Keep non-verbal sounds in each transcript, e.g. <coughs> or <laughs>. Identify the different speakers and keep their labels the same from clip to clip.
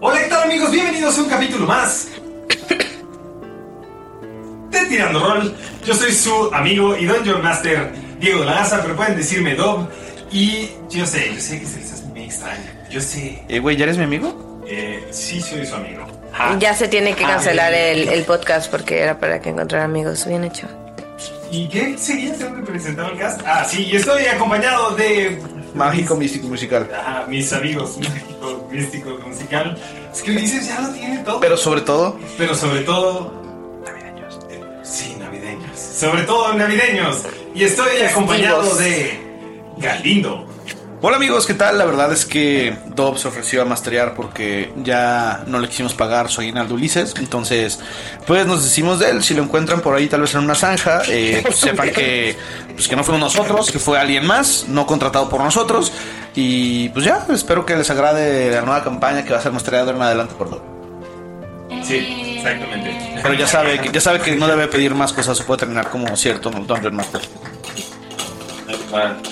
Speaker 1: Hola, ¿qué tal amigos? Bienvenidos a un capítulo más de Tirando Roll. Yo soy su amigo y Dungeon Master Diego de la Garza, pero pueden decirme Dob. Y yo sé, yo sé que se les hace muy extraño. Yo sé.
Speaker 2: Eh, güey, ¿ya eres mi amigo?
Speaker 1: Eh, sí, soy su amigo.
Speaker 3: Ya se tiene que
Speaker 1: Ah,
Speaker 3: cancelar
Speaker 1: bien.
Speaker 3: el, el podcast porque era para que encontrar amigos. Bien hecho.
Speaker 1: ¿Y qué seguía siendo presentado el cast? Ah, sí, y estoy acompañado de
Speaker 2: Mágico, místico, musical.
Speaker 1: ah, mis amigos mágico, místico, musical. Es que Ulises ya lo tiene todo.
Speaker 2: Pero sobre todo,
Speaker 1: Pero sobre todo. Navideños. Sí, navideños. Sobre todo navideños. Y estoy acompañado de. Galindo.
Speaker 2: Hola amigos, ¿qué tal? La verdad es que Dob se ofreció a masterear porque ya no le quisimos pagar su aguinaldo Ulises. Entonces, pues nos decimos de él. Si lo encuentran por ahí, tal vez en una zanja, eh, pues, sepan que, pues, que no fuimos nosotros, que fue alguien más, no contratado por nosotros. Y pues ya, espero que les agrade la nueva campaña que va a ser mastereada en adelante por Dob.
Speaker 1: Sí, exactamente.
Speaker 2: Pero ya sabe que, ya sabe que no debe pedir más cosas, se puede terminar como cierto Dungeon Master.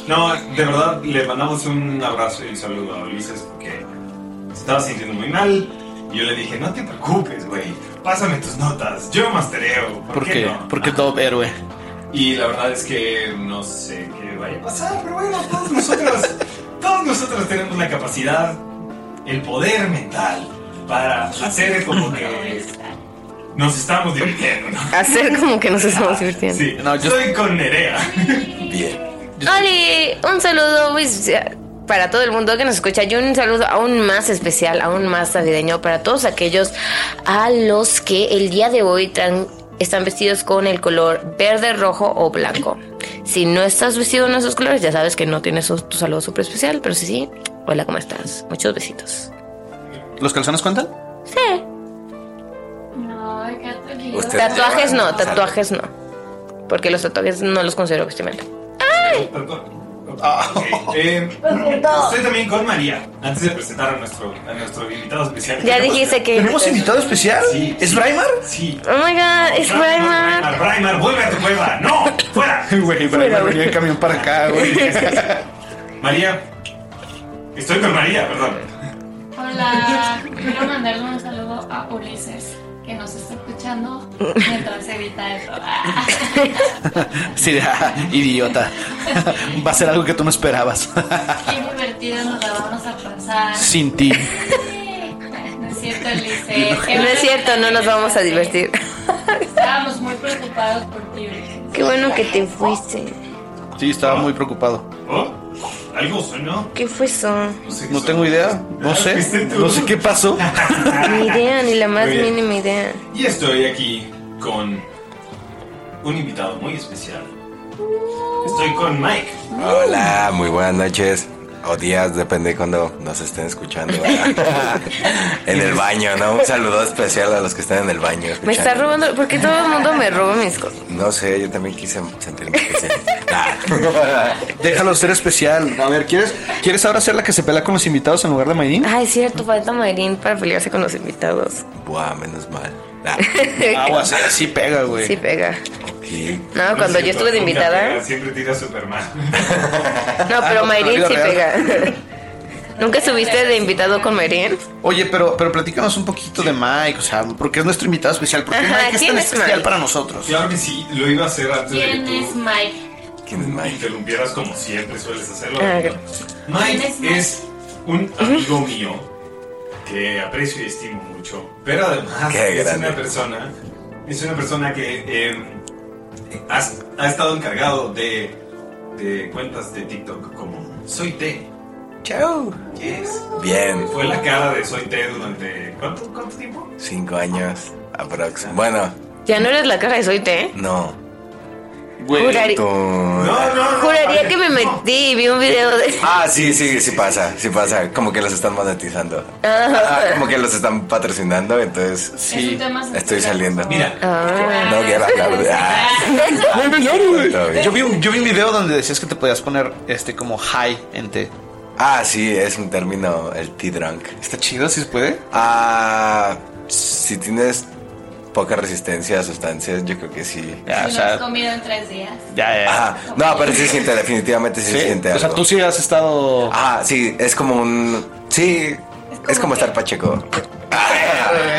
Speaker 1: No, de verdad, le mandamos un abrazo y un saludo a Ulises porque se estaba sintiendo muy mal. Y yo le dije, no te preocupes, güey. Pásame tus notas. Yo mastereo. ¿Por, qué
Speaker 2: Porque,
Speaker 1: no?
Speaker 2: porque Dob héroe.
Speaker 1: Y la verdad es que no sé qué vaya a pasar, pero bueno, todos nosotros, todos nosotros tenemos la capacidad, el poder mental para hacer como que nos estamos divirtiendo, ¿no?
Speaker 3: Hacer <laughs> como que nos estamos divirtiendo.
Speaker 1: Ah, Sí,
Speaker 2: No, yo-
Speaker 1: estoy con Nerea.
Speaker 3: ¡Oli! Un saludo pues, para todo el mundo que nos escucha y un saludo aún más especial, aún más navideño para todos aquellos a los que el día de hoy tran- están vestidos con el color verde, rojo o blanco. Si no estás vestido en esos colores, ya sabes que no tienes su- tu saludo súper especial, pero sí, sí. Hola, ¿cómo estás? Muchos besitos.
Speaker 2: ¿Los calzones cuentan?
Speaker 3: Sí.
Speaker 4: No, gato lindo.
Speaker 3: Tatuajes no, tatuajes no. Porque los tatuajes no los considero vestimenta.
Speaker 2: Ah.
Speaker 1: Ok, eh, estoy también con María, antes de presentar a nuestro, a nuestro invitado especial.
Speaker 3: Ya dijiste que.
Speaker 2: ¿Tenemos invitado especial?
Speaker 1: Sí,
Speaker 2: ¿Es
Speaker 1: sí.
Speaker 2: Braimar?
Speaker 1: Sí.
Speaker 3: Oh my god, es Weimar.
Speaker 1: Braimar, vuelve a tu cueva. ¡No! ¡Fuera!
Speaker 2: <laughs> Güey, Braimar venía en camión para
Speaker 1: <laughs>
Speaker 2: acá, güey.
Speaker 1: María. Estoy con María, perdón.
Speaker 4: Hola, quiero mandarle un saludo a Ulises, que nos está escuchando mientras evita esto. Ah,
Speaker 2: Sí, <laughs> ah, idiota. Va a ser algo que tú no esperabas.
Speaker 4: Qué divertido nos la vamos a pasar.
Speaker 2: Sin ti.
Speaker 4: No es cierto. cierto, Elise. Te
Speaker 3: No
Speaker 4: vas
Speaker 3: es
Speaker 4: a
Speaker 3: cierto, no nos vamos a divertir.
Speaker 4: Estábamos muy preocupados por ti.
Speaker 3: Qué bueno que te fuiste.
Speaker 2: Sí, estaba muy preocupado.
Speaker 1: ¿Oh? ¿Algo sonó?
Speaker 3: ¿Qué fue eso?
Speaker 2: No tengo idea, no sé, no sé qué
Speaker 1: <laughs>
Speaker 2: pasó.
Speaker 3: Ni idea, ni la más
Speaker 1: Muy bien.
Speaker 3: mínima idea.
Speaker 1: Y estoy aquí con un invitado muy especial. Estoy con Mike.
Speaker 5: Hola, muy buenas noches. O días, depende cuando nos estén escuchando. <laughs> en el baño, ¿no? Un saludo especial a los que están en el baño.
Speaker 3: Me está
Speaker 5: escuchando.
Speaker 3: robando. ¿Por qué todo el mundo me roba mis cosas?
Speaker 5: No sé, yo también quise sentirme especial. Ah,
Speaker 2: Déjalo ser especial. A ver, ¿quieres, ¿quieres ahora ser la que se pelea con los invitados en lugar de Mayrin?
Speaker 3: Ah, es cierto, falta Marín para pelearse con los invitados.
Speaker 5: buah, menos mal.
Speaker 3: <laughs>
Speaker 5: Ah,
Speaker 2: Agua, sí, sí pega, güey.
Speaker 3: Sí, pega.
Speaker 5: ok.
Speaker 3: No, cuando yo estuve de
Speaker 1: Nunca
Speaker 3: invitada.
Speaker 1: pega, Siempre tira Superman.
Speaker 3: <laughs> No, pero
Speaker 2: Ah, no,
Speaker 3: Mayrin
Speaker 2: pero
Speaker 3: sí
Speaker 2: vida real.
Speaker 3: pega. ¿Nunca estuviste de invitado con Mayrin?
Speaker 2: <laughs> Oye, pero, pero platícanos un poquito de Mike, o sea, porque es nuestro invitado especial. ¿Por qué
Speaker 3: Ajá,
Speaker 2: Mike es
Speaker 3: ¿quién
Speaker 2: tan
Speaker 3: es
Speaker 2: especial
Speaker 3: Mike?
Speaker 2: para nosotros?
Speaker 1: Claro que sí, lo iba a hacer antes de que
Speaker 4: ¿Quién
Speaker 1: tú
Speaker 4: es Mike?
Speaker 5: ¿Quién es
Speaker 1: me
Speaker 5: Mike?
Speaker 1: interrumpieras como siempre sueles hacerlo.
Speaker 3: Ah,
Speaker 1: amigo. Mike
Speaker 4: ¿Quién es
Speaker 1: es un amigo mío que aprecio y estimo mucho, pero además
Speaker 5: Qué
Speaker 1: es
Speaker 5: grande.
Speaker 1: una persona, es una persona que eh, has- ha, estado encargado de, de cuentas de TikTok como Soy T.
Speaker 5: Chao.
Speaker 1: Yes.
Speaker 5: Bien,
Speaker 1: Fue la cara de Soy T durante ¿cuánto, cuánto tiempo?
Speaker 5: cinco años aprox. Bueno,
Speaker 3: Ya no eres la cara de Soy T.
Speaker 5: no.
Speaker 3: Jurari-
Speaker 5: Tú-
Speaker 1: No, no, no.
Speaker 3: Juraría
Speaker 1: no.
Speaker 3: que me metí y vi un video de.
Speaker 5: Ah, sí, sí, sí pasa, sí pasa. Como que los están monetizando.
Speaker 3: <laughs>
Speaker 5: Ah, como que los están patrocinando, entonces
Speaker 4: Es
Speaker 2: Sí.
Speaker 4: un tema sensible,
Speaker 5: estoy saliendo.
Speaker 4: por favor.
Speaker 1: Mira,
Speaker 5: No quiero hablar de. Ah,
Speaker 2: Ay, no llores, güey.
Speaker 5: Todo bien.
Speaker 2: Yo vi, un, yo vi un video donde decías que te podías poner este como high en té.
Speaker 5: Ah, sí, es un término, el tea drunk.
Speaker 2: Está chido, si se puede.
Speaker 5: Ah, si tienes poca resistencia a sustancias, yo creo que sí.
Speaker 2: Ya, o
Speaker 4: Si Ah, no has
Speaker 2: sea,
Speaker 4: comido en tres días.
Speaker 2: ya, ya.
Speaker 5: Ajá, no, pero sí siente, definitivamente sí,
Speaker 2: Sí, Ah,
Speaker 5: siente
Speaker 2: O
Speaker 5: algo.
Speaker 2: sea, tú sí has estado.
Speaker 5: Ajá, sí, es como un. Sí, es como estar
Speaker 2: <laughs>
Speaker 5: pacheco. Ah,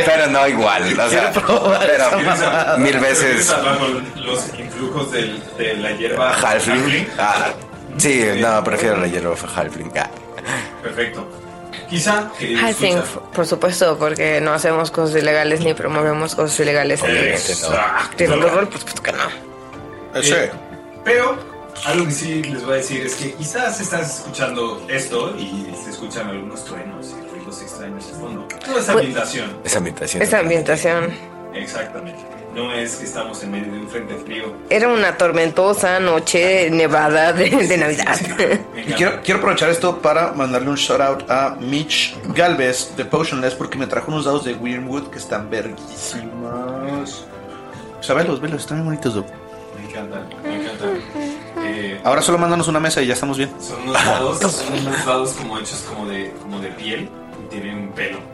Speaker 5: Pero no igual, o sea,
Speaker 1: ¿quieres
Speaker 5: pero
Speaker 1: hablar-
Speaker 5: mil
Speaker 1: ¿quieres
Speaker 5: veces
Speaker 1: hablar con los influjos del- de la hierba
Speaker 5: halfling.
Speaker 1: halfling?
Speaker 5: Ah, sí, no, prefiero la hierba halfling. Ah,
Speaker 1: Perfecto. Quizá, querido
Speaker 3: I think,
Speaker 1: escucha,
Speaker 3: Ah, por supuesto, porque no hacemos cosas ilegales ni promovemos cosas ilegales.
Speaker 5: Obviamente no.
Speaker 3: De
Speaker 1: Exacto.
Speaker 3: horror, por supuesto pues, que no.
Speaker 1: Eh, Pero algo que sí les voy a decir es que quizás estás escuchando esto y se escuchan algunos truenos y ruidos extraños de fondo. Toda esa
Speaker 4: Pues,
Speaker 3: Pues,
Speaker 1: ambientación.
Speaker 5: esa ambientación.
Speaker 3: Esa ambientación
Speaker 1: Exactamente. No es que estamos en medio de un frente frío.
Speaker 3: era una tormentosa noche nevada de, de Navidad.
Speaker 1: Me
Speaker 2: Y
Speaker 1: encanta.
Speaker 2: quiero, quiero aprovechar esto para mandarle un shout out a Mitch Galvez de Potionless porque me trajo unos dados de Wyrmwood que están verguísimos. O sea, velos, velos, están muy bonitos. Doc.
Speaker 1: Me encanta, me encanta. Eh,
Speaker 2: Ahora solo mándanos una mesa y ya estamos bien.
Speaker 1: son unos
Speaker 2: <laughs>
Speaker 1: dados,
Speaker 5: <laughs>
Speaker 1: son unos dados como hechos como de, como de piel y tienen un pelo.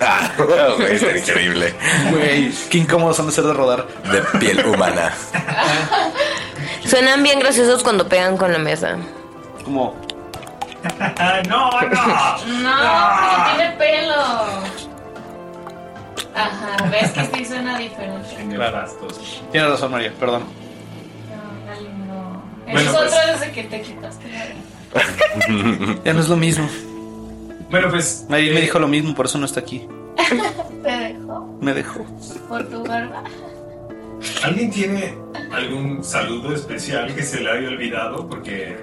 Speaker 5: Ah, <laughs> güey, está increíble.
Speaker 2: Güey, qué incómodos han de ser de rodar.
Speaker 5: De piel humana.
Speaker 3: Suenan bien graciosos cuando pegan con la mesa.
Speaker 2: Como,
Speaker 1: Ah, <laughs> no, no.
Speaker 4: No, pero tiene pelo. Ajá, ves que sí suena diferente.
Speaker 1: En el pastos.
Speaker 2: tienes razón, María, perdón.
Speaker 4: No, Gali, no.
Speaker 1: Bueno,
Speaker 4: Eso
Speaker 1: pues.
Speaker 4: es otro desde que te quitaste. la-
Speaker 2: <laughs> Ya no es lo mismo.
Speaker 1: Bueno, pues.
Speaker 2: María me
Speaker 1: eh,
Speaker 2: dijo lo mismo, por eso no está aquí.
Speaker 4: Te dejó
Speaker 2: Me dejó.
Speaker 4: por tu barba.
Speaker 1: ¿Alguien tiene algún saludo especial que se le haya olvidado? Porque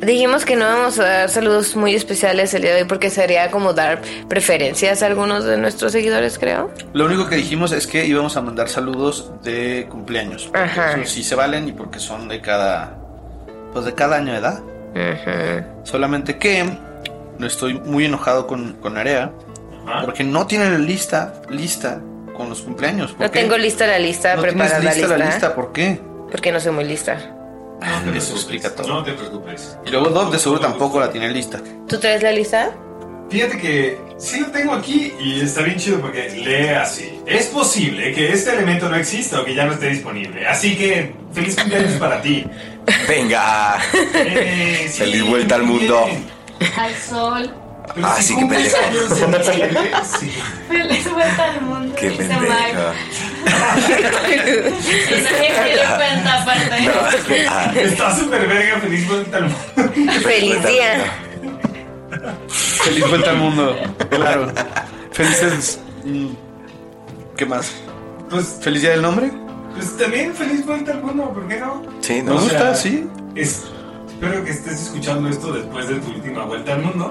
Speaker 3: Dijimos que no vamos a dar saludos muy especiales el día de hoy porque sería como dar preferencias a algunos de nuestros seguidores, creo.
Speaker 2: Lo único que dijimos es que íbamos a mandar saludos de cumpleaños. Porque
Speaker 3: Ajá.
Speaker 2: eso sí se valen y porque son de cada. Pues de cada año de edad.
Speaker 3: Ajá.
Speaker 2: Solamente que no estoy muy enojado con, con Area.
Speaker 1: Ajá.
Speaker 2: Porque no tienen lista, lista con los cumpleaños. ¿Por
Speaker 3: No
Speaker 2: qué?
Speaker 3: tengo lista la lista,
Speaker 2: No tienes
Speaker 3: preparada
Speaker 2: lista
Speaker 3: la
Speaker 2: la
Speaker 3: lista.
Speaker 2: lista, ¿por qué?
Speaker 3: Porque no soy muy lista.
Speaker 1: No te
Speaker 2: Eso explica todo.
Speaker 1: No te preocupes.
Speaker 2: Y luego Dob de seguro tampoco la tiene lista.
Speaker 3: ¿Tú traes la lista?
Speaker 1: Fíjate que sí lo tengo aquí y está bien chido porque lee así. Es posible que este elemento no exista o que ya no esté disponible. Así que feliz cumpleaños para ti.
Speaker 5: Venga.
Speaker 1: Eh, sí,
Speaker 5: Feliz vuelta al
Speaker 1: bien.
Speaker 5: mundo.
Speaker 4: Al sol.
Speaker 1: Pero
Speaker 5: Ah,
Speaker 1: si
Speaker 5: sí, qué
Speaker 1: cumples
Speaker 5: pendejo.
Speaker 1: años en diciembre, sí.
Speaker 4: Feliz vuelta al mundo.
Speaker 5: Qué
Speaker 4: dice
Speaker 5: pendejo.
Speaker 4: Mike. Y nadie se dio cuenta aparte.
Speaker 5: Ah,
Speaker 1: <laughs> Está súper verga, feliz vuelta al mundo.
Speaker 3: Feliz día.
Speaker 2: Feliz vuelta al mundo. Claro. Felices Mm, ¿Qué más?
Speaker 1: Pues,
Speaker 2: ¿Feliz día del nombre?
Speaker 1: pues también feliz vuelta al mundo, ¿por qué no?
Speaker 5: Sí,
Speaker 2: Me
Speaker 5: ¿no?
Speaker 1: O
Speaker 2: gusta,
Speaker 1: sea,
Speaker 2: sí.
Speaker 1: Es, espero que estés escuchando esto después de tu última vuelta al mundo.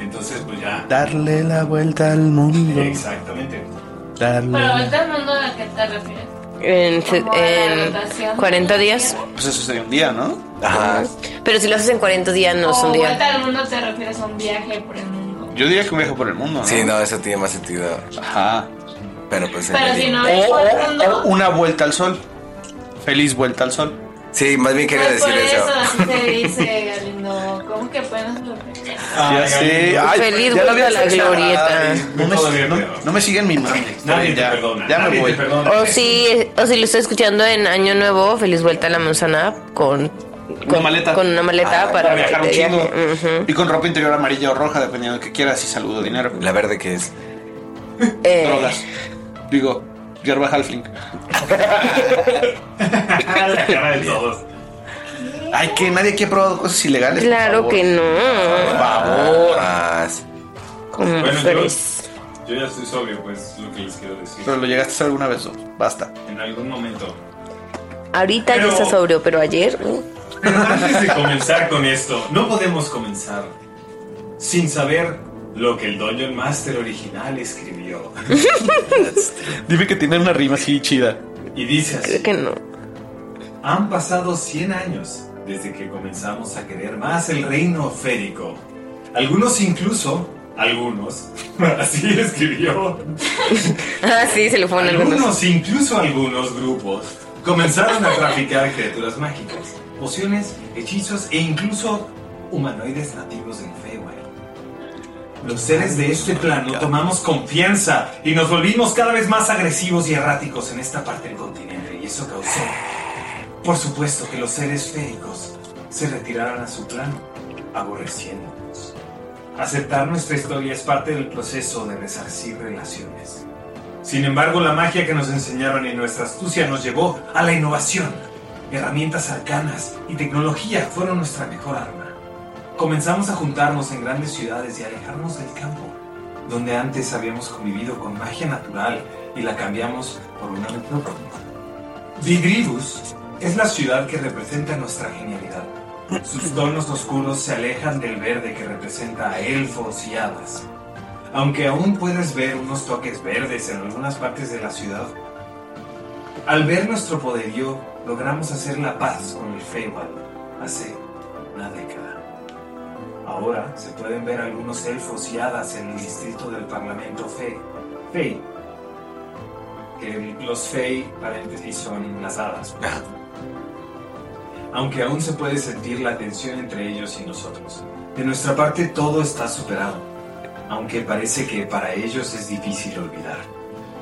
Speaker 1: Entonces, pues ya.
Speaker 2: Darle la vuelta al mundo.
Speaker 1: Exactamente.
Speaker 2: Darle.
Speaker 4: Pero ahorita el mundo a qué te refieres.
Speaker 3: En,
Speaker 4: Como a la
Speaker 3: en
Speaker 4: rotación
Speaker 3: 40 días.
Speaker 4: de la
Speaker 2: Pues eso sería un día, ¿no?
Speaker 5: Ajá.
Speaker 3: Pero si lo haces en 40 días, no
Speaker 4: Tierra.
Speaker 3: es
Speaker 4: O
Speaker 3: un día.
Speaker 4: vuelta al mundo te refieres a un viaje por el mundo.
Speaker 2: Yo diría que un viaje por el mundo, ¿no?
Speaker 5: Sí, no, eso tiene más sentido.
Speaker 2: Ajá.
Speaker 5: Pero pues. en
Speaker 4: Pero
Speaker 5: el-
Speaker 4: si no
Speaker 2: O,
Speaker 4: es por el
Speaker 2: o-
Speaker 4: mundo.
Speaker 2: o una vuelta al sol. Feliz vuelta al sol.
Speaker 5: Sí, más bien quería
Speaker 4: pues
Speaker 5: decir
Speaker 4: por
Speaker 5: eso.
Speaker 4: eso, así te dice Galindo. ¿Cómo que apenas lo
Speaker 2: Ah, ya sé. Ay,
Speaker 3: Feliz
Speaker 2: ya lo
Speaker 3: vuelta
Speaker 2: había
Speaker 3: a la
Speaker 2: hecho.
Speaker 3: glorieta.
Speaker 2: Ay, No me,
Speaker 1: Todavía
Speaker 2: no-
Speaker 1: peor.
Speaker 2: no me siguen mi mami.
Speaker 1: Nadie
Speaker 2: ya,
Speaker 1: te perdona.
Speaker 2: ya me
Speaker 1: nadie
Speaker 2: voy.
Speaker 1: Te perdona.
Speaker 3: O si, o si lo estoy escuchando en Año Nuevo, feliz vuelta a la manzana con, con
Speaker 2: Una maleta.
Speaker 3: Con una maleta
Speaker 2: Ah,
Speaker 3: para,
Speaker 2: para viajar un
Speaker 3: irte de
Speaker 2: chingo.
Speaker 3: viaje. Ujú.
Speaker 2: Y con ropa interior amarilla o roja, dependiendo de que quieras, y saludo, dinero.
Speaker 5: La verde que es.
Speaker 3: Eh,
Speaker 2: Drogas. Digo, Yerba Halfling.
Speaker 1: Ah, la cara de todos.
Speaker 2: Ay, que nadie aquí ha probado cosas ilegales. por
Speaker 3: claro
Speaker 2: favor.
Speaker 3: que no.
Speaker 2: Por favor.
Speaker 5: Ah,
Speaker 3: Como
Speaker 1: Bueno,
Speaker 3: feliz.
Speaker 1: yo, yo ya estoy sobrio, pues lo que les quiero decir.
Speaker 2: Pero lo llegaste a hacer alguna vez, ¿no? Basta. <laughs>
Speaker 1: En algún momento.
Speaker 3: Ahorita
Speaker 1: Pero-
Speaker 3: ya está sobrio, pero ayer. uh, <laughs>
Speaker 1: Pero antes de comenzar con esto, no podemos comenzar sin saber lo que el Dungeon Master original escribió.
Speaker 2: Dime que tiene una rima así chida.
Speaker 1: Y dice así.
Speaker 3: Creo que no.
Speaker 1: Han pasado 100 años desde que comenzamos a querer más el reino férico. Algunos incluso, algunos, <laughs> así escribió,
Speaker 3: Ah, sí, se lo fueron algunos.
Speaker 1: algunos incluso algunos grupos comenzaron a traficar criaturas mágicas, pociones, hechizos e incluso humanoides nativos en Feywild. Los seres de este plano tomamos confianza y nos volvimos cada vez más agresivos y erráticos en esta parte del continente y eso causó, por supuesto, que los seres féricos se retiraran a su plano, aborreciéndonos. Aceptar nuestra historia es parte del proceso de resarcir relaciones. Sin embargo, la magia que nos enseñaron y nuestra astucia nos llevó a la innovación. Herramientas arcanas y tecnología fueron nuestra mejor arma. Comenzamos a juntarnos en grandes ciudades y a alejarnos del campo, donde antes habíamos convivido con magia natural y la cambiamos por una metrópoli. Vidribus es la ciudad que representa nuestra genialidad. Sus tonos oscuros se alejan del verde que representa a elfos y hadas. Aunque aún puedes ver unos toques verdes en algunas partes de la ciudad, al ver nuestro poderío logramos hacer la paz con el Feywild hace una década. Ahora se pueden ver algunos elfos y hadas en el distrito del Parlamento Fey. Fey. Que los Fey, paréntesis, son las hadas. Aunque aún se puede sentir la tensión entre ellos y nosotros. De nuestra parte todo está superado. Aunque parece que para ellos es difícil olvidar.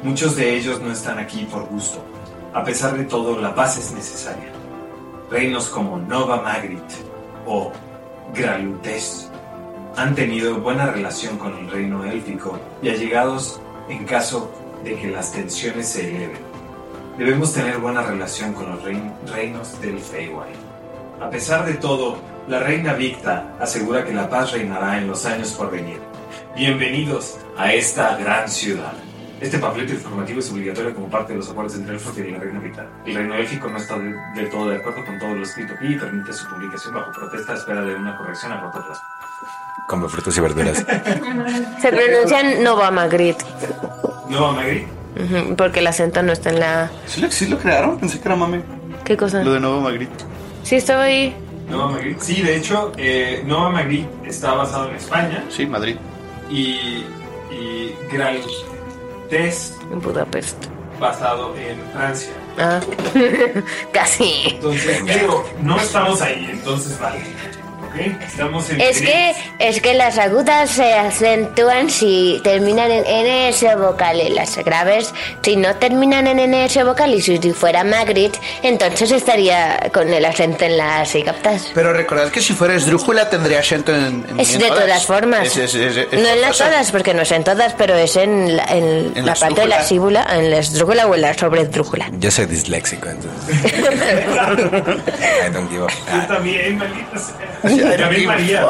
Speaker 1: Muchos de ellos no están aquí por gusto. A pesar de todo, la paz es necesaria. Reinos como Nova Magrit o Gralutes han tenido buena relación con el reino élfico y allegados en caso de que las tensiones se eleven. Debemos tener buena relación con los rein- reinos del Feywild. A pesar de todo, la reina Victa asegura que la paz reinará en los años por venir. Bienvenidos a esta gran ciudad. Este panfleto informativo es obligatorio como parte de los acuerdos entre el y la Reina Victa. El Reino Élfico no está de- del todo de acuerdo con todo lo escrito aquí y permite su publicación bajo protesta a espera de una corrección a corto plazo.
Speaker 5: come frutas
Speaker 2: <laughs>
Speaker 5: y verduras.
Speaker 3: Se pronuncian Nova Magritte,
Speaker 1: No, Magri.
Speaker 3: ujú, porque el acento no está en la.
Speaker 2: ¿Sí lo, sí lo crearon? Pensé que era mame.
Speaker 3: ¿Qué cosa?
Speaker 2: Lo de nuevo Magritte.
Speaker 3: Sí, estaba ahí.
Speaker 1: No, Magritte. Sí, de hecho, eh, Nova Magritte está basado en España
Speaker 2: Sí, Madrid.
Speaker 1: y, y Graltes
Speaker 3: En Budapest.
Speaker 1: basado en Francia.
Speaker 3: Ah. <laughs> Casi.
Speaker 1: Entonces, digo, no estamos ahí, entonces vale. ¿Ok? Estamos en.
Speaker 6: Es que, es que las agudas se acentúan si terminan en NS vocal y las graves si no terminan en NS vocal y si fuera Magritte, entonces estaría con el acento en la si captas.
Speaker 2: Pero recordad que si fuera Esdrújula tendría acento en, en-
Speaker 6: Es
Speaker 2: en
Speaker 6: de todas formas.
Speaker 2: Es- es- es- es-
Speaker 6: no en las
Speaker 2: o sea,
Speaker 6: todas, porque no es en todas, pero es en la, en
Speaker 2: En
Speaker 6: la
Speaker 2: la
Speaker 6: parte de la
Speaker 2: esdrújula.
Speaker 6: síbula, en la esdrújula o en la sobredrújula.
Speaker 5: Yo soy disléxico, entonces. I don't give
Speaker 1: Yo
Speaker 5: a
Speaker 6: <laughs>
Speaker 5: fuck.
Speaker 1: <laughs> también, maldita sea. También María.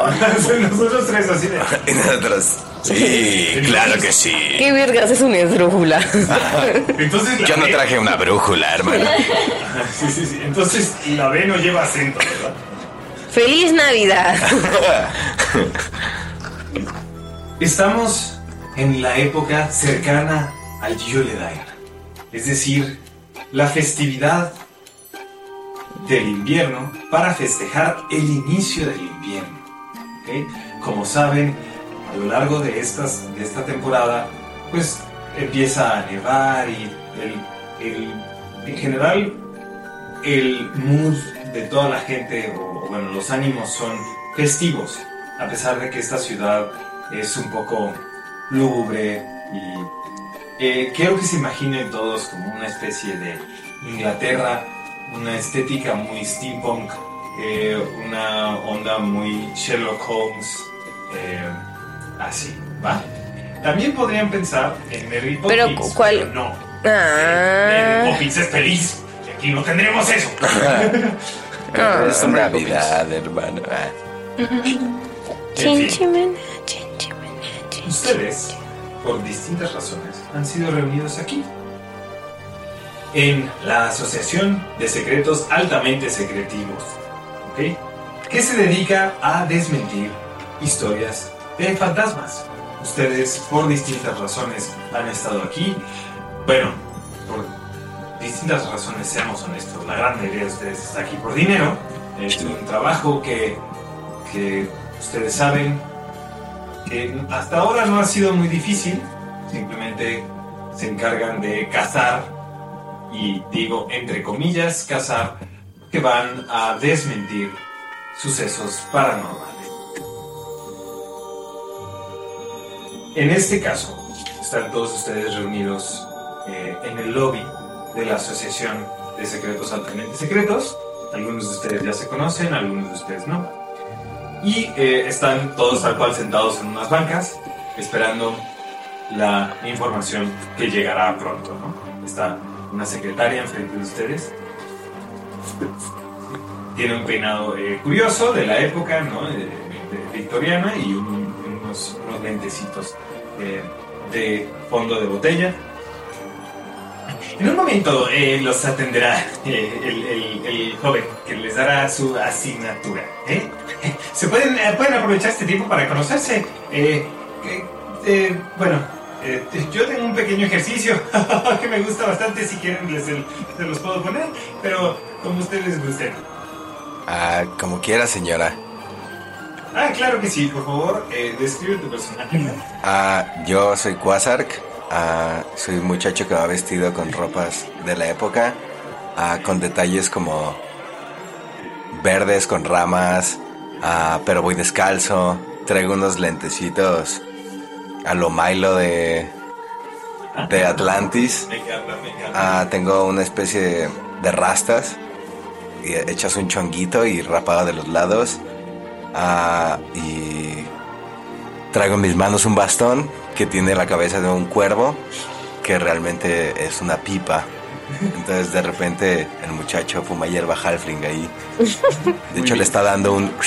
Speaker 1: Nosotros tres así de.
Speaker 5: <laughs> Y nosotros, Sí, claro que sí.
Speaker 3: ¿Qué vergas es una esdrújula?
Speaker 2: <laughs>
Speaker 1: Entonces,
Speaker 5: Yo no traje una brújula, hermano.
Speaker 1: Sí, sí, sí. Entonces, la B no lleva acento, ¿verdad?
Speaker 3: ¡Feliz Navidad!
Speaker 1: Estamos en la época cercana al Yuledain, es decir, la festividad del invierno para festejar el inicio del invierno. ¿ok? Como saben, a lo largo de, estas, de esta temporada, pues empieza a nevar y el- el- en general el mood de toda la gente, o, o bueno, los ánimos son festivos, a pesar de que esta ciudad es un poco lúgubre y eh, quiero que se imaginen todos como una especie de Inglaterra, una estética muy steampunk, eh, una onda muy Sherlock Holmes, eh, así, ¿va? También podrían pensar en Mary Poppins,
Speaker 3: Pero, ¿cuál?
Speaker 1: pero no.
Speaker 3: Ah.
Speaker 1: Mary Poppins es feliz, y aquí no tendremos eso.
Speaker 5: <laughs>
Speaker 1: <laughs>
Speaker 5: Es Navidad, hermano. Ah,
Speaker 1: En fin,
Speaker 3: Chinchimena, chinchimena, chinchimena.
Speaker 1: ustedes, por distintas razones, han sido reunidos aquí. En la Asociación de Secretos Altamente Secretivos. ¿Ok? Que se dedica a desmentir historias de fantasmas. Ustedes, por distintas razones, han estado aquí. Bueno, por distintas razones, seamos honestos, la gran mayoría de ustedes está aquí por dinero. Es un trabajo que, que ustedes saben que hasta ahora no ha sido muy difícil. Simplemente se encargan de cazar, y digo entre comillas, cazar, que van a desmentir sucesos paranormales. En este caso, están todos ustedes reunidos eh, en el lobby de la Asociación de Secretos Altamente Secretos. Algunos de ustedes ya se conocen, algunos de ustedes no. Y eh, están todos tal cual sentados en unas bancas, esperando la información que llegará pronto, ¿no? Está una secretaria enfrente de ustedes. Tiene un peinado eh, curioso de la época, ¿no? Eh, de- victoriana y un- unos, unos lentecitos eh, de fondo de botella. En un momento eh, los atenderá eh, el, el- el joven que les dará su asignatura. ¿eh? <laughs> Se pueden, eh, pueden aprovechar este tiempo para conocerse. Eh, que- eh, bueno, eh, yo tengo un pequeño ejercicio <laughs> que me gusta bastante. Si quieren, les el- se los puedo poner, pero como a ustedes les guste.
Speaker 5: Ah, como quiera, señora.
Speaker 1: Ah, claro que sí, por favor, eh, describe tu personaje. <laughs>
Speaker 5: Ah, yo soy Quasark. Ah, soy un muchacho que va vestido con ropas de la época. Ah, con detalles como verdes con ramas. Ah, pero voy descalzo. Traigo unos lentecitos a lo Milo de, de Atlantis.
Speaker 1: Me encanta, me encanta.
Speaker 5: Ah, tengo una especie de, de rastas y hechas un chonguito y rapado de los lados. Ah, y traigo en mis manos un bastón que tiene la cabeza de un cuervo que realmente es una pipa. Entonces de repente el muchacho fuma hierba halfling ahí. De hecho le está dando un... <laughs>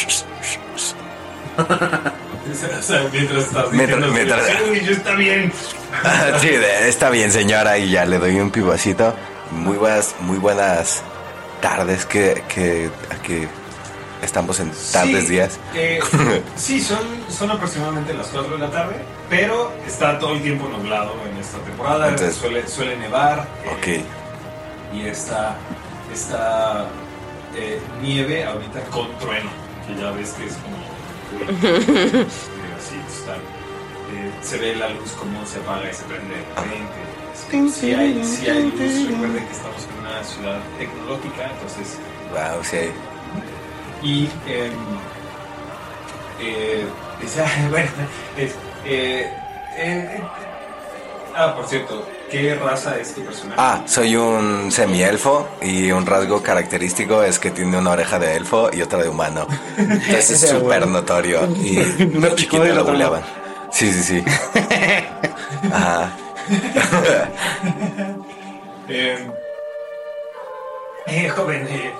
Speaker 1: O sea, mientras estás
Speaker 5: Mientras-
Speaker 1: diciendo,
Speaker 5: mientras-
Speaker 1: "Sí, güey, yo está bien.
Speaker 5: Sí, de- está bien, señora, y ya le doy un pibacito. Muy buenas, muy buenas tardes que, que, que estamos en tardes
Speaker 1: Sí,
Speaker 5: días.
Speaker 1: eh, sí, son, son aproximadamente las 4 de la tarde, pero está todo el tiempo nublado en esta temporada.
Speaker 5: Entonces-
Speaker 1: suele, suele nevar. eh,
Speaker 5: <laughs> Ok.
Speaker 1: y esta, esta eh, nieve ahorita con trueno, que ya ves que es como... eh, así, está, eh, se ve la luz como se apaga y se prende de repente. Si hay, sí hay luz, recuerden que estamos en una ciudad tecnológica, entonces
Speaker 5: Wow, sí.
Speaker 1: y eh, eh, dice, <laughs> "Ah, bueno, es, eh, eh, eh, ah, por cierto, ¿qué raza es tu personaje?
Speaker 5: Ah, soy un semielfo y un rasgo característico es que tiene una oreja de elfo y otra de humano. Entonces es
Speaker 2: Sí, <laughs>
Speaker 5: súper
Speaker 2: bueno.
Speaker 5: notorio. Y
Speaker 2: <laughs> Una
Speaker 5: de chiquito
Speaker 2: picuda y la
Speaker 5: lo
Speaker 2: otra no.
Speaker 5: buleaban. Sí,
Speaker 2: <laughs>
Speaker 5: sí, sí. Ajá. <laughs>
Speaker 1: Eh, eh, joven, eh, eh,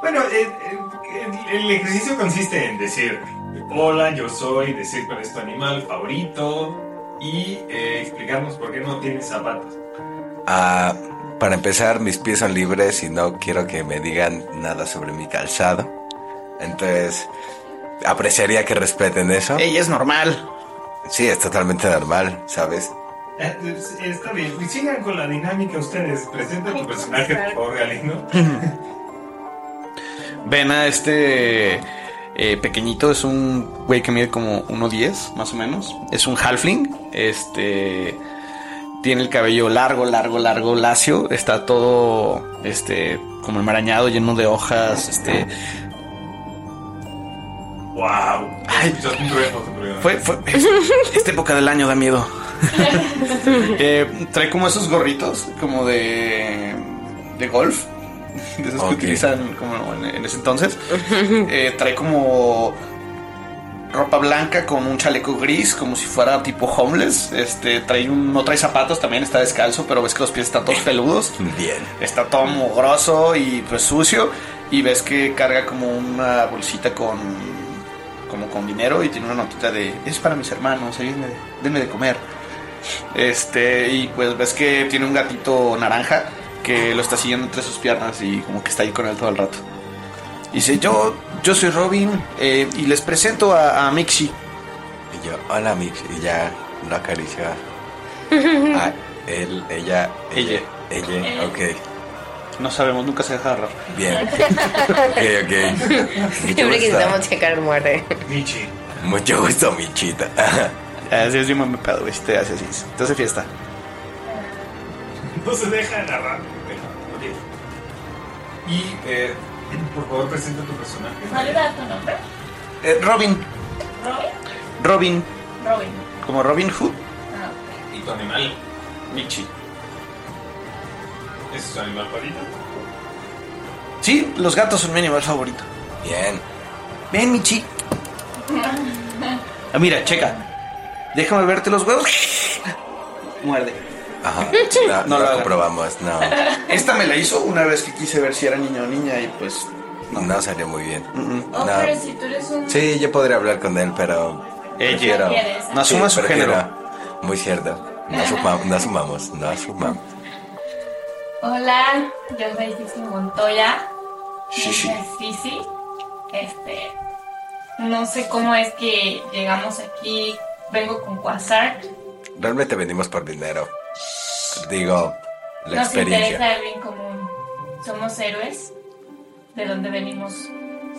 Speaker 1: bueno, eh, eh, el, el ejercicio consiste en decir Hola, yo soy de Circo es tu animal favorito y eh, explicarnos por qué no tienes zapatos.
Speaker 5: Ah, para empezar, mis pies son libres y no quiero que me digan nada sobre mi calzado. Entonces, apreciaría que respeten eso.
Speaker 2: Ella es normal.
Speaker 5: Sí, es totalmente normal, ¿sabes?
Speaker 1: Eh, es- Está bien, pues sigan con la dinámica ustedes. Presenta tu personaje, por favor, Galindo.
Speaker 2: Ven a este eh, pequeñito, es un güey que mide como 1.10 más o menos. Es un halfling. Este tiene el cabello largo, largo, largo, lacio. Está todo este como enmarañado, lleno de hojas. Este
Speaker 1: ¡Wow! Ay, un trueno, un trueno.
Speaker 2: fue, fue- <laughs> esta época del año da miedo. Eh, trae como esos gorritos como de de golf. De esos
Speaker 5: Ok.
Speaker 2: que utilizan como en, en ese entonces. Eh, trae como ropa blanca con un chaleco gris, como si fuera tipo homeless. Este, trae un, no trae zapatos, también está descalzo, pero ves que los pies están todos peludos.
Speaker 5: Bien.
Speaker 2: Está todo mugroso y pues sucio. Y ves que carga como una bolsita con como con dinero y tiene una notita de es para mis hermanos, ayúdenme, denme de comer. Este, y pues ves que tiene un gatito naranja que lo está siguiendo entre sus piernas y como que está ahí con él todo el rato. Y dice, yo, yo soy Robin eh, y les presento a, a Mixi.
Speaker 5: Y yo, hola, Mix. Y ya lo acaricio a, a él, ella, ella, ella. Ok,
Speaker 2: No sabemos, nunca se deja agarrar.
Speaker 3: <laughs>
Speaker 5: bien. Ok, ok. Mucho
Speaker 3: Siempre que
Speaker 5: gusto.
Speaker 3: intentamos checar muerte.
Speaker 1: Michi.
Speaker 5: Mucho
Speaker 2: <laughs>
Speaker 5: gusto, Michita.
Speaker 2: Así Ah, es bien buen pedo, güey, si te hace así. Entonces fiesta.
Speaker 1: No se deja narrar. Ok. Y, eh, por favor, presenta tu personaje.
Speaker 4: ¿Cuál era tu nombre?
Speaker 2: Eh, Robin,
Speaker 4: Robin.
Speaker 2: Robin,
Speaker 4: Robin.
Speaker 2: como Robin Hood,
Speaker 4: Ah, ok.
Speaker 1: Y tu animal.
Speaker 2: Michi.
Speaker 1: ¿Es tu animal favorito?
Speaker 2: Sí, los gatos son mi animal favorito.
Speaker 5: Bien.
Speaker 2: Ven, Michi. Ah, mira, checa. Déjame verte los huevos. <laughs> Muerde. <laughs>
Speaker 5: Ajá. No,
Speaker 2: No
Speaker 5: no
Speaker 2: lo
Speaker 5: lo
Speaker 2: hagan.
Speaker 5: comprobamos, no.
Speaker 2: Esta me la hizo una vez que quise ver si era niño o niña y pues. Mm,
Speaker 5: No salió muy bien.
Speaker 4: Oh,
Speaker 5: No.
Speaker 4: pero si tú eres un.
Speaker 5: Sí, yo podría hablar con él, pero.
Speaker 2: Ella.
Speaker 4: quieres.
Speaker 2: No asuma su
Speaker 5: prefiero-
Speaker 2: género.
Speaker 5: Muy cierto. No asumamos, no asumamos, no asumamos.
Speaker 4: Hola, yo soy Sisi Montoya.
Speaker 5: Sí, sí.
Speaker 4: Ella es Sisi. Este. No sé cómo es que llegamos aquí. Vengo con Quasar.
Speaker 5: Realmente venimos por dinero. Digo, la
Speaker 4: Nos interesa
Speaker 5: experiencia.
Speaker 4: el bien común. Somos héroes. ¿De dónde venimos?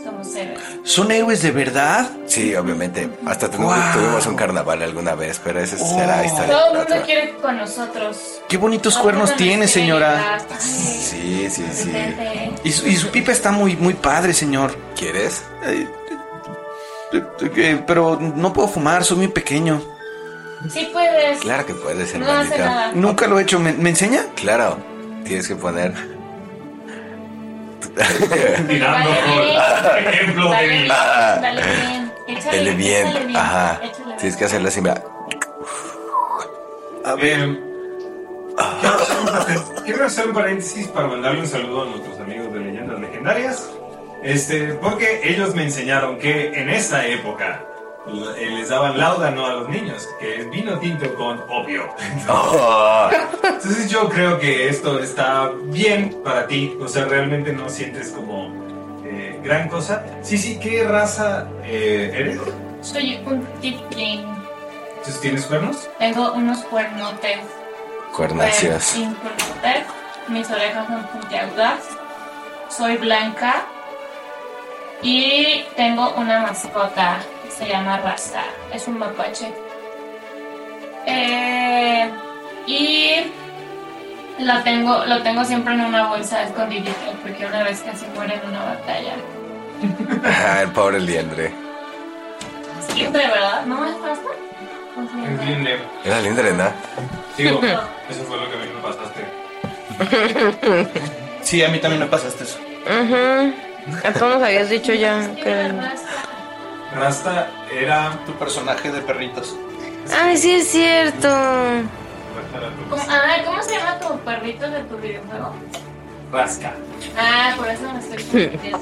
Speaker 4: Somos héroes.
Speaker 2: ¿Son héroes de verdad?
Speaker 5: Sí, obviamente. Hasta tuvimos,
Speaker 2: Wow.
Speaker 5: tuvimos un carnaval alguna vez, pero esa será historia.
Speaker 4: Todo el
Speaker 5: para
Speaker 4: mundo
Speaker 5: otra.
Speaker 4: quiere con nosotros.
Speaker 2: Oh. Qué bonitos
Speaker 4: Otros
Speaker 2: cuernos
Speaker 4: nos
Speaker 2: tiene,
Speaker 4: quieren
Speaker 2: señora.
Speaker 4: llevar. Ay,
Speaker 5: Sí, sí, sí.
Speaker 4: vete.
Speaker 2: Y su, y su pipa está muy, muy padre, señor.
Speaker 5: ¿Quieres?
Speaker 2: Eh, eh, eh, pero no puedo fumar, soy muy pequeño.
Speaker 4: Sí puedes.
Speaker 5: Claro que puedes,
Speaker 4: No hace
Speaker 5: hermanita.
Speaker 4: nada.
Speaker 2: Nunca lo he hecho. ¿Me, me enseña?
Speaker 5: Claro, tienes que poner.
Speaker 1: <laughs> Tirando
Speaker 4: Vale.
Speaker 1: rol. Ejemplo
Speaker 4: Dale
Speaker 1: débil.
Speaker 4: bien, dale bien. Échale,
Speaker 5: El
Speaker 4: échale
Speaker 5: bien. Ajá.
Speaker 4: échale bien.
Speaker 5: Tienes que hacerlo así. mira.
Speaker 2: A
Speaker 1: Eh, ah, Quiero hacer un paréntesis para mandarle un saludo a nuestros amigos de Leyendas Legendarias. Este, porque ellos me enseñaron que en esta época eh, les daban laudano a los niños, que es vino tinto con opio. <laughs>
Speaker 5: Oh,
Speaker 1: Entonces yo creo que esto está bien para ti, o sea, realmente no sientes como eh, gran cosa. Sí, sí, ¿qué raza eh, eres?
Speaker 4: Soy un tiefling.
Speaker 1: Entonces, ¿Tienes cuernos?
Speaker 4: Tengo unos cuernotes. Pues,
Speaker 5: cuernacios.
Speaker 4: Sin cuernotes. Mis orejas son puntiagudas. Soy blanca. Y tengo una mascota. que Se llama Rasta. Es un mapache. Eh, y la tengo, lo tengo siempre en una bolsa escondidita porque una vez casi muere en una batalla.
Speaker 5: Ajá, el pobre liendre.
Speaker 4: Siempre, ¿verdad? ¿No es Rasta? Pues,
Speaker 1: Es bien leve.
Speaker 5: Era liendre, ¿no?
Speaker 4: <laughs>
Speaker 1: Digo, eso fue lo que a mí me pasaste.
Speaker 2: Sí, a mí también me pasaste eso.
Speaker 3: Ujú. ¿A todos nos habías dicho ya?
Speaker 4: Tiene
Speaker 3: creo.
Speaker 4: Rasta.
Speaker 1: Rasta era.
Speaker 2: Tu personaje de perritos.
Speaker 3: Ay, sí es cierto.
Speaker 4: ¿Cómo, ah, ¿cómo se llama tu perrito de tu videojuego?
Speaker 1: Rasca.
Speaker 4: Ah, por eso me estoy confundiendo.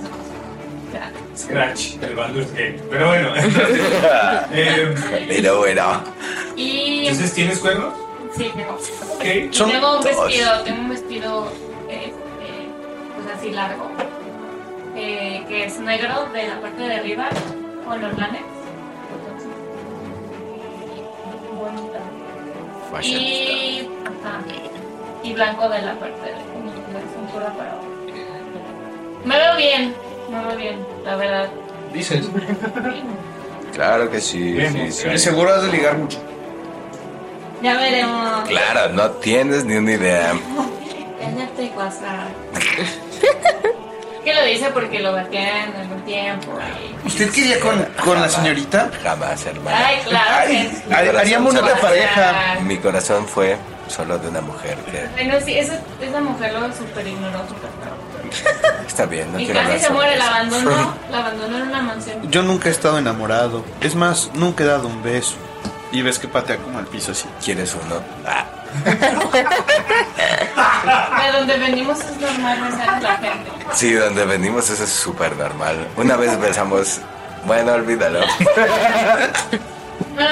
Speaker 4: Ya.
Speaker 1: Scratch, el Baldur's Gate. Pero bueno, <laughs> entonces. eh,
Speaker 5: Pero bueno.
Speaker 4: Y.
Speaker 1: entonces, ¿tienes cuernos?
Speaker 4: Sí, tengo.
Speaker 1: Ok.
Speaker 4: Y tengo un
Speaker 5: dos.
Speaker 4: vestido, tengo un vestido, eh, eh, pues así largo, eh, que es negro de la parte de arriba, con los lanes. Bonito.
Speaker 5: Vaya.
Speaker 4: Y, ajá, y blanco de la parte de la cintura para abajo. Me veo bien, me veo bien, la verdad.
Speaker 2: Dices.
Speaker 5: Claro que sí.
Speaker 1: Bien,
Speaker 5: sí, sí.
Speaker 2: Seguro has de ligar mucho.
Speaker 4: Ya veremos.
Speaker 5: Claro, no tienes ni una idea.
Speaker 4: Cállate, WhatsApp. <laughs> que lo dice porque lo bateé en algún tiempo. y-
Speaker 2: ¿Usted quería con, con la señorita?
Speaker 5: Jamás, hermano.
Speaker 4: Ay, claro que sí.
Speaker 5: Ay,
Speaker 2: Ha- Haríamos
Speaker 5: corazón,
Speaker 2: una
Speaker 5: solo-
Speaker 2: pareja.
Speaker 5: Mi corazón fue solo de una mujer que
Speaker 4: Bueno, sí, eso, esa mujer lo super ignoró, súper feo.
Speaker 5: está bien, no
Speaker 4: y
Speaker 5: quiero
Speaker 4: casi
Speaker 5: hablar
Speaker 4: se
Speaker 5: sobre
Speaker 4: muere, la
Speaker 5: eso.
Speaker 4: abandonó, la abandonó en una mansión.
Speaker 2: Yo nunca he estado enamorado. Es más, nunca he dado un beso. Y ves que patea como al piso así.
Speaker 5: ¿Quieres uno? Ah,
Speaker 4: De donde venimos es normal besar a la gente.
Speaker 5: sí, donde venimos eso es súper normal. Una vez pensamos, bueno,
Speaker 3: <laughs>
Speaker 5: olvídalo.
Speaker 4: No, no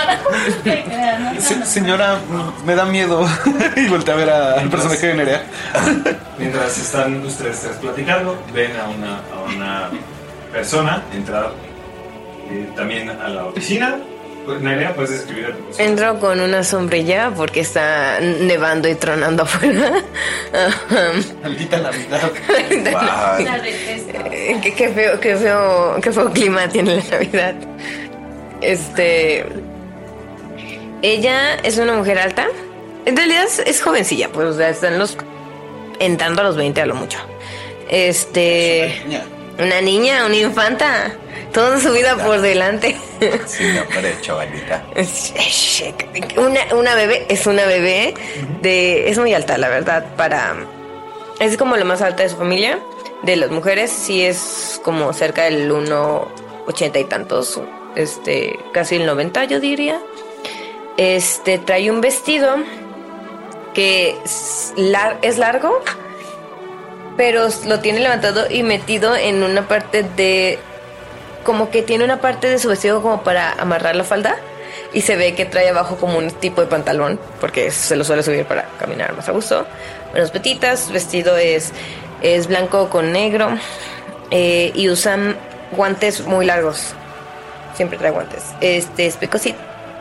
Speaker 4: te creas, no, no,
Speaker 2: Se-
Speaker 4: no.
Speaker 2: señora, me da miedo. <laughs> y voltea a ver a- al personaje de Nerea.
Speaker 1: Mientras están ustedes tres platicando, ven a una, a una persona entrar eh, también a la oficina. Pues, Nerea, puedes escribir a tu persona.
Speaker 3: Entro con una sombrilla porque está nevando y tronando <laughs> afuera. Ajá.
Speaker 2: Maldita la mitad.
Speaker 5: Wow.
Speaker 4: <laughs> La detesto.
Speaker 3: qué, qué feo, qué feo, qué feo clima tiene la Navidad. Este. Ella es una mujer alta. En realidad es, es jovencilla, pues, o sea, están los. entrando a los 20 a lo mucho. Este.
Speaker 2: Niña.
Speaker 3: Una niña, una infanta. Toda su vida por delante.
Speaker 5: Sí, no, pero chavalita.
Speaker 3: Una, una bebé es una bebé de. Es muy alta, la verdad, para. Es como la más alta de su familia. De las mujeres, sí es como cerca del 1,80 y tantos. Este, casi el 90, yo diría. Este, trae un vestido que es, lar- es largo, pero lo tiene levantado y metido en una parte de como que tiene una parte de su vestido como para amarrar la falda y se ve que trae abajo como un tipo de pantalón porque se lo suele subir para caminar más a gusto. Unas petitas, su vestido es, es blanco con negro eh, y usan guantes muy largos. Siempre trae guantes. Este es pecosi-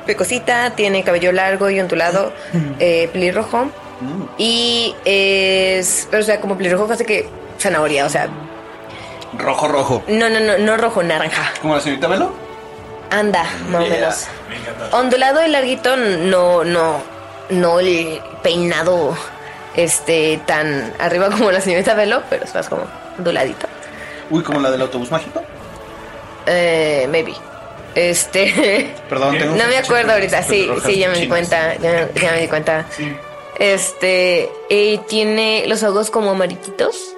Speaker 3: pecosita, tiene cabello largo y ondulado, eh, pelirrojo. Y es, o sea, como pelirrojo casi que zanahoria, o sea,
Speaker 2: Rojo, rojo.
Speaker 3: no, no, no, no rojo,
Speaker 4: Mm.
Speaker 3: naranja.
Speaker 2: ¿Como la señorita Velo?
Speaker 3: Anda, más o
Speaker 2: Yeah.
Speaker 3: menos.
Speaker 1: Me encanta.
Speaker 3: Ondulado y larguito, no, no, no el peinado este tan arriba <laughs> como la señorita Velo, pero es más como onduladito.
Speaker 2: Uy, como la del autobús mágico.
Speaker 3: Eh, maybe. Este. <laughs>
Speaker 2: Perdón, tengo
Speaker 3: no me
Speaker 2: muchas
Speaker 3: acuerdo ahorita,
Speaker 2: cosas
Speaker 3: sí,
Speaker 2: rojas
Speaker 3: sí, ya me di
Speaker 2: chinas.
Speaker 3: cuenta, ya, ya me di cuenta.
Speaker 1: Sí.
Speaker 3: Este, eh, tiene los ojos como amarillitos.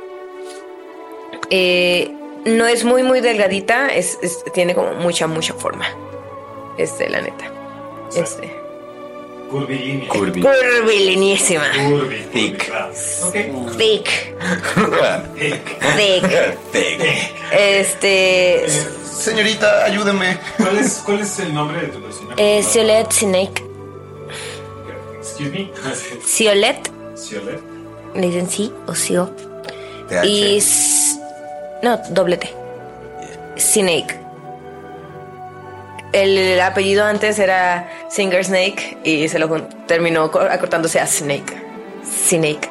Speaker 3: Eh, no es muy, muy delgadita, es, es- tiene como mucha, mucha forma. Este, la neta. Este.
Speaker 1: Curvilínea.
Speaker 5: Curvy.
Speaker 3: Curviliniísima.
Speaker 1: Curvi. curvi,
Speaker 5: Thick.
Speaker 1: claro. Ok.
Speaker 3: Thick,
Speaker 1: Thick.
Speaker 3: thick.
Speaker 5: Thick.
Speaker 3: Este.
Speaker 1: Eh,
Speaker 2: Señorita, ayúdeme.
Speaker 1: ¿cuál, es, ¿Cuál es el nombre de tu personaje?
Speaker 3: Eh, Siolet Snake.
Speaker 1: Excuse me.
Speaker 3: Siolet,
Speaker 5: <laughs>
Speaker 1: Siolet.
Speaker 3: le dicen sí o sí o.
Speaker 5: TH.
Speaker 3: Y. s- No, doble T. Snake. El apellido antes era Singer Snake y se lo jun- terminó co- acortándose a Snake. Snake.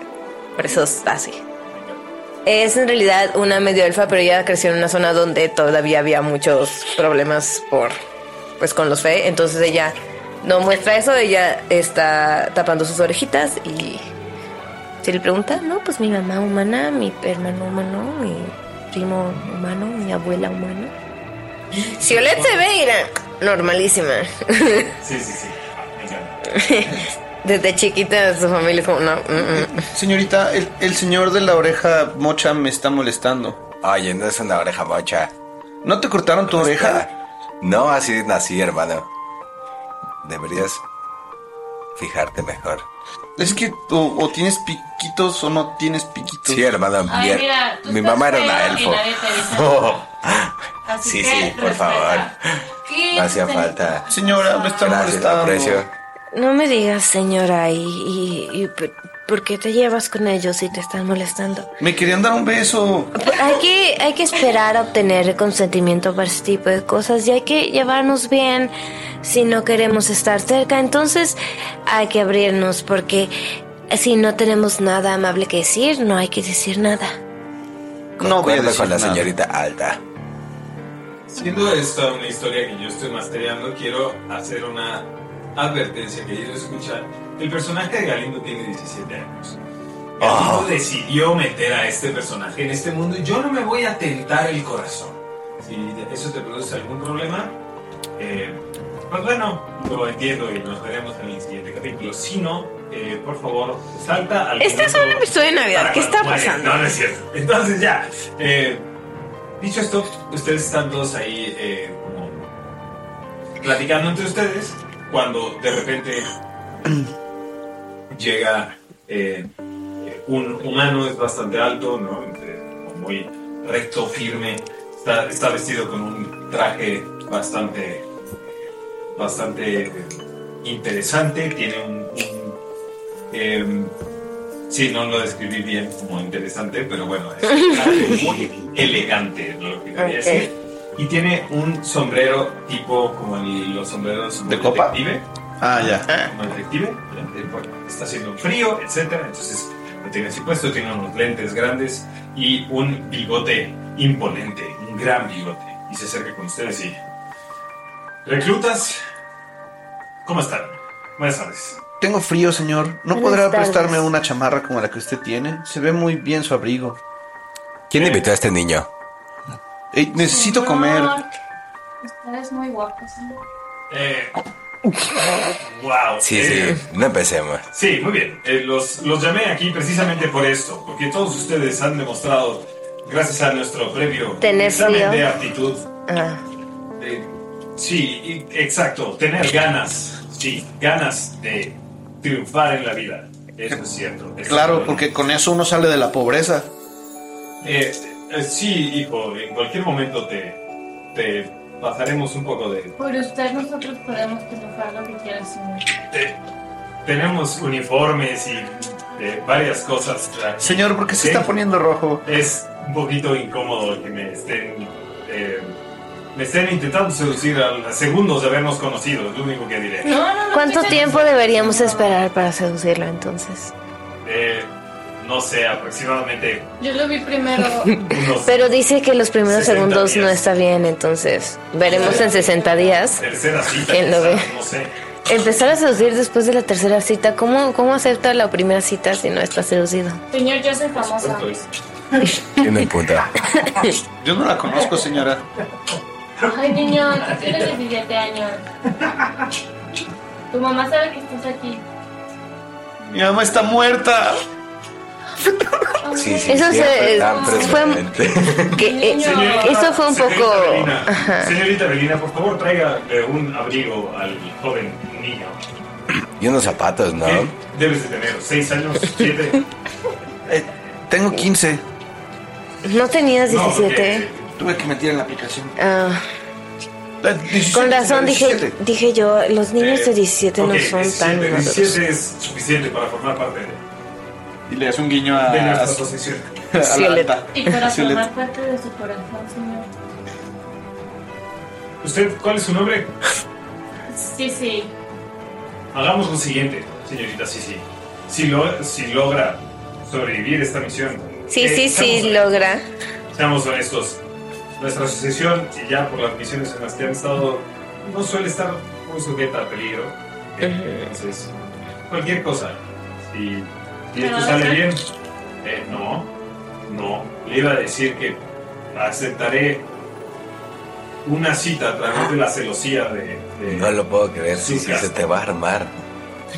Speaker 3: Por eso es así. Es en realidad una medio elfa, pero ella creció en una zona donde todavía había muchos problemas por pues con los fe. Entonces ella no muestra eso, ella está tapando sus orejitas y se le pregunta, no, pues mi mamá humana, mi hermano humano, mi primo humano, mi abuela humana. Siolet se ve y era normalísima. <laughs>
Speaker 1: Sí, sí, sí. Me encanta.
Speaker 3: Desde chiquita su familia es como, no, mm, mm".
Speaker 2: Señorita, el, el señor de la oreja mocha me está molestando.
Speaker 5: Oye, no es una oreja mocha.
Speaker 2: ¿No te cortaron tu oreja?
Speaker 5: Pues, ah, No, así nací, hermano. Deberías fijarte mejor.
Speaker 2: Es que oh, o, o tienes piquitos o no tienes piquitos.
Speaker 5: Sí, hermano.
Speaker 4: Ay,
Speaker 5: bien.
Speaker 4: mira, tú
Speaker 5: mi
Speaker 4: estás
Speaker 5: mamá era
Speaker 4: feo
Speaker 5: una <laughs>
Speaker 4: y
Speaker 5: elfo.
Speaker 4: nadie te dice
Speaker 5: Oh.
Speaker 4: Así
Speaker 5: Sí,
Speaker 4: que
Speaker 5: sí, por favor.
Speaker 4: ¿Qué?
Speaker 5: No hacía falta.
Speaker 2: Señora, me está
Speaker 5: Gracias,
Speaker 2: molestando.
Speaker 5: aprecio.
Speaker 3: No me digas, señora, y, y- y por- por qué te llevas con ellos si te están molestando.
Speaker 2: Me querían dar un beso.
Speaker 3: Hay que, hay que esperar a obtener consentimiento para este tipo de cosas y hay que llevarnos bien si no queremos estar cerca. Entonces hay que abrirnos porque si no tenemos nada amable que decir, no hay que decir nada.
Speaker 2: No voy a
Speaker 5: Concuerdo
Speaker 2: decir
Speaker 5: con la
Speaker 2: nada.
Speaker 5: señorita alta.
Speaker 1: Siendo esta una historia que yo estoy mastereando, quiero hacer una advertencia, querido escuchar. El personaje de Galindo tiene 17 años. Galindo decidió meter a este personaje en este mundo y yo no me voy a tentar el corazón. Si eso te produce algún problema, eh, pues bueno, lo entiendo y nos veremos en el siguiente capítulo. Si no, eh, por favor, salta al...
Speaker 3: Esta Este es una
Speaker 1: minuto-
Speaker 3: episodio de Navidad.
Speaker 1: para
Speaker 3: ¿Qué
Speaker 1: cuando
Speaker 3: está
Speaker 1: muere.
Speaker 3: pasando?
Speaker 1: No, no es cierto. Entonces ya. eh, dicho esto, ustedes están todos ahí eh, como platicando entre ustedes cuando de repente llega eh, un humano, es bastante alto, ¿no? Eh, muy recto, firme, está, está vestido con un traje bastante, bastante eh, interesante, tiene un... un, em, Sí, no lo describí bien como interesante, pero bueno,
Speaker 7: <laughs>
Speaker 1: es un traje muy elegante, lo que quería
Speaker 3: Ok.
Speaker 1: decir. Y tiene un sombrero tipo como el- los sombreros como
Speaker 2: ¿De
Speaker 1: el
Speaker 2: copa?
Speaker 1: detective,
Speaker 2: Ah, ya.
Speaker 1: como el detective. eh, bueno, está haciendo frío, etcétera, entonces lo tiene así puesto, tiene unos lentes grandes y un bigote imponente, un gran bigote. Y se acerca con ustedes y... Reclutas, ¿cómo están? Buenas tardes.
Speaker 2: Tengo frío, señor. ¿No
Speaker 3: Buenas
Speaker 2: podrá
Speaker 3: tardes.
Speaker 2: prestarme una chamarra como la que usted tiene? Se ve muy bien su abrigo. Eh.
Speaker 5: ¿Quién invitó a este niño?
Speaker 2: Ey, necesito comer.
Speaker 4: Ustedes muy guapos. ¿no?
Speaker 1: Eh, wow.
Speaker 5: Sí,
Speaker 1: Eh.
Speaker 5: sí, no empecemos.
Speaker 1: Sí, muy bien. Eh, los, los llamé aquí precisamente por esto, porque todos ustedes han demostrado, gracias a nuestro previo
Speaker 3: Tener
Speaker 1: examen
Speaker 3: frío.
Speaker 1: de aptitud,
Speaker 3: Ah.
Speaker 1: eh, sí, y- exacto, tener ganas, sí, ganas de triunfar en la vida. Eso es cierto. eso
Speaker 2: Claro,
Speaker 1: es
Speaker 2: porque con eso uno sale de la pobreza.
Speaker 1: eh, eh, sí, hijo, en cualquier momento te, te pasaremos un poco de
Speaker 4: Por usted nosotros podemos triunfar lo que quieran, señor.
Speaker 1: Te- tenemos uniformes y eh, varias cosas. aquí.
Speaker 2: Señor, ¿por qué se
Speaker 1: ¿Sí?
Speaker 2: está poniendo rojo?
Speaker 1: Es un poquito incómodo que me estén. eh, me estén intentando seducir a, a segundos de habernos conocido, es lo único que diré.
Speaker 4: No, no, no.
Speaker 3: ¿Cuánto
Speaker 4: quiten-
Speaker 3: tiempo deberíamos esperar para seducirlo entonces?
Speaker 1: Eh, no sé, aproximadamente
Speaker 4: Yo lo vi primero.
Speaker 1: unos.
Speaker 3: Pero dice que los primeros
Speaker 1: 60
Speaker 3: segundos no
Speaker 1: Pues, días.
Speaker 3: está bien, entonces veremos en 60 días.
Speaker 1: tercera cita.
Speaker 3: ¿Quién lo
Speaker 1: quizás,
Speaker 3: ve?
Speaker 1: No sé.
Speaker 3: Empezar a seducir después de la tercera cita, ¿cómo, cómo acepta la primera cita si no está seducido?
Speaker 4: señor, yo soy famosa.
Speaker 5: Tiene un punto.
Speaker 2: Yo no la conozco, señora.
Speaker 4: Ay, niño, tú tienes 17 años. Tu mamá sabe que estás aquí.
Speaker 2: Mi mamá está muerta.
Speaker 5: Sí, sí,
Speaker 3: Eso se-
Speaker 5: siempre
Speaker 3: eh,
Speaker 5: tan
Speaker 3: fue-
Speaker 5: presente.
Speaker 3: Que, eh,
Speaker 4: Señora,
Speaker 3: eso fue un
Speaker 1: Señorita
Speaker 3: poco...
Speaker 1: Belina, señorita Belina, por favor, tráigale un abrigo al joven niño.
Speaker 5: Y unos zapatos, ¿no?
Speaker 1: ¿Qué Debes de tener seis años, siete.
Speaker 2: Eh, tengo 15.
Speaker 3: No tenías
Speaker 1: No, eh,
Speaker 3: 17.
Speaker 1: porque-
Speaker 2: Tuve que meter en la aplicación.
Speaker 3: Ah,
Speaker 2: Eh, 17,
Speaker 3: con razón dije,
Speaker 2: 17.
Speaker 3: dije yo, los niños
Speaker 1: Eh,
Speaker 3: de 17
Speaker 1: ok,
Speaker 3: no son tan
Speaker 1: 17,
Speaker 3: maduros.
Speaker 1: 17 es suficiente para formar parte de, de
Speaker 2: Y le das un guiño a, a,
Speaker 1: nuestra
Speaker 2: <laughs> a
Speaker 1: asociación.
Speaker 2: la
Speaker 3: Violet.
Speaker 2: alta.
Speaker 4: Y para
Speaker 2: Violet.
Speaker 4: formar parte de su corazón, señor.
Speaker 1: ¿Usted cuál es su nombre?
Speaker 4: Sí, sí.
Speaker 1: Hagamos lo siguiente, señorita Sisi. Si, lo, si logra sobrevivir esta misión.
Speaker 3: Sí,
Speaker 1: eh,
Speaker 3: sí,
Speaker 1: seamos
Speaker 3: sí,
Speaker 1: honestos,
Speaker 3: logra.
Speaker 1: Seamos honestos. Nuestra asociación, y ya por las misiones en las que han estado, no suele estar muy sujeta a peligro. Entonces, cualquier cosa. Si, si esto
Speaker 4: Pero,
Speaker 1: sale
Speaker 4: ¿sí?
Speaker 1: bien, eh, no, no. Le iba a decir que aceptaré una cita a través de la celosía de.
Speaker 5: <laughs>
Speaker 1: de-
Speaker 5: No lo puedo creer,
Speaker 1: Sí,
Speaker 5: sí, sí,
Speaker 1: claro.
Speaker 5: se te va a armar.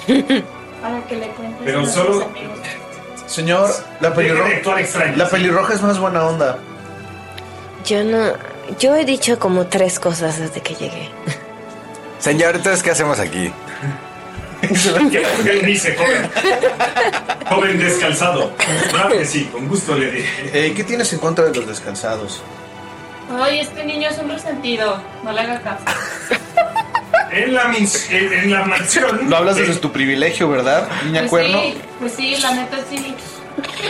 Speaker 4: Para que le cuentes
Speaker 1: Pero
Speaker 4: a sus
Speaker 1: solo-
Speaker 4: amigos.
Speaker 2: Señor, la
Speaker 1: Deje de
Speaker 2: pelirroja,
Speaker 1: actuar extraño.
Speaker 2: la pelirroja es más buena onda.
Speaker 3: Yo no... Yo he dicho como tres cosas desde que llegué.
Speaker 5: Señor, entonces, ¿qué hacemos aquí?
Speaker 1: ¿Qué qué dice, joven? joven descalzado. Claro que sí, con gusto le dije.
Speaker 2: Eh, ¿Qué tienes en contra de los descansados?
Speaker 4: Ay, este niño es un resentido. No le haga caso.
Speaker 1: En la, mins- en, en la mansión.
Speaker 2: Lo hablas desde tu privilegio, ¿verdad? Niña
Speaker 4: Pues
Speaker 2: cuerno.
Speaker 4: sí, pues sí, la neta sí.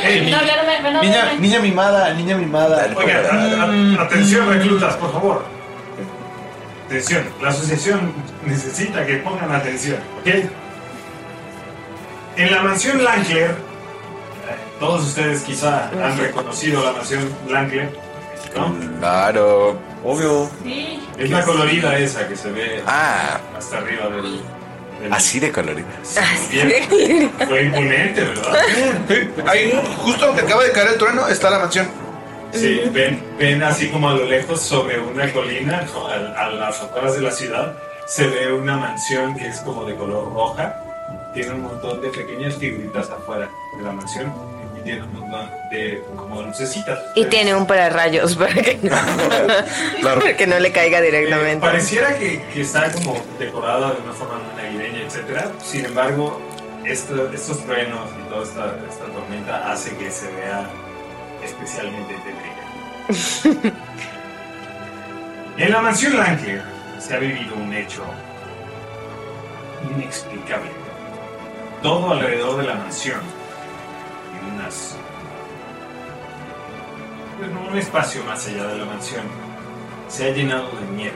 Speaker 2: Eh,
Speaker 4: Ven a hablarme, ven a
Speaker 2: niña,
Speaker 4: hablarme.
Speaker 2: niña mimada, niña mimada.
Speaker 1: Oiga, ah, a- a- atención reclutas, por favor. Atención, la asociación necesita que pongan atención, ¿ok? En la mansión Lankler, eh, todos ustedes quizá han reconocido la mansión Lankler, ¿no?
Speaker 5: Claro.
Speaker 2: Obvio.
Speaker 4: Sí.
Speaker 1: Es la colorida esa que se ve
Speaker 5: Ah,
Speaker 1: hasta arriba del... del-
Speaker 5: así de colorido.
Speaker 3: Ah,
Speaker 1: Bien. Fue imponente, ¿verdad?
Speaker 2: Ahí, justo donde acaba de caer el trueno, está la mansión.
Speaker 1: Sí, ven, ven así como a lo lejos sobre una colina, ¿no? a, a las afueras de la ciudad, se ve una mansión que es como de color roja. Tiene un montón de pequeñas figuritas afuera de la mansión y tiene un montón de como lucecitas.
Speaker 3: Y tiene un pararrayos para que no, para que no le caiga
Speaker 1: Eh,
Speaker 3: directamente.
Speaker 1: pareciera que, que está como decorada de una forma muy navideña, etcétera. Sin embargo, esto- estos truenos y toda esta, esta tormenta hace que se vea especialmente tétrica. en la mansión Lankler se ha vivido un hecho inexplicable. Todo alrededor de la mansión, en unas, en un espacio más allá de la mansión, se ha llenado de nieve.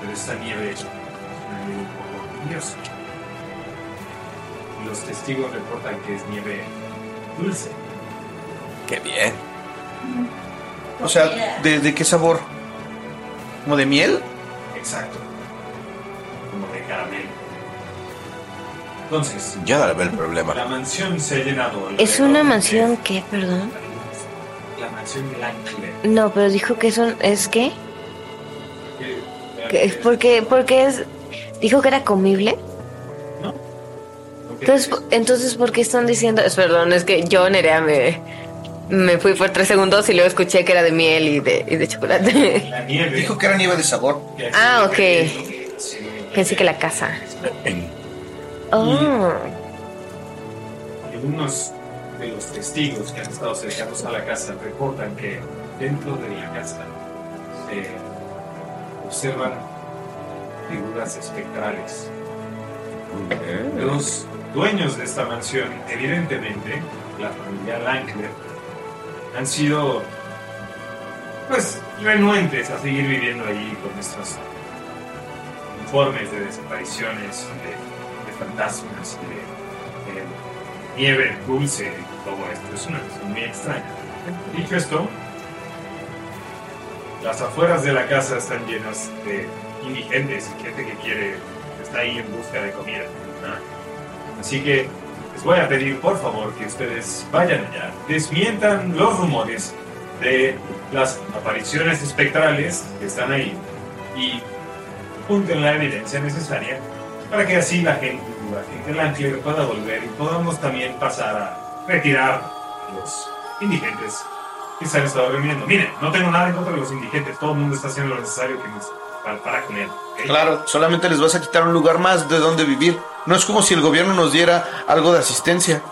Speaker 1: Pero esta nieve es una nieve un poco curiosa. Los testigos reportan que es nieve dulce.
Speaker 5: Qué bien.
Speaker 2: O sea, ¿de, de qué sabor? ¿Como de miel?
Speaker 1: Exacto. Como de caramelo. Entonces,
Speaker 5: Yo no le veo el problema.
Speaker 1: la mansión se ha llenado.
Speaker 3: ¿Es
Speaker 1: alrededor
Speaker 3: una
Speaker 1: de-
Speaker 3: mansión que, perdón?
Speaker 1: La mansión Blancle.
Speaker 3: No, pero dijo que son, es que, que es porque, porque es, dijo que era comible.
Speaker 1: ¿No?
Speaker 3: Entonces, po- entonces, ¿por qué están diciendo? Es perdón, es que yo Nerea me, me fui por tres segundos y luego escuché que era de miel y de, y de
Speaker 1: <laughs>
Speaker 3: chocolate.
Speaker 1: la nieve.
Speaker 2: Dijo que era nieve de sabor.
Speaker 1: que-
Speaker 3: Ah, ok.
Speaker 1: que- que-
Speaker 3: Pensé que la casa. Oh,
Speaker 1: Algunos de los testigos que han estado cercanos a la casa reportan que dentro de la casa se observan figuras espectrales. Los dueños de esta mansión, evidentemente, la familia Lankler, han sido pues renuentes a seguir viviendo allí con estos informes de desapariciones, de, de fantasmas, de- de nieve, dulce, todo esto. Es una cosa muy extraña. Dicho esto, las afueras de la casa están llenas de indigentes y gente que quiere, está ahí en busca de comida. ¿no? Así que les voy a pedir, por favor, que ustedes vayan allá, desmientan los rumores de las apariciones espectrales que están ahí y junten la evidencia necesaria para que así la gente, la gente de Lancler pueda volver y podamos también pasar a retirar a los indigentes que se han estado reuniendo. Miren, no tengo nada en contra de los indigentes, todo el mundo está haciendo lo necesario que nos, para, para comer. ¿ok?
Speaker 2: Claro, solamente les vas a quitar un lugar más de donde vivir. No es como si el gobierno nos diera algo de asistencia.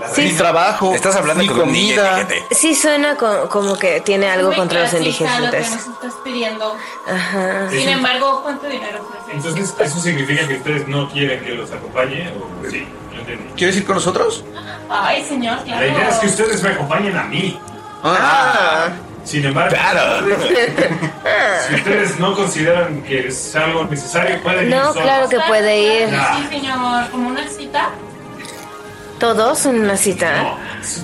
Speaker 1: La
Speaker 2: Ni
Speaker 1: reina-
Speaker 2: trabajo,
Speaker 5: Estás hablando
Speaker 2: ni
Speaker 5: con un niño,
Speaker 2: comida.
Speaker 5: fíjate.
Speaker 3: sí suena co- como que tiene algo
Speaker 4: Muy
Speaker 3: contra los
Speaker 4: clasista Lo que
Speaker 3: indigentes.
Speaker 4: nos estás pidiendo.
Speaker 3: Ajá.
Speaker 4: Sin embargo, ¿cuánto dinero ofreces?
Speaker 1: Entonces, ¿eso significa que ustedes no quieren que los acompañe? ¿O? Sí, lo entendí.
Speaker 2: ¿Quieres ir con nosotros?
Speaker 4: Ay, señor, claro.
Speaker 1: La idea es que ustedes me acompañen a mí.
Speaker 2: Ah,
Speaker 1: Sin embargo,
Speaker 5: Claro.
Speaker 1: <laughs> si ustedes no consideran que es algo necesario, pueden ir
Speaker 3: No,
Speaker 1: solos.
Speaker 3: claro que puede ir.
Speaker 4: Sí, señor, como una cita.
Speaker 3: Todos en una cita.
Speaker 1: No.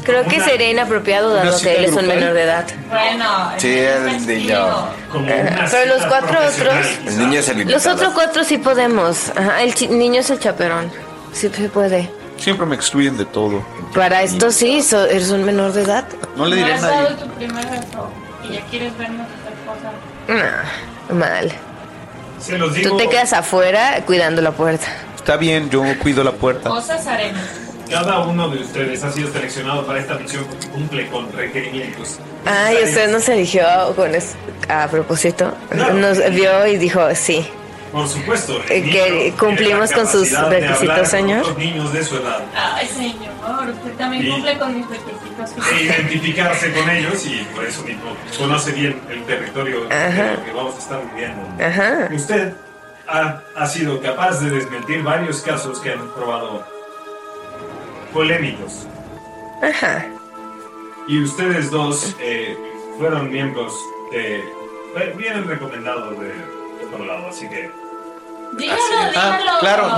Speaker 3: Creo que
Speaker 1: Una-
Speaker 3: sería inapropiado
Speaker 2: ¿Una
Speaker 3: dado
Speaker 2: cita
Speaker 3: que él es un
Speaker 2: grupal?
Speaker 3: menor de edad.
Speaker 4: Bueno,
Speaker 5: Sí,
Speaker 4: el
Speaker 5: el de
Speaker 4: niño
Speaker 5: yo.
Speaker 1: como una
Speaker 3: Pero los
Speaker 1: cita
Speaker 3: cuatro
Speaker 1: profesional,
Speaker 3: otros-
Speaker 1: quizá.
Speaker 5: El niño es el
Speaker 3: Los
Speaker 5: invitado.
Speaker 3: otros cuatro sí podemos. Ajá, el chi- niño es el chaperón. Sí se puede.
Speaker 2: siempre me excluyen de todo.
Speaker 3: Para esto sí, so- eres un menor de edad.
Speaker 2: No le
Speaker 4: No
Speaker 2: diré a
Speaker 4: has dado
Speaker 2: nadie.
Speaker 4: tu primer beso y ya quieres vernos otra cosa.
Speaker 3: No, mal.
Speaker 1: Se los digo.
Speaker 3: Tú te quedas afuera cuidando la puerta.
Speaker 2: Está bien, yo cuido la puerta.
Speaker 4: Cosas haremos.
Speaker 1: Cada uno de ustedes ha sido seleccionado para esta misión porque cumple con requerimientos.
Speaker 3: Ay, usted no se eligió con es- a propósito.
Speaker 1: No.
Speaker 3: Nos vio y dijo sí.
Speaker 1: Por supuesto. el
Speaker 3: Eh,
Speaker 1: niño
Speaker 3: que
Speaker 1: tiene la
Speaker 3: cumplimos con sus
Speaker 1: capacidad de
Speaker 3: requisitos,
Speaker 1: hablar con
Speaker 3: señor.
Speaker 1: otros niños de su edad.
Speaker 4: Ay, señor, usted también
Speaker 1: Sí.
Speaker 4: cumple con mis requisitos.
Speaker 1: E identificarse con ellos y por eso mismo conoce bien el territorio en el que vamos a estar viviendo.
Speaker 3: Ajá.
Speaker 1: Usted ha, ha sido capaz de desmentir varios casos que han probado polémicos.
Speaker 3: Ajá.
Speaker 1: Y ustedes dos eh, fueron miembros de... fue- Vienen recomendados de otro lado, así que...
Speaker 4: Dígalo,
Speaker 5: Ah,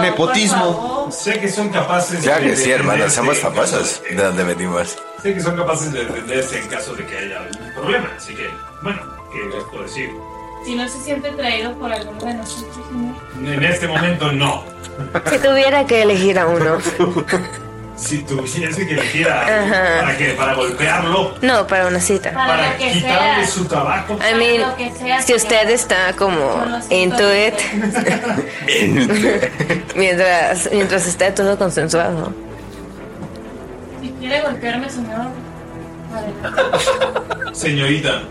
Speaker 4: dígalo. por favor.
Speaker 1: Sé que son capaces
Speaker 5: Claro
Speaker 1: de
Speaker 5: que sí, hermana,
Speaker 1: defenderse
Speaker 5: somos
Speaker 1: en caso
Speaker 5: famosos de donde venimos.
Speaker 1: <laughs>
Speaker 5: <laughs>
Speaker 1: Sé que son capaces de defenderse en caso de que haya algún problema, así que, bueno, ¿qué les puedo decir?
Speaker 4: Si no se siente traído por alguno de nosotros, señor.
Speaker 1: En este momento no.
Speaker 3: Si tuviera que elegir
Speaker 5: <laughs>
Speaker 3: a uno.
Speaker 1: Si <laughs> tuviese que elegir a-
Speaker 3: Ajá.
Speaker 1: para que para golpearlo,
Speaker 3: No, para una cita.
Speaker 4: Para
Speaker 1: para
Speaker 4: lo que
Speaker 1: quitarle
Speaker 4: sea.
Speaker 1: su trabajo,
Speaker 3: I mean,
Speaker 4: Lo que sea,
Speaker 3: si usted está como
Speaker 4: Yo lo siento,
Speaker 3: into it,
Speaker 5: Ven.
Speaker 3: <laughs> mientras, mientras esté todo consensuado.
Speaker 4: Si quiere golpearme, señor. adelante.
Speaker 1: señorita,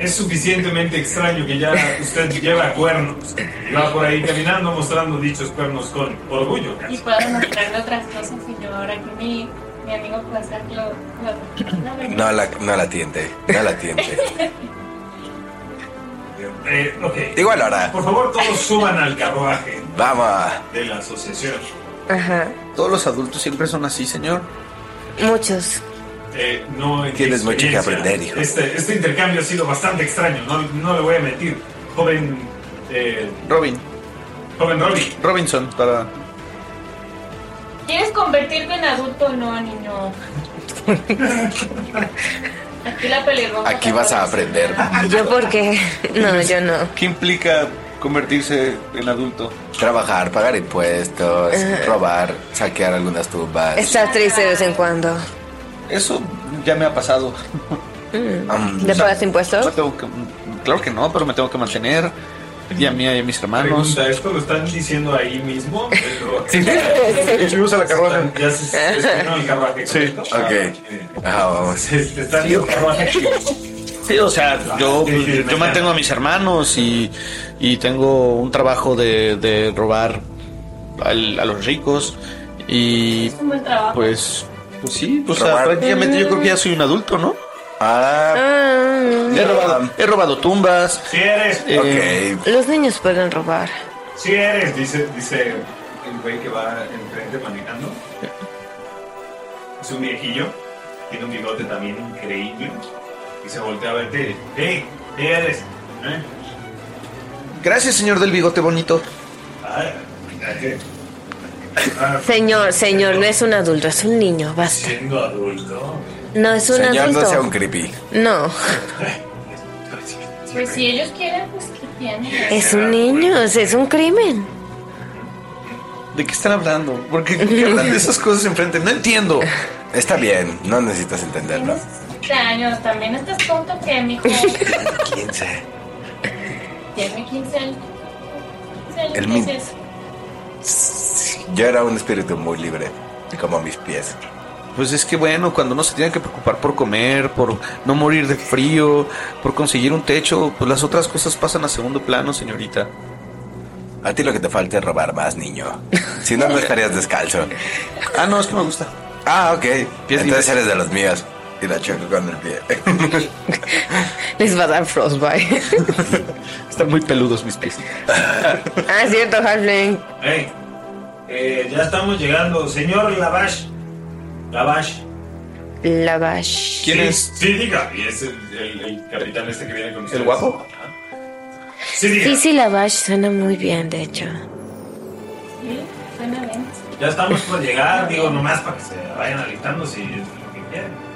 Speaker 1: es suficientemente extraño que ya usted lleva cuernos y va por ahí caminando mostrando dichos cuernos con orgullo.
Speaker 4: Y
Speaker 1: casi.
Speaker 4: puedo mostrarle otras cosas, señor. Ahora que mi, mi amigo Plaza lo. lo-
Speaker 5: No la, no la tiente, no la tiente.
Speaker 1: Eh, ok.
Speaker 5: Igual ahora,
Speaker 1: Por favor, todos suban al carruaje
Speaker 5: vamos.
Speaker 1: de la asociación.
Speaker 3: Ajá.
Speaker 2: Todos los adultos siempre son así, señor.
Speaker 3: Muchos.
Speaker 1: Eh, no en mi
Speaker 5: Tienes mucho que
Speaker 1: experiencia.
Speaker 5: aprender, hijo.
Speaker 1: Este, este intercambio ha sido bastante extraño, no, no le voy a mentir. Joven, eh,
Speaker 2: Robin.
Speaker 1: joven Robbie,
Speaker 2: Robinson, para.
Speaker 4: ¿Quieres convertirte en adulto o no, niño? Aquí la pelirroja.
Speaker 5: Aquí vas a aprender.
Speaker 3: ¿Yo porque
Speaker 5: <laughs>
Speaker 3: No, yo no.
Speaker 2: ¿Qué implica convertirse en adulto?
Speaker 5: Trabajar, pagar impuestos, robar, saquear algunas tumbas.
Speaker 3: Estar triste de vez en cuando.
Speaker 2: Eso ya me ha pasado.
Speaker 5: Um,
Speaker 3: Mm. ¿Le pagas
Speaker 2: Me
Speaker 3: impuestos?
Speaker 2: tengo que- claro que no, pero me tengo que mantener. Y a mí y a mis hermanos.
Speaker 1: pregunta, ¿esto lo están diciendo ahí mismo?
Speaker 2: <laughs>
Speaker 1: Pero-
Speaker 2: Subimos a la carroja.
Speaker 1: Ya se, se estrenó
Speaker 2: <laughs>
Speaker 1: el carruaje.
Speaker 2: Sí.
Speaker 1: ¿correcto?
Speaker 5: ok,
Speaker 1: Ah,
Speaker 5: ah, vamos.
Speaker 1: Se, se está en el carruaje.
Speaker 2: Sí, o sea, yo, yo mantengo a mis hermanos y, y tengo un trabajo de, de robar al- a los ricos. Y
Speaker 4: Como el trabajo.
Speaker 2: pues, pues sí, o sea,
Speaker 5: Robar.
Speaker 2: prácticamente yo creo que ya soy un adulto, ¿no?
Speaker 5: Ah,
Speaker 2: He robado, he robado tumbas.
Speaker 1: Si eres,
Speaker 2: eh,
Speaker 5: ok.
Speaker 3: Los niños pueden robar.
Speaker 1: si eres, dice, dice el güey que va enfrente manejando. Es un viejillo, tiene un bigote también increíble. Y se voltea a verte. ¡Hey! ¿Sí eres?
Speaker 2: <laughs>
Speaker 1: ¿Eh?
Speaker 2: Gracias, señor del bigote bonito.
Speaker 1: Ah, ¿qué? Ah,
Speaker 3: Señor, señor, no es un adulto, es un niño, basta.
Speaker 1: Siendo adulto.
Speaker 3: No es un
Speaker 5: Señor, no sea un
Speaker 3: adulto.
Speaker 5: creepy.
Speaker 3: No,
Speaker 4: Pues si ellos quieren, pues que tienen.
Speaker 3: es un niño, es, es un crimen.
Speaker 2: ¿De qué están hablando? ¿Por qué, por qué hablan de esas cosas enfrente? No entiendo.
Speaker 5: Está bien, no necesitas entenderlo.
Speaker 4: Tienes 17 años, también estás tonto que mi hijo
Speaker 5: 15.
Speaker 4: tiene 15 años. 15 años,
Speaker 5: El min-
Speaker 4: ¿qué es eso?
Speaker 5: Yo era un espíritu muy libre, como mis pies.
Speaker 2: Pues es que bueno, cuando no se tiene que preocupar por comer, por no morir de frío, por conseguir un techo, pues las otras cosas pasan a segundo plano, señorita.
Speaker 5: A ti lo que te falta es robar más, niño.
Speaker 2: <laughs>
Speaker 5: Si no, no estarías descalzo.
Speaker 2: Ah, no, es que me gusta.
Speaker 5: Ah, ok.
Speaker 2: Pies
Speaker 5: Entonces
Speaker 2: libres.
Speaker 5: eres de los míos. Y la choco con el pie.
Speaker 3: Les va a dar frostbite.
Speaker 2: <laughs>
Speaker 3: <laughs>
Speaker 2: Están muy peludos mis pies.
Speaker 3: ah, es cierto, Halfling.
Speaker 1: Hey, eh, ya estamos llegando. Señor Lavash. Lavash.
Speaker 3: Lavash.
Speaker 2: ¿Quién
Speaker 1: Sí,
Speaker 2: es?
Speaker 1: Sí, diga. Y es el, el- el capitán este que viene con ustedes.
Speaker 2: guapo?
Speaker 1: Ajá. Sí, diga.
Speaker 3: Sí, sí, Lavash suena muy bien, de hecho.
Speaker 4: Sí, suena bien.
Speaker 1: Ya estamos por llegar. Digo, nomás para que se vayan alistando si es lo que quieren.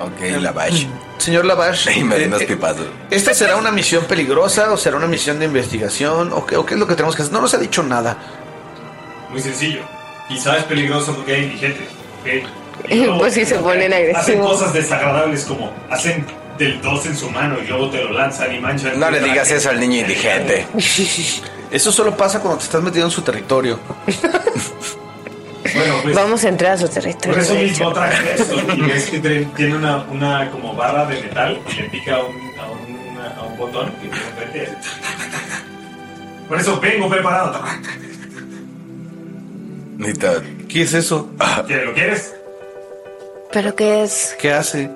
Speaker 5: Ok, la bash.
Speaker 2: Mm, Señor Lavash.
Speaker 5: <laughs> Y me di unos
Speaker 2: eh, eh,
Speaker 5: pipazos.
Speaker 2: ¿Esta será una misión peligrosa o será una misión de investigación? ¿O qué, o qué es lo que tenemos que hacer? No nos ha dicho nada.
Speaker 1: Muy sencillo. Quizá es peligroso porque hay indigentes. ¿ok? Y
Speaker 3: Eh,
Speaker 1: luego-
Speaker 3: pues sí, se
Speaker 1: Hacen
Speaker 3: ponen agresivos.
Speaker 1: cosas desagradables como hacen del dos en su mano y luego te lo lanzan y manchan.
Speaker 5: No
Speaker 1: tu
Speaker 5: le
Speaker 1: traje.
Speaker 5: digas eso al niño indigente.
Speaker 2: <laughs> Eso solo pasa cuando te estás metido en su territorio.
Speaker 1: Bueno, pues.
Speaker 3: Vamos a entrar a su
Speaker 1: Por
Speaker 3: territorio.
Speaker 1: eso
Speaker 3: de
Speaker 1: mismo
Speaker 3: hecho.
Speaker 1: traje esto. Y ves que tre- tiene una, una como barra de metal y le pica a un, a un, a un botón que tiene un frente. Por eso vengo preparado.
Speaker 5: Nita.
Speaker 2: ¿Qué es eso?
Speaker 5: Ah,
Speaker 1: ¿Qué- ¿Lo quieres?
Speaker 3: ¿Pero qué es?
Speaker 2: ¿Qué hace?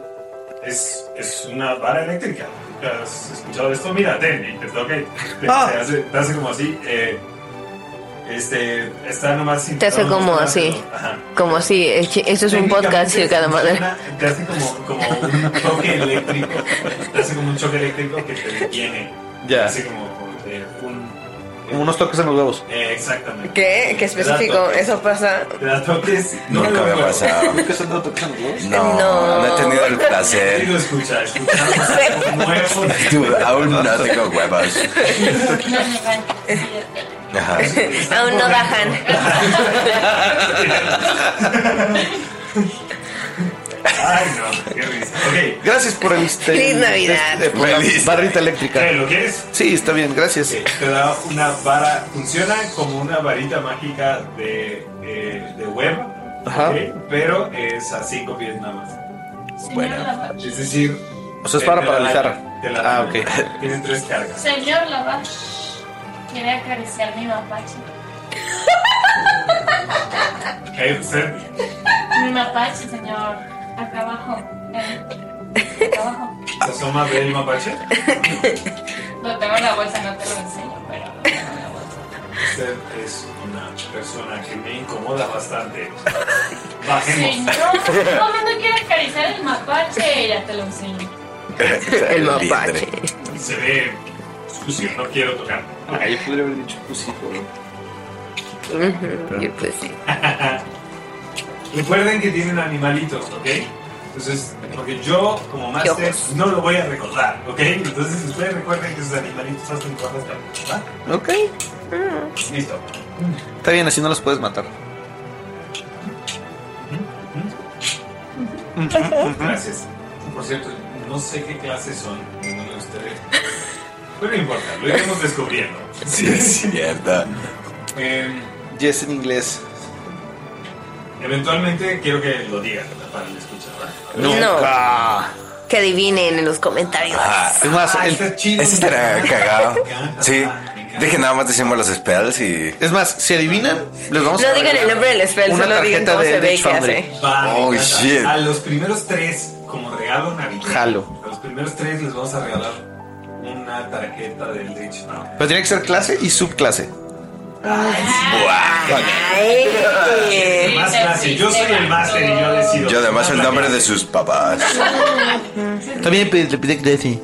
Speaker 1: Es, es una vara eléctrica. ¿Has escuchado esto? Mira, ten, y te toca. y Te,
Speaker 3: Ah.
Speaker 1: te hace, te hace como así. eh, este, está nomás.
Speaker 3: Te hace como así.
Speaker 1: Ajá.
Speaker 3: Como si es que eso es un podcast de cada manera.
Speaker 1: Te hace como, como un choque eléctrico. Te hace como un choque eléctrico que te detiene.
Speaker 2: Ya.
Speaker 1: Así como eh, un.
Speaker 2: Unos toques en los huevos.
Speaker 1: eh, exactamente.
Speaker 3: ¿Qué? ¿Qué específico? Eso pasa.
Speaker 1: Te da toques.
Speaker 5: Nunca
Speaker 1: me
Speaker 5: había
Speaker 1: acuerdo.
Speaker 5: pasado.
Speaker 1: <laughs>
Speaker 2: ¿Qué son los toques en los huevos?
Speaker 5: No, no, he tenido el placer.
Speaker 1: Digo, escucha, escucha.
Speaker 5: <laughs>
Speaker 1: Nuevo.
Speaker 5: Dude, aún no tengo
Speaker 2: <laughs>
Speaker 5: huevos. Ajá.
Speaker 3: Aún no bajan.
Speaker 1: Ay, no, qué risa. Ok,
Speaker 2: Gracias por el... este-
Speaker 3: Feliz Navidad.
Speaker 2: este- por la
Speaker 5: Feliz-
Speaker 2: barrita eléctrica.
Speaker 1: ¿qué, ¿lo quieres?
Speaker 2: Sí, está bien, gracias.
Speaker 1: Eh, Te da una vara, funciona como una varita mágica de, eh, de web,
Speaker 2: Ajá.
Speaker 1: ok, pero es a 5 pies nada más.
Speaker 5: Bueno.
Speaker 1: Es decir,
Speaker 2: O sea, es
Speaker 1: te-
Speaker 2: para
Speaker 1: Eh, te la
Speaker 2: paralizar.
Speaker 1: daña, te la
Speaker 2: Ah,
Speaker 1: daña.
Speaker 2: ok.
Speaker 1: Tienen tres cargas.
Speaker 4: Señor Lavash, quiere acariciar mi mapache.
Speaker 1: Ok, usted
Speaker 4: Mi mapache, señor. Acá abajo. Eh, Acá abajo.
Speaker 1: se asoma a ver el mapache.
Speaker 4: Lo tengo en la bolsa, no te lo enseño, pero lo tengo en la bolsa.
Speaker 1: Usted es una persona que me incomoda bastante. Bajemos.
Speaker 4: Señor, ¿cómo no quiere acariciar el mapache? Ya te lo enseño.
Speaker 3: El mapache.
Speaker 1: Se ve sucio, no quiero tocar.
Speaker 2: Ah, yo podría haber dicho pues sí, pero-
Speaker 3: Ujú, y pues sí.
Speaker 1: <laughs> Recuerden que tienen animalitos, ¿ok? Entonces, porque yo como máster
Speaker 3: ojos.
Speaker 1: no lo voy a recordar, ¿ok? Entonces ustedes recuerden que sus animalitos hacen cosas que- ¿va?
Speaker 2: Ok.
Speaker 1: Listo.
Speaker 2: Está bien, así no los puedes matar.
Speaker 1: Gracias. Por cierto, no sé qué clases son ninguno de ustedes. Pero no importa, lo iremos descubriendo.
Speaker 5: Sí, es cierto.
Speaker 1: Em,
Speaker 2: Yes en inglés.
Speaker 1: eventualmente quiero que lo digan para el escuchador.
Speaker 2: Nunca.
Speaker 3: Que adivinen en los comentarios.
Speaker 5: Ajá.
Speaker 2: Es más, el-
Speaker 1: está chido.
Speaker 5: Ese
Speaker 2: <laughs>
Speaker 5: estará cagado. Sí. Dije, nada más decimos los spells y.
Speaker 2: es más, si adivinan, les vamos a
Speaker 3: No digan el
Speaker 2: regalar
Speaker 3: nombre del spell,
Speaker 2: una
Speaker 3: solo digan
Speaker 2: tarjeta
Speaker 3: cómo
Speaker 2: de
Speaker 3: se ve
Speaker 2: Edge
Speaker 3: y qué
Speaker 2: Foundry.
Speaker 3: hace.
Speaker 1: Va,
Speaker 5: Oh,
Speaker 1: me encanta.
Speaker 5: shit.
Speaker 1: A los primeros tres, como regalo navideño.
Speaker 2: Jalo.
Speaker 1: A los primeros tres les vamos a regalar una tarjeta del Lich Now.
Speaker 2: Pero tiene que ser clase y subclase.
Speaker 3: Ay,
Speaker 1: Más clase. Yo soy el máster y yo decido.
Speaker 5: Yo además el nombre de sus papás.
Speaker 2: Está bien, pues, le pide Gracie.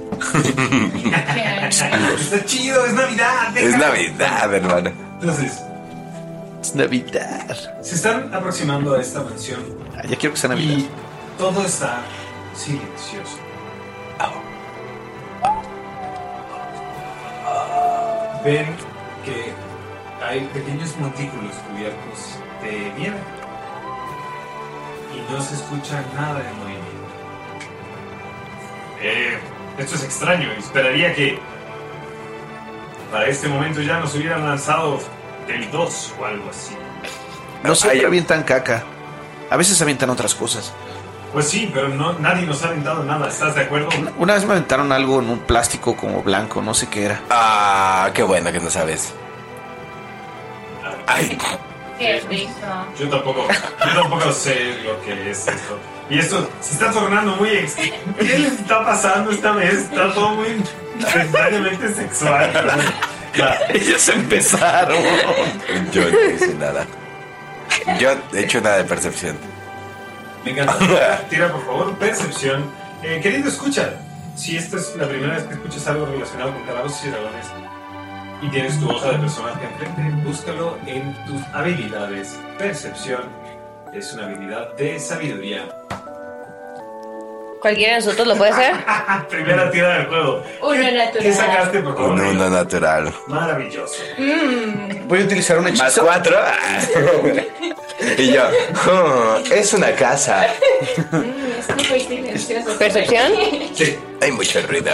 Speaker 1: Está chido, es Navidad.
Speaker 5: <laughs> Es
Speaker 1: déjalo.
Speaker 5: Navidad, hermano.
Speaker 1: Entonces,
Speaker 2: Es Navidad.
Speaker 1: se están aproximando a esta mansión
Speaker 2: Ah, ya quiero que sea
Speaker 1: y
Speaker 2: Navidad.
Speaker 1: todo está silencioso. Ven que hay pequeños montículos cubiertos de nieve y no se escucha nada de movimiento. Eh, esto es extraño. Esperaría que para este momento ya nos hubieran lanzado del 2 o algo así.
Speaker 2: No siempre
Speaker 5: Ay.
Speaker 2: avientan caca. A veces avientan otras cosas.
Speaker 1: Pues sí, pero no, nadie nos ha aventado nada. ¿Estás de acuerdo?
Speaker 2: Una vez me aventaron algo en un plástico como blanco, no sé qué era.
Speaker 5: Ah, qué bueno que no sabes. Ay,
Speaker 4: Qué rico.
Speaker 1: Yo tampoco, yo tampoco sé lo que es esto. Y esto se está tornando muy... ex- ¿Qué les está pasando esta vez? Está todo muy necesariamente sexual. Ya,
Speaker 5: <laughs>
Speaker 2: Ellos empezaron.
Speaker 5: yo no hice nada. Yo he hecho nada de percepción.
Speaker 1: me encanta. Tira, por favor, percepción. Eh, querido, escucha. Si esta es la primera vez que escuchas algo relacionado con calabozos y dragones y tienes tu hoja de personaje enfrente, búscalo en tus habilidades. Percepción es una habilidad de sabiduría.
Speaker 3: ¿Cualquiera de nosotros lo puede <laughs> hacer?
Speaker 1: Ah, Primera tira del juego.
Speaker 4: Uno
Speaker 1: ¿Qué-
Speaker 4: natural.
Speaker 1: ¿Qué sacaste, por favor?
Speaker 5: Un uno natural.
Speaker 1: Maravilloso.
Speaker 4: Mm,
Speaker 2: Voy a utilizar un
Speaker 5: Más
Speaker 2: hechizo.
Speaker 5: cuatro. Ah. Y yo, "Hmm, es una casa.
Speaker 4: Es que fue silencioso.
Speaker 3: ¿Percepción?
Speaker 1: Sí.
Speaker 5: Hay mucho ruido.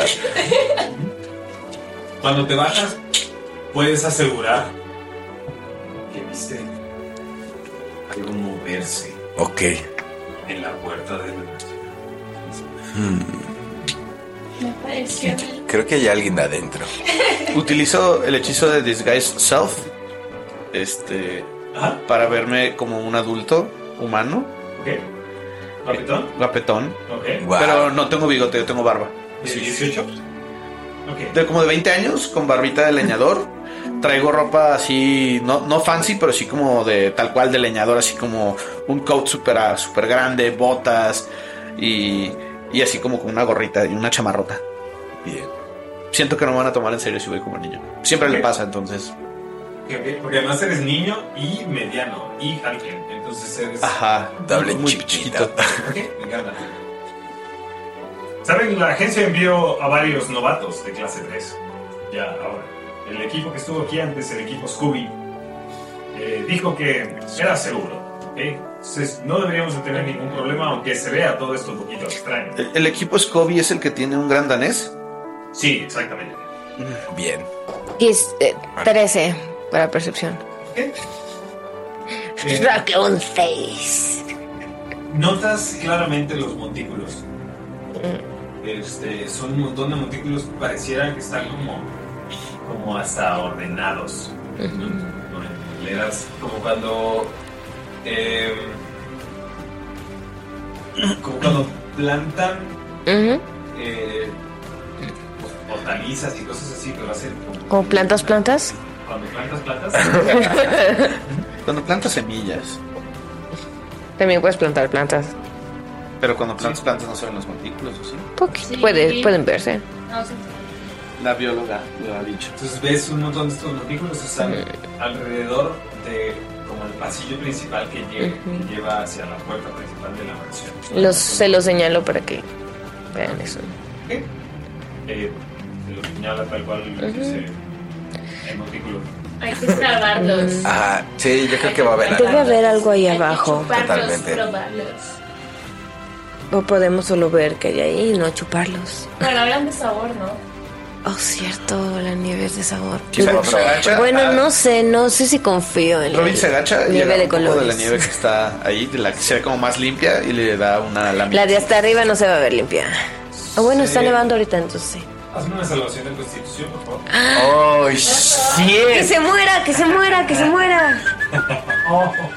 Speaker 1: Cuando te bajas, puedes asegurar que viste algo moverse
Speaker 5: Ok.
Speaker 1: en la puerta de la
Speaker 4: Me pareció el
Speaker 5: Creo que hay alguien adentro.
Speaker 2: Utilizo el hechizo de Disguise Self este, para verme como un adulto humano.
Speaker 1: Ok. ¿Guapetón?
Speaker 2: Guapetón.
Speaker 1: Ok.
Speaker 2: Pero no tengo bigote, yo tengo barba.
Speaker 1: ¿De 18?
Speaker 2: De como de 20 años, con barbita de leñador. Traigo ropa así, no, no fancy, pero sí como de tal cual de leñador, así como un coat super, super grande, botas y, y así como con una gorrita y una chamarrota.
Speaker 5: Bien.
Speaker 2: Siento que no me van a tomar en serio si voy como niño. Siempre le
Speaker 1: Ok.
Speaker 2: pasa, entonces.
Speaker 1: Ok, ok, Porque además eres niño y mediano y alguien. Entonces eres.
Speaker 2: Ajá,
Speaker 5: Doble
Speaker 2: muy
Speaker 5: chiquita.
Speaker 1: Ok, me encanta. Saben, la agencia envió a varios novatos de clase 3. Ya ahora. El equipo que estuvo aquí antes, el equipo Scooby, eh, dijo que era seguro. ¿ok? Entonces no deberíamos de tener ningún problema, aunque se vea todo esto un poquito extraño.
Speaker 2: El, el equipo Scobie es el que tiene un gran danés. Mm,
Speaker 1: Sí, exactamente.
Speaker 5: Bien.
Speaker 3: 10, eh, 13 para percepción.
Speaker 1: Eh,
Speaker 6: Rock un face.
Speaker 1: Notas claramente los montículos. Este, son un montón de montículos que pareciera que están como, como hasta ordenados. ¿no? Le das como cuando. eh, <clears throat> como cuando plantan
Speaker 3: Ujú.
Speaker 1: eh, hortalizas y cosas así, pero hacen como
Speaker 3: ¿Como plantas, plantas?
Speaker 1: cuando plantas plantas.
Speaker 2: <laughs> Cuando plantas semillas,
Speaker 3: También puedes plantar plantas.
Speaker 2: pero cuando plantas plantas no se ven los montículos, ¿o sí?
Speaker 3: Poquito.
Speaker 4: Sí.
Speaker 3: Puede- pueden verse.
Speaker 4: No sé.
Speaker 2: La bióloga lo ha dicho.
Speaker 1: Entonces ves un montón de estos montículos que están alrededor de como el pasillo principal que, lle- que lleva hacia la puerta principal de la mansión.
Speaker 3: Los, se los señalo para que vean eso.
Speaker 1: Eh, te lo señala tal cual dice el montículo.
Speaker 4: Hay que salvarlos.
Speaker 5: Ajá, Ah, sí, yo creo que va a haber
Speaker 3: Debe
Speaker 5: algo.
Speaker 3: haber algo ahí
Speaker 4: Hay que
Speaker 3: abajo.
Speaker 4: chuparlos,
Speaker 5: Totalmente.
Speaker 4: probarlos.
Speaker 3: O podemos solo ver que hay ahí y no chuparlos.
Speaker 4: Pero hablan de sabor, ¿no?
Speaker 3: Oh, cierto, la nieve es de sabor.
Speaker 2: Quizá
Speaker 5: Pero-
Speaker 2: se agacha.
Speaker 3: Bueno,
Speaker 2: Ah,
Speaker 3: no sé, no sé si confío en
Speaker 2: Robin se agacha y
Speaker 3: nieve
Speaker 2: agarra
Speaker 3: de
Speaker 2: un poco de la
Speaker 3: colores.
Speaker 2: nieve que está ahí, de la que se ve como más limpia y le da una lámina.
Speaker 3: La de hasta arriba no se va a ver limpia. O bueno, está
Speaker 1: Sí.
Speaker 3: nevando ahorita, entonces sí.
Speaker 1: Hazme una salvación de constitución, por favor.
Speaker 3: Ah.
Speaker 5: ¡Oh, shit!
Speaker 3: ¡Que se muera, que se muera, que se muera!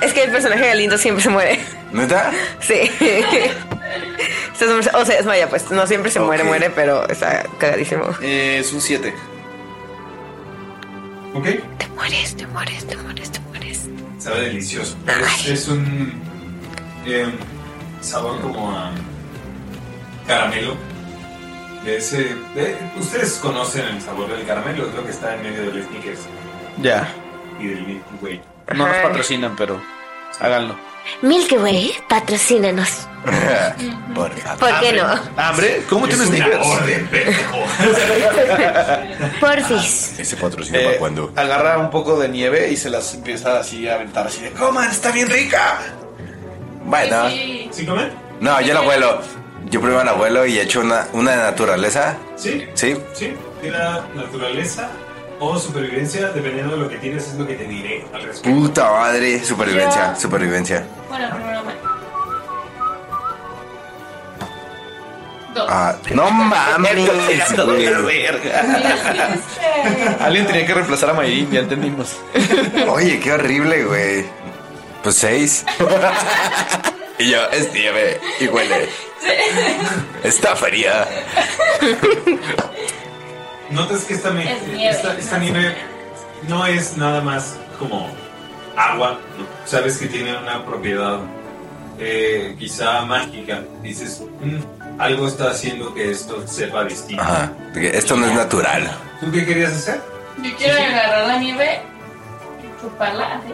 Speaker 3: Es que el personaje de Lindo siempre se muere.
Speaker 5: ¿Neta?
Speaker 3: Sí. <laughs> Se desma- o se desmaya, pues. No siempre se muere,
Speaker 5: Ok.
Speaker 3: muere, pero está cagadísimo.
Speaker 2: Eh, es un 7.
Speaker 1: Ok.
Speaker 3: Te mueres, te mueres, te mueres, te mueres.
Speaker 1: Sabe delicioso. Es, es un em, sabor como a caramelo. De ese, de- ustedes conocen el sabor del caramelo, es lo que está en medio del Snickers
Speaker 2: Ya.
Speaker 1: y del Milky Way.
Speaker 2: No nos
Speaker 3: Ajá.
Speaker 2: patrocinan, pero háganlo.
Speaker 6: Milky Way, patrocínanos.
Speaker 5: Por favor.
Speaker 3: ¿Por qué no?
Speaker 2: ¿Hambre? ¿Cómo
Speaker 1: Es
Speaker 2: tienes
Speaker 1: una
Speaker 2: sneakers?
Speaker 1: orden, pendejo.
Speaker 2: <laughs>
Speaker 6: Porfis.
Speaker 5: Ese patrocinio
Speaker 2: Eh,
Speaker 5: para cuando.
Speaker 2: agarra un poco de nieve y se las empieza así a aventar así de coman, está bien rica.
Speaker 5: Bueno,
Speaker 4: Sí.
Speaker 1: ¿Sí comen?
Speaker 5: no, yo lo vuelo. Yo pruebo al abuelo y echo una, una de naturaleza.
Speaker 1: Sí.
Speaker 5: Sí,
Speaker 1: Sí, tira naturaleza o supervivencia, dependiendo de lo que tienes, es lo que te diré al respecto.
Speaker 5: puta madre. Supervivencia, supervivencia.
Speaker 4: Bueno, primero mal. Dos.
Speaker 5: Ah,
Speaker 2: <laughs>
Speaker 5: no mames,
Speaker 2: Tirando de la
Speaker 5: güey.
Speaker 2: verga. Alguien tenía que reemplazar a Mayrin, ya entendimos.
Speaker 5: Oye, qué horrible, güey. Pues seis. y yo, es nieve y huele. Está fría.
Speaker 1: Notas que esta, me-
Speaker 4: Es nieve.
Speaker 1: esta, esta nieve no es nada más como agua, ¿no? sabes que tiene una propiedad eh, quizá mágica. Dices, "Mm, algo está haciendo que esto sepa distinto.
Speaker 5: Ajá. Esto no es natural.
Speaker 1: ¿Tú qué querías hacer?
Speaker 4: Yo quiero agarrar la nieve y chuparla así.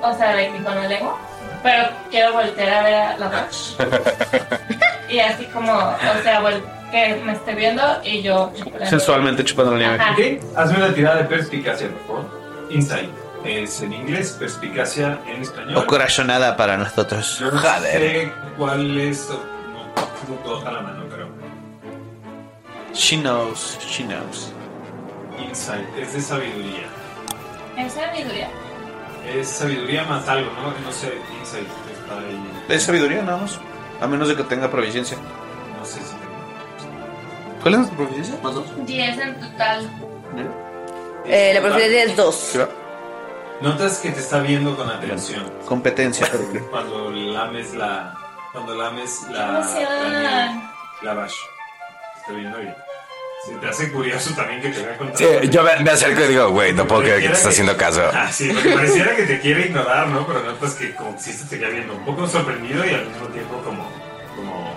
Speaker 4: O sea, de que con la lengua. Pero quiero voltear a ver a la Rox. y así como, o sea, vol- que me esté viendo y yo chuparla.
Speaker 2: Sensualmente chupando la nieve.
Speaker 4: Ajá.
Speaker 1: Ok, hazme una tirada de perspicacia, por favor. Insight. Es en inglés, perspicacia en español.
Speaker 2: O corazonada para nosotros.
Speaker 1: Yo no
Speaker 5: Joder.
Speaker 1: sé cuál es. No, no puedo bajar la mano, pero.
Speaker 2: She knows, she knows.
Speaker 1: Insight, es de sabiduría.
Speaker 4: Es sabiduría.
Speaker 1: Es sabiduría más algo, ¿no? No sé, insight está ahí.
Speaker 2: Es sabiduría, nada más. A menos de que tenga providencia.
Speaker 1: No sé si tengo.
Speaker 2: ¿Cuál es tu proficiencia? Más dos.
Speaker 4: 10 en total.
Speaker 8: Eh, la proficiencia es 2.
Speaker 2: Ah. Sí, va.
Speaker 1: Notas que te está viendo con atención
Speaker 2: Competencia.
Speaker 5: <laughs>
Speaker 1: cuando lames la. Cuando lames la. la nieve,
Speaker 4: emoción!
Speaker 1: La bash. Te Está viendo bien. Si te hace curioso también que te vea con
Speaker 5: Sí, yo me, me acerco y digo, güey, no puedo creer que te está haciendo caso.
Speaker 1: Ah, sí, porque pareciera que te quiere ignorar, ¿no? Pero notas que como que sí se te queda viendo un poco sorprendido y al mismo tiempo como, como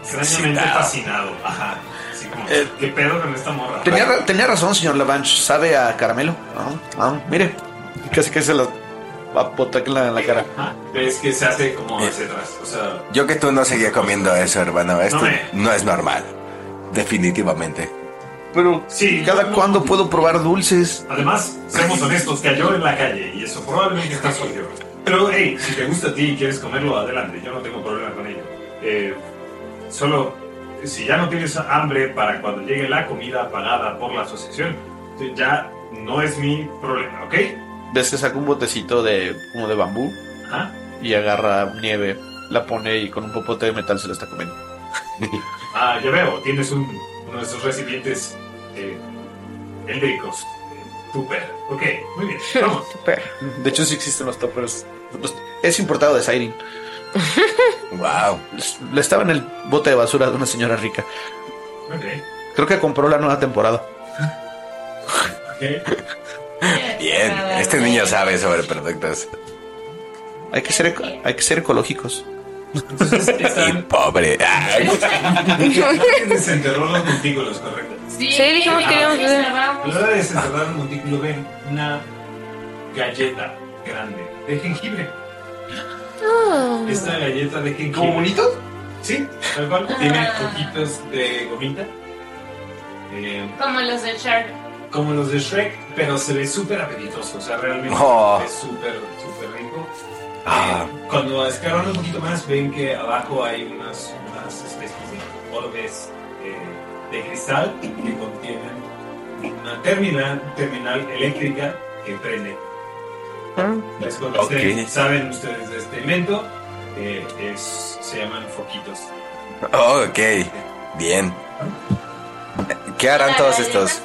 Speaker 1: extrañamente
Speaker 5: Excitado.
Speaker 1: fascinado. Ajá. Así como,
Speaker 2: Eh,
Speaker 1: ¿qué pedo con esta morra?
Speaker 2: Tenía, ra- tenía razón, señor Lavanche. Sabe a caramelo. Ah, ah, mire, casi que se lo apota en la, en la cara.
Speaker 1: Ajá. Ves que se hace como
Speaker 2: Eh.
Speaker 1: hacia atrás. O sea,
Speaker 5: Yo que tú no seguía comiendo eso, hermano. Esto
Speaker 1: No me-
Speaker 5: no es normal. Definitivamente.
Speaker 2: Pero,
Speaker 1: Sí,
Speaker 2: ¿cada
Speaker 1: no, no.
Speaker 2: cuándo puedo probar dulces?
Speaker 1: además, seamos honestos, cayó en la calle y eso probablemente está sucio. Pero, hey, si te gusta a ti y quieres comerlo, adelante. Yo no tengo problema con ello. Eh, solo, si ya no tienes hambre para cuando llegue la comida pagada por la asociación, ya no es mi problema, ¿ok?
Speaker 2: Ves que saca un botecito de como de bambú
Speaker 1: Ajá.
Speaker 2: y agarra nieve, la pone y con un popote de metal se la está comiendo.
Speaker 1: Ah, ya veo, tienes un, uno de esos recipientes eh, eléctricos. Tupper. Ok, muy bien, vamos.
Speaker 2: De hecho, sí existen los toppers. Los- Es importado de Siren.
Speaker 5: Wow.
Speaker 2: Le estaba en el bote de basura de una señora rica.
Speaker 1: Ok,
Speaker 2: Creo que compró la nueva temporada.
Speaker 1: ok.
Speaker 5: Bien. Este niño sabe sobre productos.
Speaker 2: Hay que ser, eco- hay que ser ecológicos.
Speaker 5: <laughs>
Speaker 1: Entonces
Speaker 5: Y
Speaker 1: están.
Speaker 5: pobre. Ay,
Speaker 1: Alguien desenterró los montículos, correcto.
Speaker 4: Ah, Sí,
Speaker 3: Sí, dijimos que íbamos a hacer.
Speaker 1: A la hora de desenterrar un montículo, ven una galleta grande de jengibre.
Speaker 4: Oh. Ah.
Speaker 1: Esta galleta de jengibre. Sí, tal cual. Tiene coquitos de gomita. Eh,
Speaker 4: Como los de Shark.
Speaker 1: como los de Shrek, pero se ve súper apetitoso, o sea, realmente
Speaker 5: Oh.
Speaker 1: es súper, súper rico.
Speaker 5: Ah.
Speaker 1: Eh, cuando escarban un poquito más, ven que abajo hay unas, unas especies de orbes eh, de cristal que contienen una terminal, terminal eléctrica que prende. Les contesté,
Speaker 5: Ok.
Speaker 1: saben ustedes de este invento, Eh, es- se llaman foquitos.
Speaker 5: oh, ok. Bien. ¿Qué harán todos estos?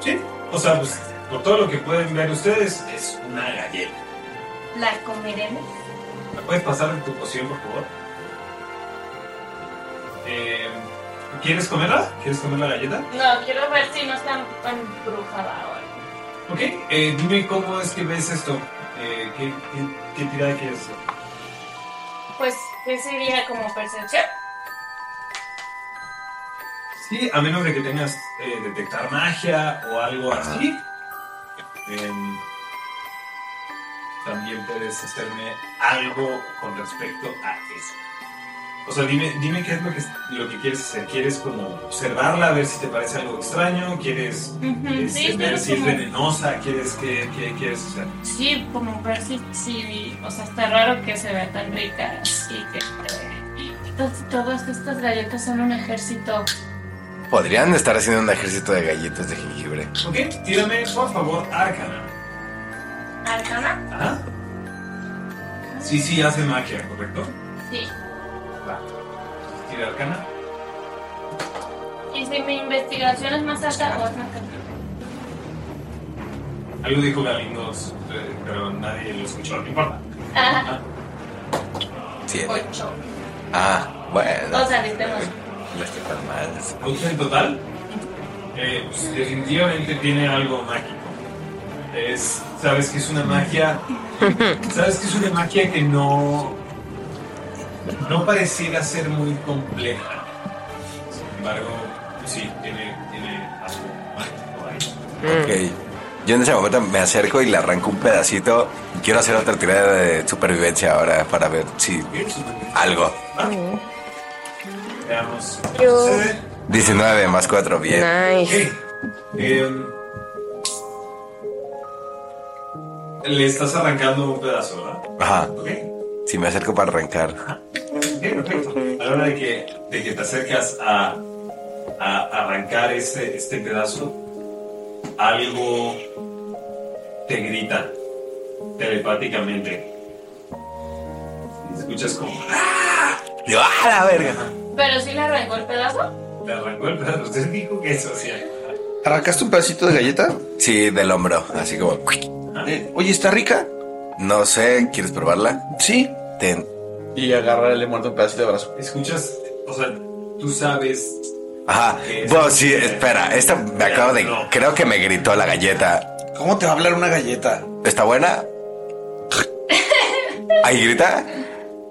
Speaker 1: Sí, o sea, pues, por todo lo que pueden ver ustedes, es una galleta.
Speaker 4: La comeremos.
Speaker 1: ¿Me puedes pasar tu poción, por favor? Eh, ¿Quieres comerla? ¿Quieres comer la galleta?
Speaker 4: No, quiero ver si no está tan brujada ahora.
Speaker 1: Ok, eh, dime cómo es que ves esto. Eh, ¿qué, qué, qué tirada quieres hacer?
Speaker 4: Pues, ¿qué sería como percepción?
Speaker 1: Sí, a menos de que tengas eh, detectar magia o algo así. em, también puedes hacerme algo con respecto a eso. O sea, dime, dime qué es lo que, lo que quieres hacer. ¿Quieres como observarla, ver si te parece algo extraño? ¿Quieres
Speaker 4: Ujú,
Speaker 1: este,
Speaker 4: sí,
Speaker 1: ver
Speaker 4: pero
Speaker 1: si es
Speaker 4: como-
Speaker 1: venenosa? ¿Quieres que, que- quieres hacer?
Speaker 4: Sí, como ver si, si- o sea, está raro que se vea tan rica y que... eh, todas- Todas estas galletas son un ejército.
Speaker 5: Podrían estar haciendo un ejército de galletas de jengibre.
Speaker 1: Ok, tírame por favor Arcana.
Speaker 4: ¿Arcana?
Speaker 1: Ajá. Sí, sí, hace magia, ¿correcto?
Speaker 4: Sí.
Speaker 1: Va. Tira Arcana.
Speaker 4: ¿Y si mi investigación es más alta pues, o es más alta?
Speaker 1: Algo dijo Galindo, eh, pero nadie lo escuchó, no importa.
Speaker 4: Ah,
Speaker 5: Siete.
Speaker 4: ocho.
Speaker 5: Ah, bueno.
Speaker 4: O sea, viste más.
Speaker 5: No estoy tan mal.
Speaker 1: ¿Ocho en total? Eh, pues, definitivamente tiene algo mágico. Es, sabes que es una magia. Sabes que es una magia que no. No pareciera ser muy compleja. Sin embargo, pues sí, tiene, tiene algo mágico ahí.
Speaker 5: Ok. Yo en ese momento me acerco y le arranco un pedacito. Y quiero hacer otra tirada de supervivencia ahora para ver si algo.
Speaker 1: Veamos.
Speaker 6: Yo-
Speaker 5: 19 más 4, bien.
Speaker 6: Nice.
Speaker 1: Em, le estás arrancando un pedazo, ¿verdad?
Speaker 5: Ajá.
Speaker 1: Ok.
Speaker 5: Si me acerco para arrancar.
Speaker 1: Bien, perfecto. A la hora de que, de que te acercas a, a arrancar este, este pedazo, algo te grita telepáticamente. Escuchas como...
Speaker 5: Digo, ¡ah, la verga!
Speaker 4: ¿Pero sí le arrancó el pedazo?
Speaker 1: Te arrancó el pedazo. Usted dijo que eso hacía.
Speaker 2: ¿Arrancaste un pedacito de galleta?
Speaker 5: Sí, del hombro, así como.
Speaker 2: Eh, Oye, ¿está rica?
Speaker 5: No sé, ¿quieres probarla?
Speaker 2: Sí.
Speaker 5: Ten.
Speaker 2: Y agarrarle muerto un pedacito de brazo.
Speaker 1: Escuchas, o sea, tú sabes.
Speaker 5: Ajá. Bueno, sí, espera. Esta me acabo de. Creo que me gritó la galleta.
Speaker 2: ¿Cómo te va a hablar una galleta?
Speaker 5: ¿Está buena? ¿Ahí grita?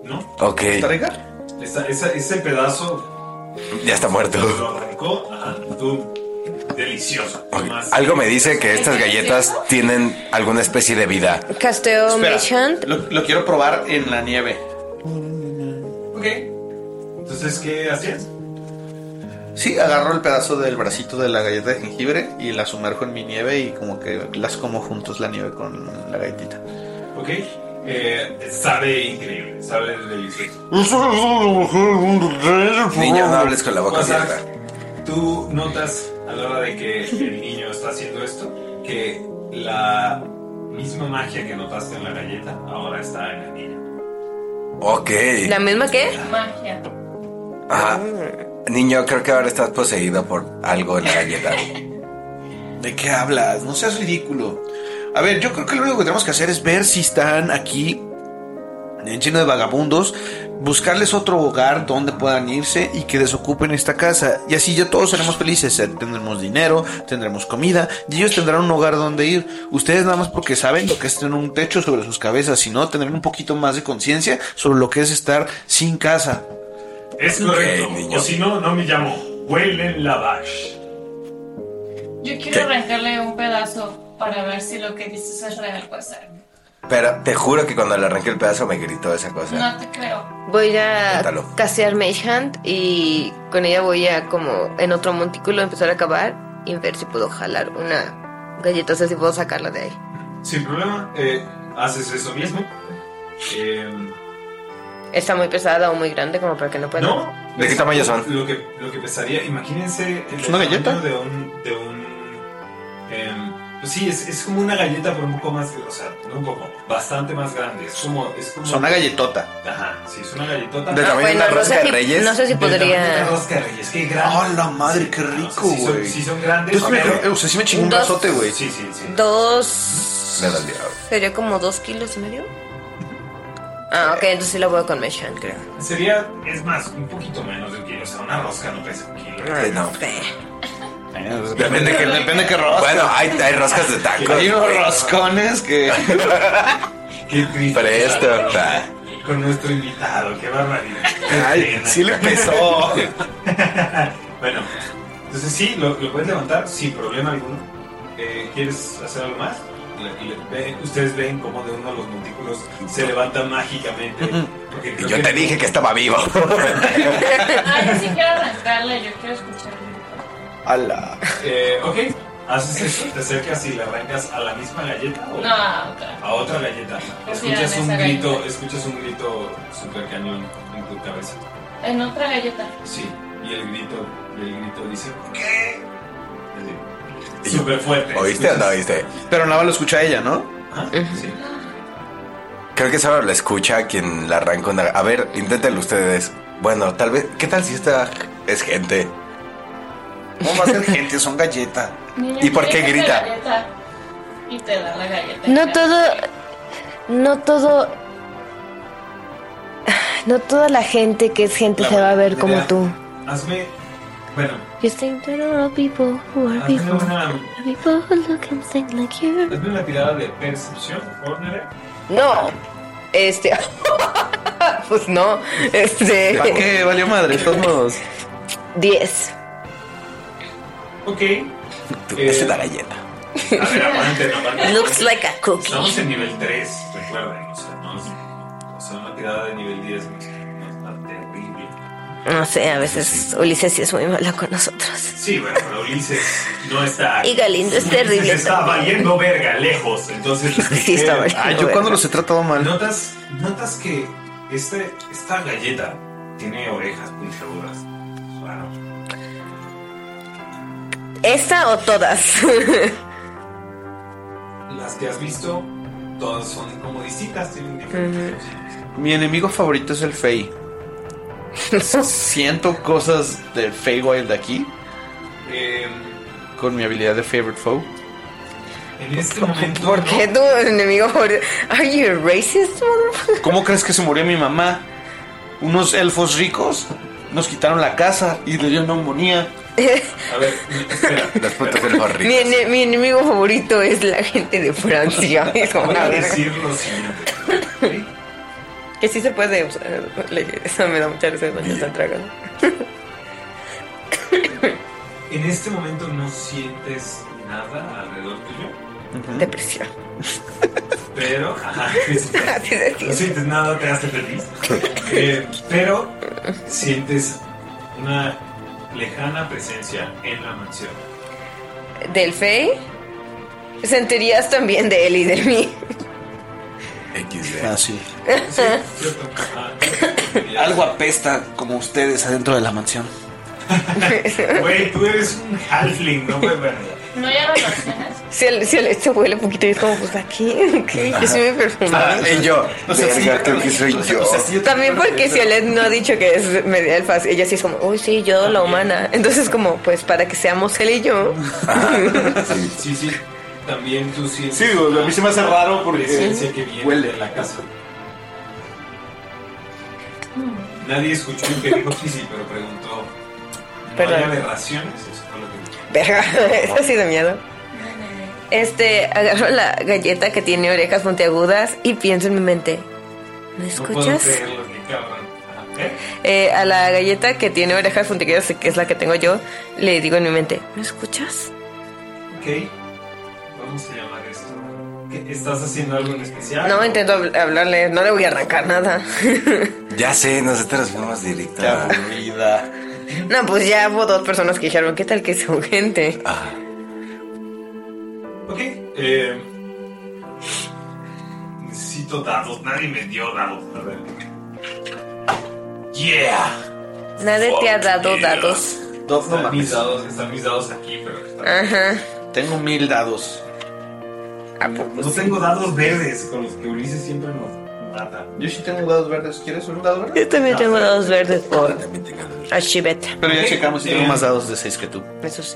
Speaker 1: No.
Speaker 5: Ok.
Speaker 2: ¿Está rica?
Speaker 1: Esa, esa- ese pedazo
Speaker 5: Ya está muerto.
Speaker 1: lo arrancó. Ajá, tú. Delicioso. Más.
Speaker 5: Algo me dice que estas galletas tienen alguna especie de vida.
Speaker 3: Casteo
Speaker 2: Espera.
Speaker 3: Mechant.
Speaker 2: Lo, lo quiero probar en la nieve.
Speaker 1: Ok. Entonces, ¿qué hacías?
Speaker 2: Sí, agarro el pedazo del bracito de la galleta de jengibre y la sumerjo en mi nieve y como que las como juntos la nieve con la galletita.
Speaker 1: Ok. Eh, sabe increíble. Sabe delicioso.
Speaker 5: Niño, no hables con la boca
Speaker 1: Pasa-
Speaker 5: abierta.
Speaker 1: Tú notas a la hora de que el niño está haciendo esto que la misma magia que notaste en la galleta ahora está en el niño.
Speaker 5: Ok.
Speaker 3: ¿La misma qué?
Speaker 4: Magia.
Speaker 5: Ajá. Niño, creo que ahora estás poseído por algo en la galleta.
Speaker 2: ¿De qué hablas? No seas ridículo. A ver, yo creo que lo único que tenemos que hacer es ver si están aquí en lleno de vagabundos, buscarles otro hogar donde puedan irse y que desocupen esta casa. Y así ya todos seremos felices. Eh, Tendremos dinero, tendremos comida y ellos tendrán un hogar donde ir. Ustedes nada más porque saben lo que es tener un techo sobre sus cabezas, si no, tendrán un poquito más de conciencia sobre lo que es estar sin casa.
Speaker 1: Es correcto.
Speaker 5: niño.
Speaker 1: O si no, no me llamo. Huele la bash.
Speaker 4: Yo quiero arrancarle un pedazo para ver si lo que dices es real, pues, eh. puede ser.
Speaker 5: Pero te juro que cuando le arranqué el pedazo me gritó esa cosa.
Speaker 4: No te creo.
Speaker 3: Voy a
Speaker 5: Cuéntalo.
Speaker 3: castear Mage Hand y con ella voy a como en otro montículo empezar a cavar y ver si puedo jalar una galleta, o sea, si puedo sacarla de ahí.
Speaker 1: Sin problema, eh, haces eso mismo. Eh,
Speaker 3: Está muy pesada o muy grande como para que no pueda.
Speaker 1: no.
Speaker 5: ¿De qué tamaño son?
Speaker 1: Lo que, lo que pesaría, imagínense. el
Speaker 2: ¿Es una
Speaker 1: tamaño
Speaker 2: galleta?
Speaker 1: De un. De un em, pues sí, es, es como una galleta, pero un poco más. O sea, no un poco, bastante más grande. Es como. Es como
Speaker 2: Son una galletota.
Speaker 1: Ajá, sí, es una galletota.
Speaker 5: ¿De tamaño de una
Speaker 3: Ah, no
Speaker 5: rosca
Speaker 3: sé
Speaker 5: de
Speaker 3: si-
Speaker 5: reyes? Oh,
Speaker 3: No sé si
Speaker 1: Del tamaño de una
Speaker 3: podría.
Speaker 1: rosca de reyes, qué grande.
Speaker 2: ¡Ah, la madre, qué rico,
Speaker 1: Sí, son,
Speaker 2: güey!
Speaker 1: sí son grandes.
Speaker 2: Yo sí me- eh, o sea, sí me chingué un
Speaker 3: Dos.
Speaker 2: brazote, güey.
Speaker 1: Sí, sí, sí.
Speaker 3: Dos.
Speaker 5: Le da el diablo.
Speaker 3: Sería como dos kilos y medio. Ah, ok, entonces sí la voy con Mage Hand, creo.
Speaker 1: Sería, es más, un poquito menos de un kilo. O sea, una rosca no pesa un kilo.
Speaker 5: Ay, no.
Speaker 2: Depende que, depende que rosca.
Speaker 5: Bueno, hay, hay roscas de tacos.
Speaker 2: Hay unos roscones que. <laughs>
Speaker 1: Qué triste.
Speaker 5: Pero esto. ah,
Speaker 1: Con nuestro invitado, qué barbaridad. Qué
Speaker 5: <laughs>
Speaker 2: Ay,
Speaker 1: pena.
Speaker 2: sí le pesó.
Speaker 1: <laughs> Bueno, entonces sí, lo, lo puedes levantar sin problema alguno. Eh, ¿Quieres hacer algo más? Le- le- ve- ustedes ven como de uno de los montículos se levanta mágicamente. Porque
Speaker 5: y
Speaker 1: creo
Speaker 5: yo
Speaker 1: que-
Speaker 5: te dije que
Speaker 1: <laughs>
Speaker 5: estaba vivo.
Speaker 4: Ah, yo sí quiero arrancarle, yo quiero escucharle.
Speaker 2: Ala.
Speaker 1: Eh, ok, haces eso, te acercas y le arrancas a la misma galleta. ¿o?
Speaker 4: No, otra.
Speaker 1: a otra galleta.
Speaker 4: Pues sí,
Speaker 1: Escuchas
Speaker 4: dame
Speaker 1: un
Speaker 4: esa
Speaker 1: grito,
Speaker 4: galleta.
Speaker 1: escuchas un grito super cañón en tu cabeza.
Speaker 4: En otra galleta.
Speaker 1: Sí, y el grito, y el grito dice, ¿qué? Súper fuerte.
Speaker 5: ¿Oíste o no oíste?
Speaker 2: Pero nada más lo escucha ella, ¿no?
Speaker 1: Ajá, sí.
Speaker 5: Creo que solo lo escucha quien la arranca una. A ver, inténtenlo ustedes. Bueno, tal vez. ¿Qué tal si esta es gente?
Speaker 2: ¿Cómo va a ser gente? Son galletas.
Speaker 4: Niño,
Speaker 5: ¿Y por qué
Speaker 4: ¿quieres
Speaker 5: grita?
Speaker 4: la galleta? Y te da la galleta.
Speaker 3: <laughs>
Speaker 6: No todo. No todo. No toda la gente que es gente
Speaker 2: La
Speaker 6: se va a ver
Speaker 2: idea.
Speaker 6: como tú.
Speaker 1: Hazme, bueno,
Speaker 6: You think there are people who
Speaker 2: Ah,
Speaker 6: are
Speaker 1: hazme
Speaker 6: people.
Speaker 1: una,
Speaker 6: People who look and think like you.
Speaker 1: hazme una tirada de percepción, órdenle.
Speaker 3: No. Este. <laughs> pues no. Este.
Speaker 2: ¿Para qué? Valió madre, de todos modos.
Speaker 3: Diez.
Speaker 1: Ok.
Speaker 5: Tú,
Speaker 1: Eh.
Speaker 5: esta es la galleta.
Speaker 1: A ver, aguanten, aguanten.
Speaker 3: Looks like a cookie.
Speaker 1: Estamos en nivel 3, recuerden, o sea, no es, o sea, una tirada de nivel 10 no es no es tan terrible.
Speaker 3: No sé, a veces Ulises sí es muy malo con nosotros.
Speaker 1: Sí, bueno, pero Ulises no está.
Speaker 3: Y Galindo es terrible
Speaker 1: Ulises está
Speaker 3: también.
Speaker 1: valiendo verga lejos, entonces.
Speaker 3: <laughs> Sí, está mal.
Speaker 2: eh, Ay, Ah, yo cuando los he tratado mal.
Speaker 1: Notas, notas que este, esta galleta tiene orejas puntiagudas. Claro.
Speaker 3: ¿Esta o todas? <laughs>
Speaker 1: Las que has visto, todas son como distintas, tienen diferentes.
Speaker 2: Mi enemigo favorito es el Fey. siento cosas de Feywild aquí Em, con mi habilidad de Favorite Foe.
Speaker 1: En este momento.
Speaker 3: ¿Por qué tu enemigo favorito? Are you racist, motherfucker?
Speaker 2: ¿Cómo crees que se murió mi mamá? Unos elfos ricos nos quitaron la casa y le dio neumonía.
Speaker 5: A ver, espera. Las putas del barril.
Speaker 3: Mi, ene- mi enemigo favorito es la gente
Speaker 1: <laughs>
Speaker 3: de Francia. Es como
Speaker 1: Voy
Speaker 3: una
Speaker 1: a
Speaker 3: verga.
Speaker 1: decir lo siguiente.
Speaker 3: Que sí se puede. o sea, le- Eso me da mucha risa cuando están tragando.
Speaker 1: Ah. En este momento no sientes nada alrededor tuyo,
Speaker 3: Depresión.
Speaker 1: pero. Ajá, ¿qué es esto?
Speaker 3: Así se
Speaker 1: no
Speaker 3: siente.
Speaker 1: sientes nada, te hace feliz. Eh, pero sientes una lejana presencia en la mansión.
Speaker 3: Del Fey. Sentirías también de él y de mí.
Speaker 5: XD.
Speaker 2: Ah, sí.
Speaker 3: <laughs>
Speaker 1: ¿Cierto? Ajá.
Speaker 2: <coughs> Algo apesta como ustedes adentro de la mansión.
Speaker 1: Güey, tú eres un halfling, no puedes ver.
Speaker 4: No ya lo mencionas.
Speaker 3: Si el, si el- este huele un poquito y es como, pues aquí, ¿qué? Yo sí me perfumaba.
Speaker 5: Ah, y yo. Verga, creo que soy yo.
Speaker 3: También porque si Olet no ha dicho que es media elfa, ella sí es como, uy, sí, yo la humana. Entonces, como, pues para que seamos él y
Speaker 1: <laughs>
Speaker 3: yo.
Speaker 1: Sí, sí. También tú sientes.
Speaker 2: Sí, digo, a mí se me hace raro porque
Speaker 1: presencia que viene
Speaker 2: huele.
Speaker 1: de la casa. Nadie escuchó lo que dijo Fisi, pero preguntó. ¿No
Speaker 3: Perdón.
Speaker 1: hay aberraciones? Eso fue lo que dijo.
Speaker 3: Verga, <laughs> eso sí de miedo. Este, agarro la galleta que tiene orejas puntiagudas y pienso en mi mente, ¿me
Speaker 1: No puedo
Speaker 3: escuchas?
Speaker 1: creerlo, qué cabrón. Ajá, ¿eh?
Speaker 3: Eh, a la galleta que tiene orejas puntiagudas, que es la que tengo yo, le digo en mi mente, ¿me escuchas?
Speaker 1: Ok. Vamos a llamar esto. ¿Qué- ¿Estás haciendo algo en especial?
Speaker 3: No, intento habl- hablarle, no le voy a arrancar nada. <laughs>
Speaker 5: Ya sé, nosotros vamos directo.
Speaker 2: Qué aburrida.
Speaker 3: No, pues ya hubo dos personas que dijeron, ¿qué tal que son gente?
Speaker 1: Ah, Ok. Eh, necesito dados. Nadie me dio dados. A ver. Yeah.
Speaker 3: Nadie te ha dado
Speaker 1: Fuck yeah.
Speaker 3: dados.
Speaker 2: Dof, no
Speaker 1: Están mis
Speaker 2: mames.
Speaker 1: dados, están mis dados aquí, pero están-
Speaker 3: Ajá. Ah, pues,
Speaker 2: Tengo mil dados.
Speaker 3: ¿A poco?
Speaker 1: No tengo dados verdes con los que Ulises siempre nos mata.
Speaker 2: Yo sí tengo dados verdes. ¿Quieres un dado verde?
Speaker 3: Yo también tengo dados verdes por Ashibet.
Speaker 2: Pero ya checamos si tengo
Speaker 1: Eh.
Speaker 2: más dados de 6 que tú.
Speaker 3: Eso sí.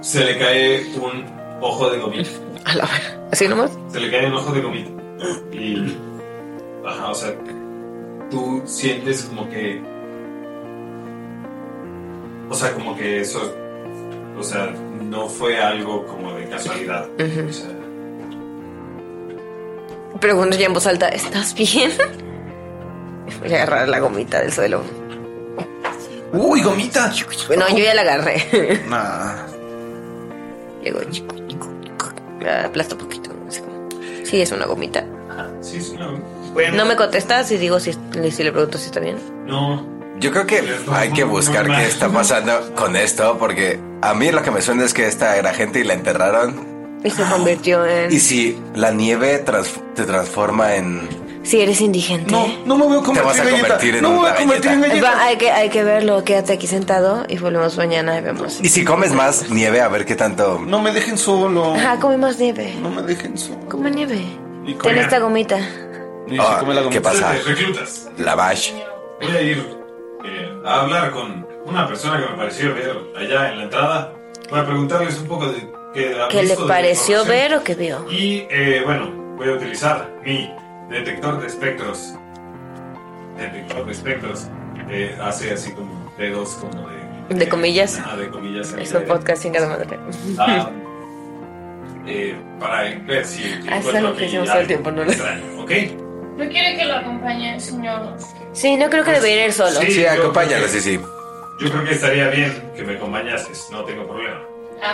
Speaker 1: Se le cae un ojo de gomito.
Speaker 3: A la verga. ¿Así nomás?
Speaker 1: Se le cae un ojo de gomito. Y. Ajá, o sea. Tú sientes como que. O sea, como que eso. O sea, no fue algo como de casualidad. O sea,
Speaker 3: Pregunto ya en voz alta, ¿estás bien? <laughs> Voy a agarrar la gomita del suelo.
Speaker 2: ¡Uy, gomita!
Speaker 3: Bueno, yo ya la agarré. <laughs>
Speaker 2: Nah.
Speaker 3: Luego, chico, chico, chico. La aplasto poquito. no sé cómo. Sí, es una gomita.
Speaker 1: sí, es una.
Speaker 3: No me contestas y digo si, si le pregunto si está bien.
Speaker 1: No.
Speaker 5: Yo creo que hay que buscar qué está pasando con esto, porque a mí lo que me suena es que esta era gente y la enterraron.
Speaker 3: Y se convirtió
Speaker 5: Y
Speaker 3: en...
Speaker 5: si la nieve transf- te transforma en.
Speaker 3: Si eres indigente.
Speaker 2: No, no me voy a
Speaker 5: Te
Speaker 2: convertir
Speaker 5: vas a
Speaker 2: en galleta.
Speaker 5: convertir en
Speaker 2: no me voy
Speaker 5: una
Speaker 2: a convertir en
Speaker 3: Va,
Speaker 2: galleta.
Speaker 3: hay, que, hay que verlo, quédate aquí sentado y volvemos mañana y vemos.
Speaker 5: Y si comes más nieve, a ver qué tanto.
Speaker 2: No me dejen solo.
Speaker 3: Ajá, come más nieve.
Speaker 2: No me dejen solo.
Speaker 3: Come nieve.
Speaker 1: Y con-
Speaker 3: Ten esta gomita.
Speaker 2: Y
Speaker 5: Ah,
Speaker 2: se come la
Speaker 5: ¿Qué
Speaker 2: gomita.
Speaker 5: pasa?
Speaker 1: Reclutas.
Speaker 5: La bash.
Speaker 1: Voy a ir eh, a hablar con una persona que me pareció ver allá en la entrada para preguntarles un poco de qué, han
Speaker 3: ¿Qué le
Speaker 1: visto de
Speaker 3: pareció
Speaker 1: información.
Speaker 3: ver o qué vio?
Speaker 1: Y eh, bueno, voy a utilizar mi detector de espectros. Detector de espectros. Eh, hace así como dedos como de.
Speaker 3: De comillas.
Speaker 1: Ah, de comillas.
Speaker 3: Es
Speaker 1: así
Speaker 3: un
Speaker 1: de-
Speaker 3: podcast chingada madre.
Speaker 1: Ah, eh, para ver si.
Speaker 3: Ah, eso es
Speaker 1: encuentro
Speaker 3: lo que
Speaker 1: aquí
Speaker 3: hicimos todo el
Speaker 1: algo
Speaker 3: tiempo, ¿no?
Speaker 1: Extraño, ¿ok?
Speaker 4: No quiere que lo acompañe el señor.
Speaker 3: Sí, no creo que debería ir <laughs> solo.
Speaker 1: Pues, Sí,
Speaker 5: Sí,
Speaker 1: yo
Speaker 5: acompáñala,
Speaker 1: creo que-
Speaker 5: sí, sí.
Speaker 1: Yo creo que estaría bien que me acompañases, no tengo problema.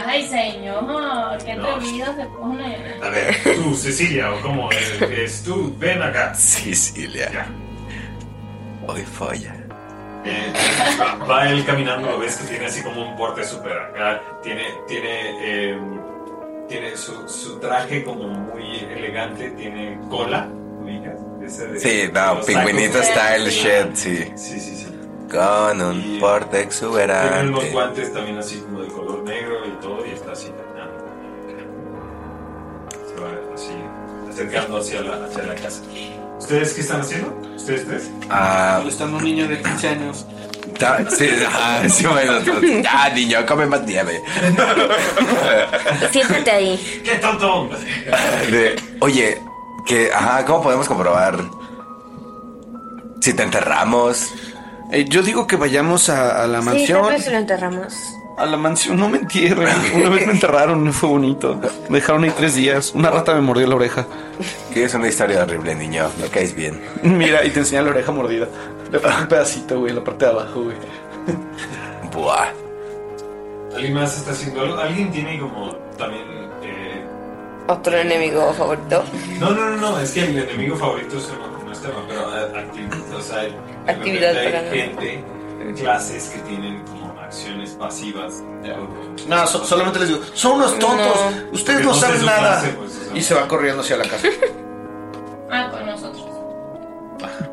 Speaker 4: Ay, señor, qué
Speaker 1: No.
Speaker 4: atrevido se pone.
Speaker 1: A ver, tú, Cecilia, o como eh, es tú, ven <laughs> acá.
Speaker 5: Sicilia.
Speaker 1: Ya.
Speaker 5: Hoy folla.
Speaker 1: Eh, va- va él caminando, lo ves que tiene así como un porte súper acá. Tiene, tiene, eh, tiene su, su traje como muy elegante, tiene cola, ubicas, ese de-
Speaker 5: Sí,
Speaker 1: de
Speaker 5: no,
Speaker 1: los
Speaker 5: pingüinito
Speaker 1: tacos.
Speaker 5: style shit, sí.
Speaker 1: Sí, sí, sí.
Speaker 5: Con un porte
Speaker 1: Tiene unos
Speaker 5: exuberante.
Speaker 1: guantes también así como de color negro y todo, y está así caminando. Se va así, acercando hacia la, hacia la casa. ¿Ustedes qué están haciendo? ¿Ustedes tres?
Speaker 5: Ah,
Speaker 2: Molestando a un niño de 15 años.
Speaker 5: ta- sí, ah, sí, bueno, ah, niño, come más
Speaker 2: <laughs>
Speaker 5: nieve.
Speaker 6: Siéntate ahí.
Speaker 1: ¡Qué tonto!
Speaker 5: De, oye, que, ajá, ¿cómo podemos comprobar si te enterramos?
Speaker 2: Eh, yo digo que vayamos a, la
Speaker 6: Sí,
Speaker 2: mansión.
Speaker 6: tal vez lo enterramos.
Speaker 2: A la mansión, no me entierren. Una vez me enterraron, no fue bonito. Me dejaron ahí tres días. Una rata me mordió la oreja.
Speaker 5: Que es una historia horrible, niño. No caes bien.
Speaker 2: Mira, y te enseña la oreja mordida. Le falta un pedacito, güey, en la parte de abajo, güey.
Speaker 5: Buah.
Speaker 1: ¿Alguien más está haciendo algo? ¿Alguien tiene como también... eh,
Speaker 8: Otro enemigo favorito.
Speaker 1: No, no, no, no, es que el enemigo favorito es el no es tema, pero eh, actividad, o sea, de repente
Speaker 8: Actividad
Speaker 1: hay
Speaker 8: para-
Speaker 1: gente, clases que tienen como acciones pasivas. de algo.
Speaker 2: No, so- solamente les digo, son unos tontos.
Speaker 8: No.
Speaker 2: Ustedes
Speaker 1: Pero no
Speaker 2: no
Speaker 1: sé
Speaker 2: saben
Speaker 1: su
Speaker 2: nada.
Speaker 1: clase, pues, o sea.
Speaker 2: Y se va corriendo hacia la casa.
Speaker 4: Ah, con nosotros.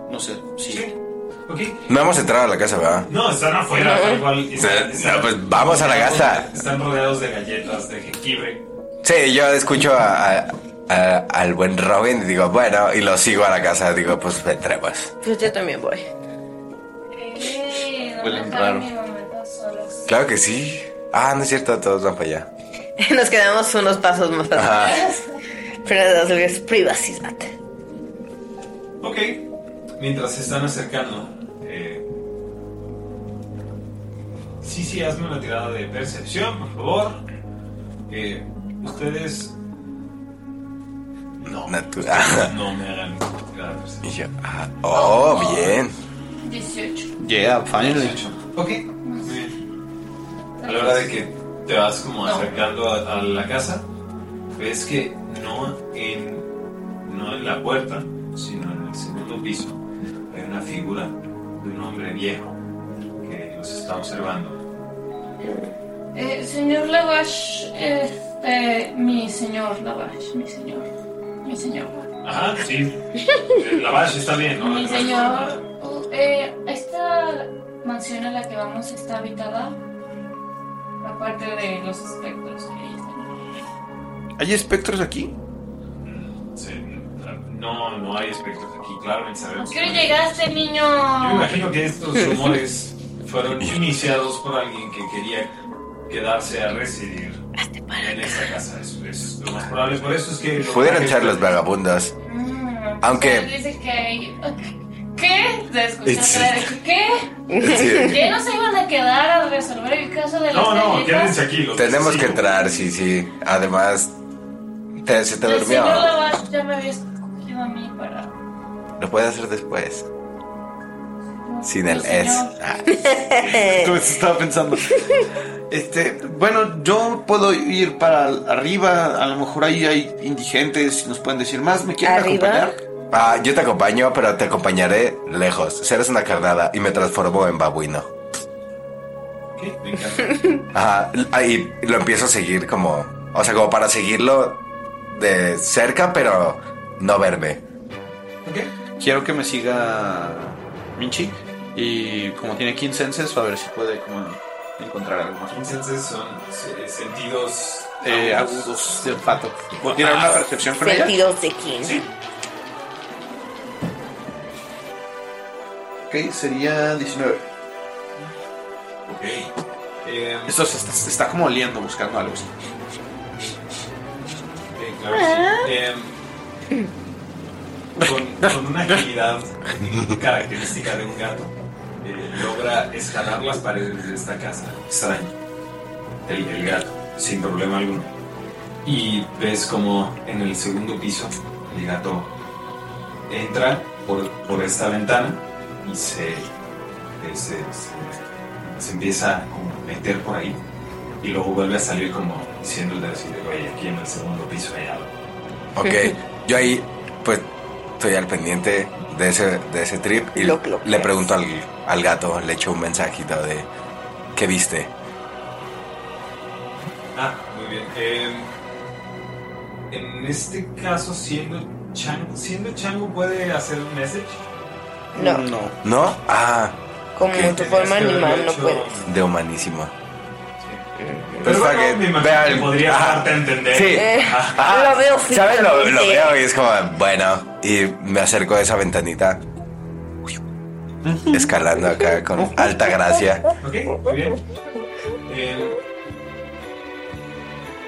Speaker 2: No sé, sí.
Speaker 1: Sí, ok.
Speaker 5: No hemos entrado a la casa, ¿verdad?
Speaker 1: No, están afuera, tal cual. y
Speaker 5: O sea,
Speaker 1: están- están-
Speaker 5: no, pues vamos a la casa.
Speaker 1: Están rodeados de galletas, de jengibre.
Speaker 5: Sí, yo escucho a- a- a- al buen Robin y digo, bueno, y lo sigo a la casa. Digo, pues entremos.
Speaker 8: Pues yo también voy.
Speaker 4: Eh, no
Speaker 2: Huelen
Speaker 4: me
Speaker 2: raro.
Speaker 4: raro. mi momento solos.
Speaker 5: Claro que sí. Ah, no es cierto, todos van para allá.
Speaker 8: <laughs> Nos quedamos unos pasos más atrás.
Speaker 5: Ajá.
Speaker 8: <laughs> Pero no es privacidad.
Speaker 1: Ok, mientras se están acercando. Eh... Sí, sí, hazme una tirada de percepción, por favor. Eh, ustedes... No,
Speaker 5: Natu-
Speaker 1: ustedes no me hagan tirada de percepción.
Speaker 5: Y yo, ah, oh, bien.
Speaker 4: 18.
Speaker 2: Yeah, finally.
Speaker 1: Ok. muy bien. A la hora de que te vas como acercando a, a la casa, ves que no en, no en la puerta, sino en el segundo piso, hay una figura de un hombre viejo que los está observando.
Speaker 4: Eh, señor Lavash, este, mi señor Lavash, mi señor, mi señor.
Speaker 1: Ajá, sí. La Bash está bien, ¿no?
Speaker 4: Mi señor, uh, eh, esta mansión a la que vamos está habitada, aparte de los espectros que ahí están.
Speaker 2: ¿Hay espectros aquí?
Speaker 1: Sí, No, no hay espectros aquí, claramente
Speaker 4: ¿A
Speaker 1: sabemos.
Speaker 4: qué hora
Speaker 1: que-
Speaker 4: llegaste, niño?
Speaker 1: Yo me imagino que estos rumores fueron iniciados por alguien que quería quedarse a residir en esta casa. Eso, eso es lo más probable. Por eso es que.
Speaker 5: Pudieron echar los vagabundos.
Speaker 4: Mm,
Speaker 5: Aunque-
Speaker 4: pues, Dice que hay... ¿Qué? De
Speaker 5: Sí.
Speaker 4: escuchar, ¿qué?
Speaker 5: Sí,
Speaker 4: ¿Qué no se iban a quedar a resolver el caso de
Speaker 1: No,
Speaker 4: las
Speaker 1: no,
Speaker 4: galletas?
Speaker 1: quédense aquí. Los
Speaker 5: tenemos que
Speaker 1: necesito.
Speaker 5: entrar, sí, sí. Además, te- se te
Speaker 4: El
Speaker 5: durmió.
Speaker 4: señor Lavash ya me había escogido a mí para...
Speaker 5: Lo puedes hacer después. Sin el
Speaker 4: Pues,
Speaker 5: S.
Speaker 4: señor.
Speaker 5: Ah,
Speaker 2: <laughs> Entonces estaba pensando. Este, bueno, yo puedo ir para arriba. A lo mejor ahí hay indigentes y nos pueden decir más. ¿Me quieren
Speaker 8: ¿Arriba?
Speaker 2: acompañar?
Speaker 5: Ah, yo te acompaño, pero te acompañaré lejos. Serás una carnada y me transformo en babuino.
Speaker 1: ¿Qué? Me encanta.
Speaker 5: <laughs> Ajá, ahí lo empiezo a seguir como... O sea, como para seguirlo de cerca, pero no verme.
Speaker 2: Quiero que me siga Minchi. Y como tiene 15 senses, a ver si puede como encontrar algo más.
Speaker 1: Entonces son eh, sentidos
Speaker 2: Eh, agudos de olfato. ¿Puedo tirar una percepción con ella?
Speaker 8: Sentidos de 15.
Speaker 2: Ok, sería 19.
Speaker 1: Ok. Eh,
Speaker 2: Esto se está, se está como oliendo, buscando algo. sí.
Speaker 1: Eh,
Speaker 2: Ah.
Speaker 1: claro que sí. Em, con, con una agilidad característica de un gato, eh, logra escalar las paredes de esta casa. Extraño. El, el gato, sin problema alguno. Y ves como en el segundo piso el gato entra por, por esta ventana y se, eh, se, se- se empieza a como meter por ahí y luego vuelve a salir como diciéndole así de, oye, aquí en el segundo piso hay algo.
Speaker 5: Ok,
Speaker 8: <laughs>
Speaker 5: yo ahí, pues, estoy al pendiente de ese, de ese trip y
Speaker 8: Lo- lo
Speaker 5: le
Speaker 8: que
Speaker 5: pregunto al, al gato, le echo un mensajito de ¿qué viste?
Speaker 1: Ah, muy bien. Eh, en este caso, siendo Chango, siendo Chango puede hacer un message. Mm,
Speaker 8: No,
Speaker 2: No.
Speaker 5: ¿No? Ah,
Speaker 8: como
Speaker 5: ¿Qué?
Speaker 8: tu
Speaker 1: Tenías
Speaker 8: forma
Speaker 1: que haberlo
Speaker 8: animal no
Speaker 1: hecho-
Speaker 8: puedes.
Speaker 5: de humanísimo.
Speaker 1: Pero
Speaker 5: Pues para
Speaker 1: bueno,
Speaker 5: que
Speaker 1: me imagino
Speaker 5: vea
Speaker 1: que
Speaker 5: el-
Speaker 1: podría
Speaker 5: Ajá.
Speaker 1: darte a entender.
Speaker 5: Sí.
Speaker 8: Eh,
Speaker 1: Ajá.
Speaker 5: Ah,
Speaker 8: Lo veo
Speaker 5: ¿Sabes? Lo, lo
Speaker 8: fijamente.
Speaker 5: veo y es como, bueno, Y me acerco a esa ventanita. Escalando acá con alta gracia.
Speaker 1: Ok, muy bien. Eh,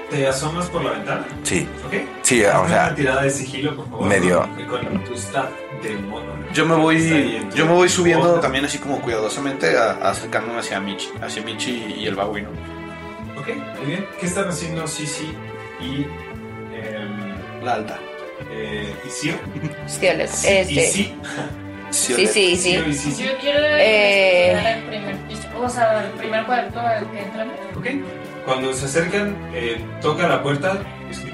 Speaker 1: ¿Te asomas por la ventana?
Speaker 5: Sí.
Speaker 1: Ok.
Speaker 5: Sí,
Speaker 1: Haz
Speaker 5: Ah, o
Speaker 1: una
Speaker 5: sea,
Speaker 1: tirada de sigilo, por favor.
Speaker 5: medio.
Speaker 1: Con tu staff de mono.
Speaker 2: Yo me voy, yo me voy subiendo también así como cuidadosamente, a- acercándome hacia Michi, hacia Michi y el babuino.
Speaker 1: Ok, muy bien. ¿Qué están haciendo Sisi y. em,
Speaker 2: la alta?
Speaker 1: Eh, ¿Y Sio?
Speaker 3: Siolet,
Speaker 1: Sí,
Speaker 3: este.
Speaker 1: ¿Y sí?
Speaker 3: Sí, sí, sí.
Speaker 1: Sio y Sisi.
Speaker 4: Yo quiero
Speaker 3: Eh.
Speaker 4: investigar el primer piso, o sea, el primer cuarto al que entramos.
Speaker 1: Cuando se acercan, eh, toca la puerta, es que-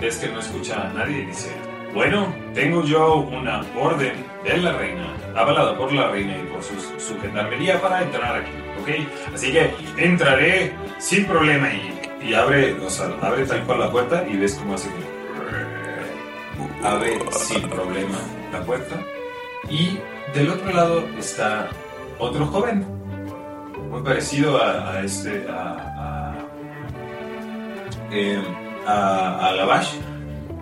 Speaker 1: ves que no escucha a nadie y dice, bueno, tengo yo una orden de la reina, avalada por la reina y por sus- su gendarmería para entrar aquí, ¿ok? Así que entraré sin problema y, y abre, o sea, abre tal cual la puerta y ves cómo hace que abre sin problema la puerta y del otro lado está otro joven, muy parecido a, a este, a, a, eh, a, a Lavash.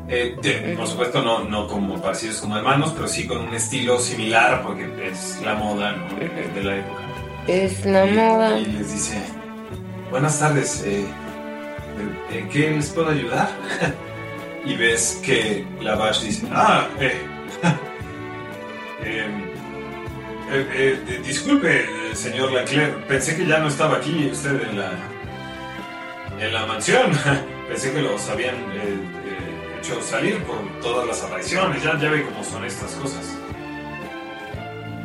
Speaker 1: Eh, te- por supuesto, no, no como parecidos como hermanos, pero sí con un estilo similar, porque es la moda ¿no? de, de la época.
Speaker 3: Es una moda.
Speaker 1: Y les dice: Buenas tardes, eh, ¿en qué les puedo ayudar? <laughs> y ves que Lavash dice: Ah, eh, <laughs> em, eh, eh, eh, disculpe, eh, señor Leclerc, pensé que ya no estaba aquí usted en la, en la mansión. <laughs> Pensé que los habían eh, eh, hecho salir por todas las apariciones. Ya, ya ve cómo son estas cosas.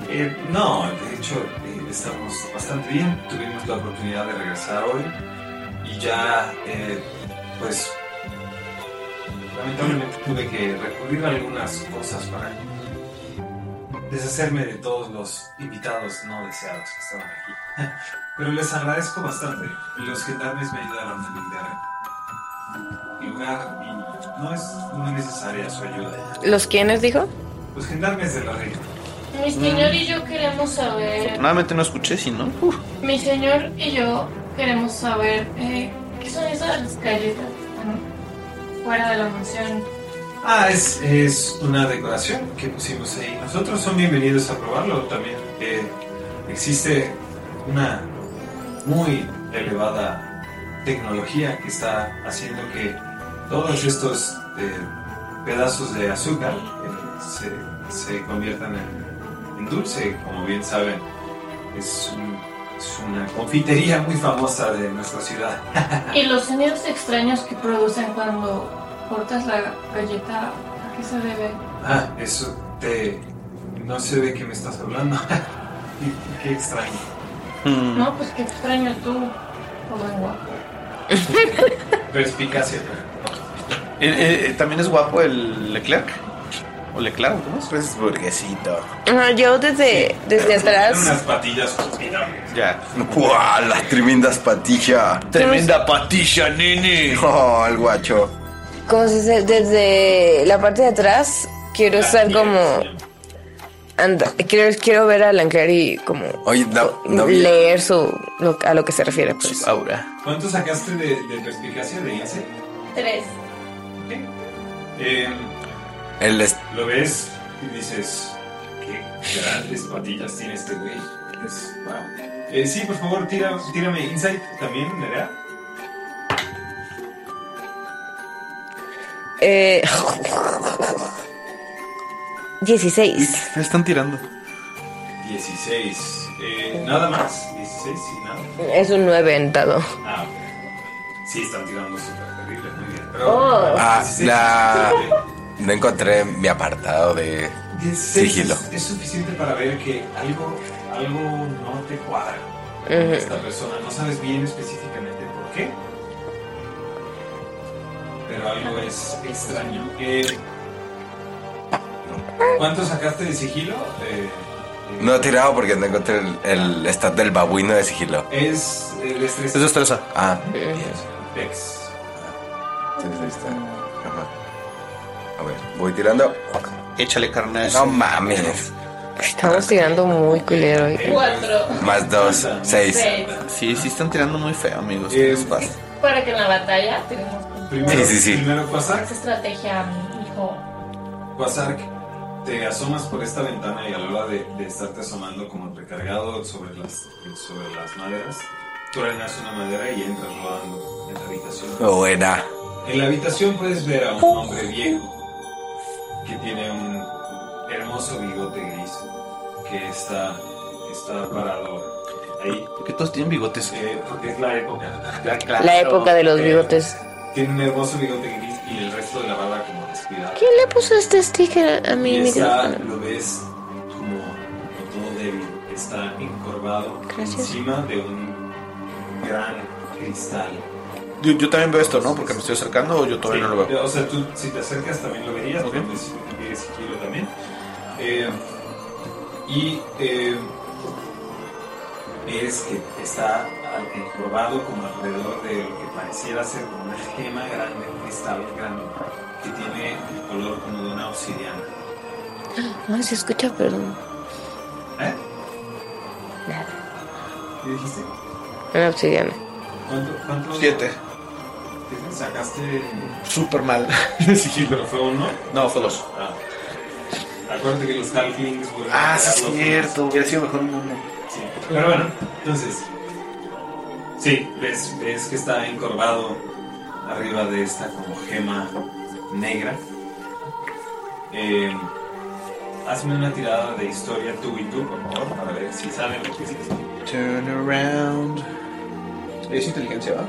Speaker 1: Eh, no, de hecho, eh, estamos bastante bien. Tuvimos la oportunidad de regresar hoy y ya, eh, pues, lamentablemente tuve que recurrir a algunas cosas para deshacerme de todos los invitados no deseados que estaban aquí.
Speaker 5: <laughs>
Speaker 1: Pero les agradezco bastante. Los gendarmes me ayudaron a limpiar el lugar y no es muy necesaria su ayuda.
Speaker 3: ¿Los quiénes dijo?
Speaker 1: Los gendarmes de la reina.
Speaker 4: Mi señor y yo queremos saber.
Speaker 2: Afortunadamente no escuché, si no. uf.
Speaker 4: Mi señor y yo queremos saber eh, qué son esas galletas bueno, fuera de la mansión.
Speaker 1: Ah, es, es una decoración que pusimos ahí. Nosotros son bienvenidos a probarlo también. Eh, existe una muy elevada tecnología que está haciendo que todos estos eh, pedazos de azúcar eh, se, se conviertan en, en dulce, como bien saben. Es, un- es una confitería muy famosa de nuestra ciudad.
Speaker 4: Y los sonidos extraños que producen cuando cortas la galleta, ¿a qué se debe?
Speaker 1: Ah, eso te... No sé de qué me estás hablando. <laughs> qué extraño.
Speaker 4: No, pues qué extraño tú, joven guapo.
Speaker 1: Perspicacia.
Speaker 2: Eh, eh, eh, También es guapo el Leclerc. O Leclerc, ¿cómo es?
Speaker 5: Es Pues, burguesito.
Speaker 3: Ah, yo desde, desde atrás.
Speaker 1: Unas patillas mira.
Speaker 2: Ya.
Speaker 5: ¡Guau! Las tremendas patillas.
Speaker 2: Tremenda patilla, nene.
Speaker 5: <laughs> Oh, el guacho.
Speaker 3: ¿Cómo se dice? Desde la parte de atrás quiero estar como. anda- quiero, quiero ver a Lancler y como
Speaker 5: Oye, no, no vi- Ah,
Speaker 3: leer su lo- a lo que se refiere, pues.
Speaker 2: Aura.
Speaker 1: ¿Cuánto sacaste de, de perspicacia de ese?
Speaker 4: Tres.
Speaker 5: El est-
Speaker 1: Em, lo ves y dices, qué grandes patillas tiene este güey. Es- wow. Eh, sí, por favor, tira, tírame insight también, Nerea.
Speaker 3: Eh, <laughs> 16.
Speaker 2: Me están tirando.
Speaker 1: 16. Eh, nada más. 16 y nada.
Speaker 3: Es un 9 en dado.
Speaker 1: Ah, ok. Sí, están tirando súper terrible, muy bien. Pero,
Speaker 2: Oh.
Speaker 5: Ah,
Speaker 1: 16
Speaker 5: la...
Speaker 1: es suficiente.
Speaker 5: No encontré mi apartado de...
Speaker 1: 16
Speaker 5: Sigilo.
Speaker 1: Es, es suficiente para ver que algo, algo no te cuadra con
Speaker 3: Ujú.
Speaker 1: esta persona. No sabes bien específicamente por qué. Pero algo es extraño. Eh, ¿Cuánto sacaste de sigilo? Eh,
Speaker 5: No he tirado porque no encontré el, el stat del babuino de sigilo.
Speaker 1: es el estrés.
Speaker 2: Es destreza.
Speaker 5: Ah,
Speaker 1: Dex.
Speaker 5: entonces ahí está. Ajá. A ver, voy tirando.
Speaker 2: Échale carne.
Speaker 5: No mames.
Speaker 1: ah,
Speaker 3: Estamos tirando muy culero hoy.
Speaker 4: Cuatro.
Speaker 5: Más dos, seis.
Speaker 4: Seis.
Speaker 2: Sí, sí están tirando muy feo, amigos.
Speaker 1: Eh,
Speaker 2: Les pasa.
Speaker 4: Para que en la batalla tengamos
Speaker 1: Primero,
Speaker 5: Sí, sí, sí.
Speaker 1: primero Quasark.
Speaker 4: más estrategia, mi hijo.
Speaker 1: Quasark, te asomas por esta ventana y a la hora de, de estarte asomando como recargado sobre las, sobre las maderas, truenas una madera y entras rodando en la habitación.
Speaker 5: Oh, buena.
Speaker 1: En la habitación puedes ver a un hombre viejo que tiene un hermoso bigote gris que está, está parado ahí.
Speaker 2: Porque todos tienen bigotes.
Speaker 1: Eh, porque es la época.
Speaker 3: La época de los
Speaker 1: Eh,
Speaker 3: bigotes.
Speaker 1: Tiene un hermoso bigote gris y el resto de la barba como descuidado.
Speaker 3: ¿Quién le puso este sticker a mi
Speaker 1: Y está,
Speaker 3: micrófono?
Speaker 1: lo ves como todo débil, está encorvado
Speaker 3: Gracias.
Speaker 1: encima de un gran cristal.
Speaker 2: Yo, yo también veo esto, ¿no? Porque me estoy acercando o yo todavía no lo veo.
Speaker 1: Eh, O sea, tú si te acercas también lo verías, pero pues, si tienes sigilo también. Eh, y eh, ves que está al- encorvado como alrededor de lo que pareciera ser como una gema grande, un cristal grande, que tiene el color como de una obsidiana.
Speaker 3: Ay, se escucha, perdón.
Speaker 1: ah, ¿Eh?
Speaker 3: Nada.
Speaker 1: ¿Qué dijiste?
Speaker 3: Una obsidiana.
Speaker 1: ¿Cuánto? cuánto
Speaker 2: Siete.
Speaker 1: ¿Te sacaste?
Speaker 2: Súper mal.
Speaker 1: <laughs> Sí, pero fue uno.
Speaker 2: No, fue dos.
Speaker 1: Ah. Acuérdate que los halflings vuelven
Speaker 2: Ah,
Speaker 1: a
Speaker 2: sí, es
Speaker 1: pegar los-
Speaker 2: cierto. Hubiera sido mejor un uno.
Speaker 1: Sí. Pero bueno, entonces. Sí, ves, ves que está encorvado arriba de esta como gema negra. Eh, hazme una tirada de historia tú y tú, por favor, para ver si saben lo que es esto.
Speaker 2: Turn around. Es inteligencia, ¿va?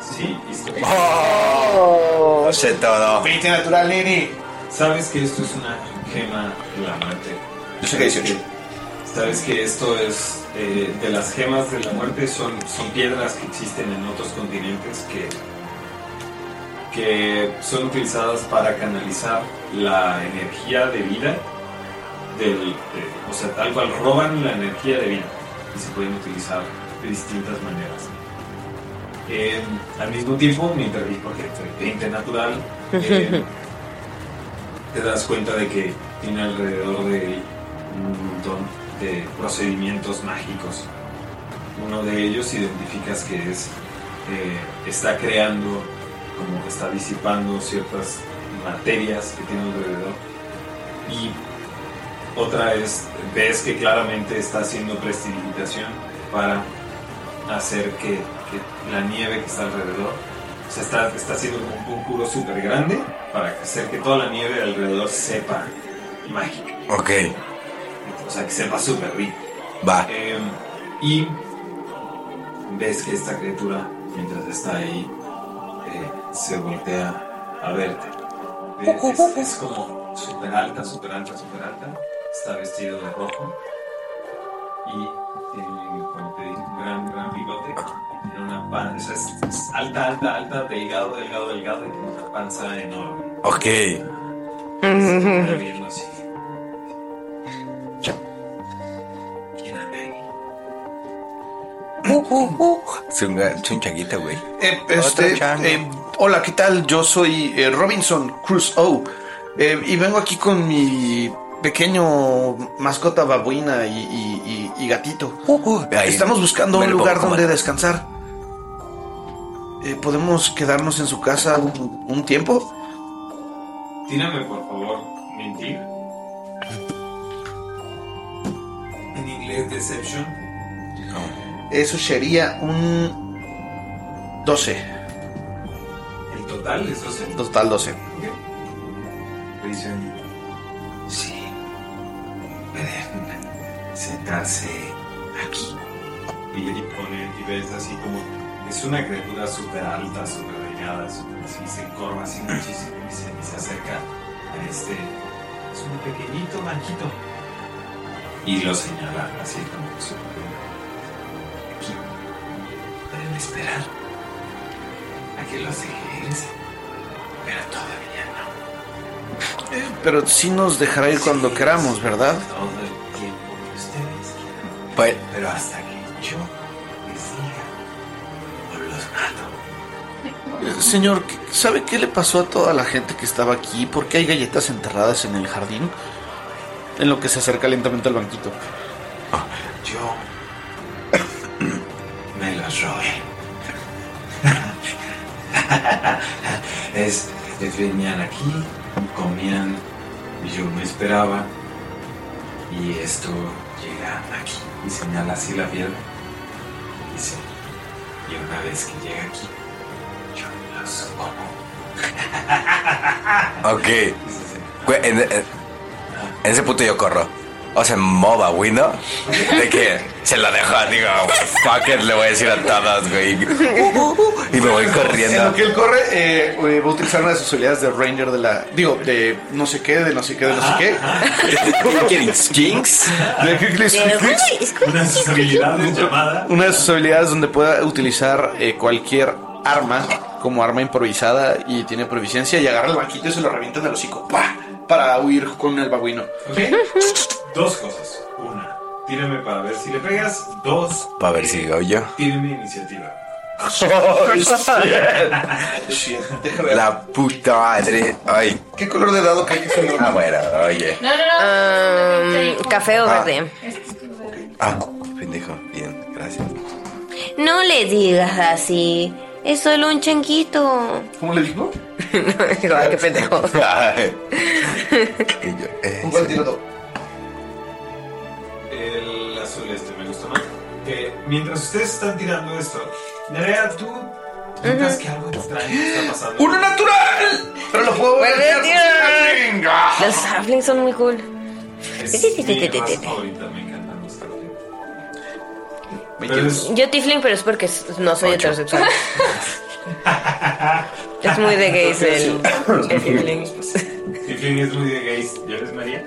Speaker 1: Sí, historia.
Speaker 5: Oh, sé todo.
Speaker 2: 20
Speaker 1: <laughs>
Speaker 2: natural, Nini.
Speaker 1: Sabes que esto es una gema de la muerte.
Speaker 2: Yo sé que 18.
Speaker 1: Sabes que esto es eh, de las gemas de la muerte son, son piedras que existen en otros continentes que, que son utilizadas para canalizar la energía de vida del de- o sea tal cual roban la energía de vida y se pueden utilizar de distintas maneras. Eh, al mismo tiempo, mientras y porque soy 20 natural, eh, te das cuenta de que tiene alrededor de él un montón de procedimientos mágicos. Uno de ellos identificas que es eh, está creando, como que está disipando ciertas materias que tiene alrededor. Y otra es, ves que claramente está haciendo prestidigitación para hacer que, que la nieve que está alrededor se está, está haciendo como un conjuro súper grande para hacer que toda la nieve de alrededor sepa mágica.
Speaker 5: Ok,
Speaker 1: O sea, que sepa súper rico.
Speaker 5: va.
Speaker 1: Eh, y ves que esta criatura, mientras está ahí, eh, se voltea a verte. Ve- Es, es como súper alta, súper alta, súper alta. Está vestido de rojo. Y tiene, como te dije, un gran, gran bigote. Y tiene una panza. Es, es alta, alta, alta, delgado, delgado, delgado. Y tiene una panza enorme.
Speaker 5: Ok,
Speaker 1: Se queda viendo así. ¿Quién anda ahí? Uh,
Speaker 5: es un, ga- es un changuito, güey.
Speaker 2: Eh, este,
Speaker 5: Otro chango.
Speaker 2: eh, hola, ¿qué tal? Yo soy eh, Robinson Cruz O. eh, y vengo aquí con mi pequeño mascota babuina y, y- y- y gatito.
Speaker 5: Uh, ahí.
Speaker 2: Estamos buscando
Speaker 5: Me
Speaker 2: un
Speaker 5: lo
Speaker 2: lugar
Speaker 5: pongo,
Speaker 2: donde
Speaker 5: man.
Speaker 2: descansar. Eh, ¿Podemos quedarnos en su casa
Speaker 5: Uh.
Speaker 2: un, un tiempo?
Speaker 1: Tírame, por favor, mentir. En inglés, deception.
Speaker 2: Eso sería un 12,
Speaker 1: El total es 12.
Speaker 2: total 12.
Speaker 1: Le dicen, sí, pueden sentarse aquí. Y él pone, y ves así como, es una criatura súper alta, súper delgada, súper así, se encorva así muchísimo y se, y se acerca a este, es un pequeñito manquito. Y lo señala así como súper aquí. Pueden esperar a que los deje irse, pero todavía no.
Speaker 2: Pero sí nos dejará ir cuando queramos, ¿verdad?
Speaker 1: Todo el tiempo que ustedes quieran.
Speaker 5: Pues,
Speaker 1: Pero hasta que yo les diga, o los mato.
Speaker 2: Señor, ¿sabe qué le pasó a toda la gente que estaba aquí? ¿Por qué hay galletas enterradas en el jardín? En lo que se acerca lentamente al banquito.
Speaker 1: Yo me los robé. es, es venían aquí, comían yo no esperaba. Y esto llega aquí y señala así la piedra. Dice, y una vez que llega aquí, yo los como.
Speaker 5: Ok. Güey, En, en- en ese punto yo corro. O sea, MOBA, güey, ¿no? De que se lo dejó, digo, fuck it, le voy a decir a todos, güey. Y me voy
Speaker 2: En lo
Speaker 5: corriendo.
Speaker 2: que él corre, eh, eh, va a utilizar una de sus habilidades de Ranger de la. Digo, de no sé qué, de no sé qué, de no sé qué.
Speaker 5: ¿Quién? ¿Skinks?
Speaker 2: De Kickless Kickless.
Speaker 1: Una de sus habilidades llamada.
Speaker 2: Una de sus habilidades donde pueda utilizar eh, cualquier arma como arma improvisada y tiene proficiencia y agarra el banquito y se lo revienta en el hocico. ¡pah! Para huir con el babuino.
Speaker 1: Ok. Dos cosas. Una, tírame para ver si le pegas.
Speaker 5: <laughs>
Speaker 1: Dos,
Speaker 5: Para ver si oye.
Speaker 1: tírame iniciativa. <laughs>
Speaker 5: La puta madre. Ay.
Speaker 2: ¿Qué color de dado cae?
Speaker 5: Ah, bueno, oye.
Speaker 4: No, no, no.
Speaker 3: Um, ¿Café o
Speaker 5: Ah.
Speaker 3: verde?
Speaker 5: Ah, pendejo. Bien, gracias.
Speaker 3: No le digas así. Es solo un changuito.
Speaker 2: ¿Cómo le digo?
Speaker 3: no, digo, ay, qué pendejo.
Speaker 5: <laughs>
Speaker 3: <laughs>
Speaker 5: Ay. Y yo, eh,
Speaker 2: Un gol tirado.
Speaker 1: El azul este me gusta más. Que mientras ustedes están tirando esto, Nerea, tú notas que algo extraño está pasando.
Speaker 2: ¡Uno natural! Pero lo puedo
Speaker 3: Bueno,
Speaker 2: ver.
Speaker 3: tío.
Speaker 2: ¡Venga!
Speaker 3: Los saplings son muy cool.
Speaker 1: Es mi raza favorita, me encantan los tatuajes. Pero es-
Speaker 3: Yo tifling, pero es porque s- no
Speaker 2: <laughs>
Speaker 3: soy heterosexual. es muy de gays el, el tifling.
Speaker 2: pues.
Speaker 1: Tiflin es muy de gays. ¿Ya ves, María?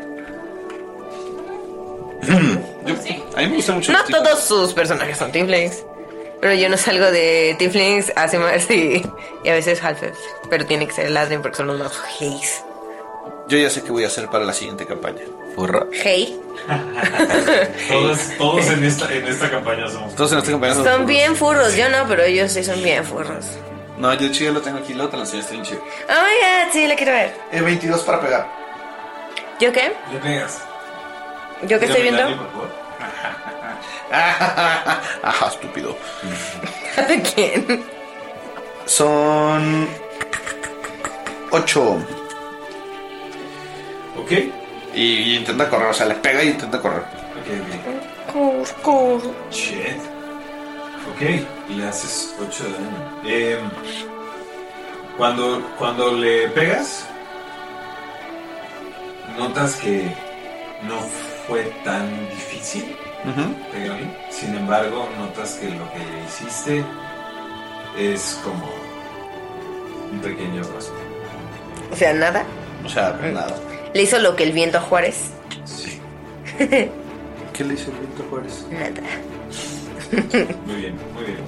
Speaker 2: Yo- a mí me gusta mucho.
Speaker 3: No
Speaker 2: el tipo.
Speaker 3: todos sus personajes son tiflings. Pero yo no salgo de tiflings, así más y, y a veces half Pero tiene que ser el Adrien porque son los más gays.
Speaker 2: Yo ya sé qué voy a hacer para la siguiente campaña.
Speaker 5: burro.
Speaker 3: Hey.
Speaker 1: Todos, todos en, esta, en esta campaña somos.
Speaker 2: Entonces en esta campaña son-
Speaker 3: Son bien furros, yo no, pero ellos sí son bien furros.
Speaker 2: No, yo chido lo tengo aquí, lo te lo enseño, está bien chido.
Speaker 3: Oh my god, sí, la quiero ver.
Speaker 2: Eh, 22 para pegar.
Speaker 3: ¿Yo qué?
Speaker 1: Le pegas.
Speaker 3: ¿Yo qué estoy
Speaker 1: Tírame
Speaker 3: viendo?
Speaker 1: daño, por favor.
Speaker 2: <laughs> Ajá, estúpido.
Speaker 3: <laughs> ¿Quién?
Speaker 2: Son 8.
Speaker 1: Ok.
Speaker 2: Y, y intenta correr, o sea, le pega y intenta correr.
Speaker 1: ah, Ok,
Speaker 4: <laughs>
Speaker 1: ok. Shit. Ok. Y le haces 8 de daño. Em, cuando, cuando le pegas, notas que no fue tan difícil. pegarle. Sin embargo, notas que lo que hiciste es como un pequeño rastro.
Speaker 3: O sea, nada.
Speaker 2: O sea, nada.
Speaker 3: Le hizo lo que el viento a Juárez.
Speaker 1: Sí.
Speaker 2: ¿Qué le hizo el viento a Juárez?
Speaker 3: <laughs> Nada. <laughs>
Speaker 1: Muy bien, muy bien.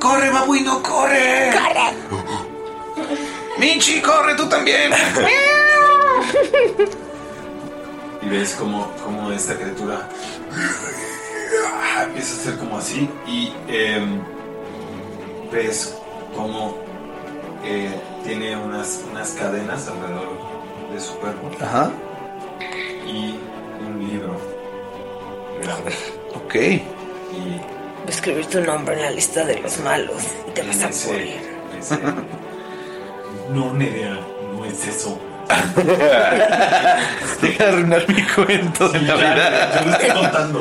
Speaker 2: ¡Corre, babuino, corre! ¡Corre! ¡Minchi, corre tú también!
Speaker 1: Y ves como, como esta criatura empieza a hacer como así y em, ves como eh, tiene unas, unas cadenas alrededor de su cuerpo
Speaker 2: Ajá,
Speaker 1: y un libro grande.
Speaker 2: ok.
Speaker 1: Y
Speaker 3: Voy a escribir tu nombre en la lista de los malos y te vas a
Speaker 1: Ese-
Speaker 3: morir. <laughs>
Speaker 1: ese- No, Nerea, no es eso.
Speaker 2: Deja de arruinar mi cuento de la vida.
Speaker 1: Yo lo estoy contando.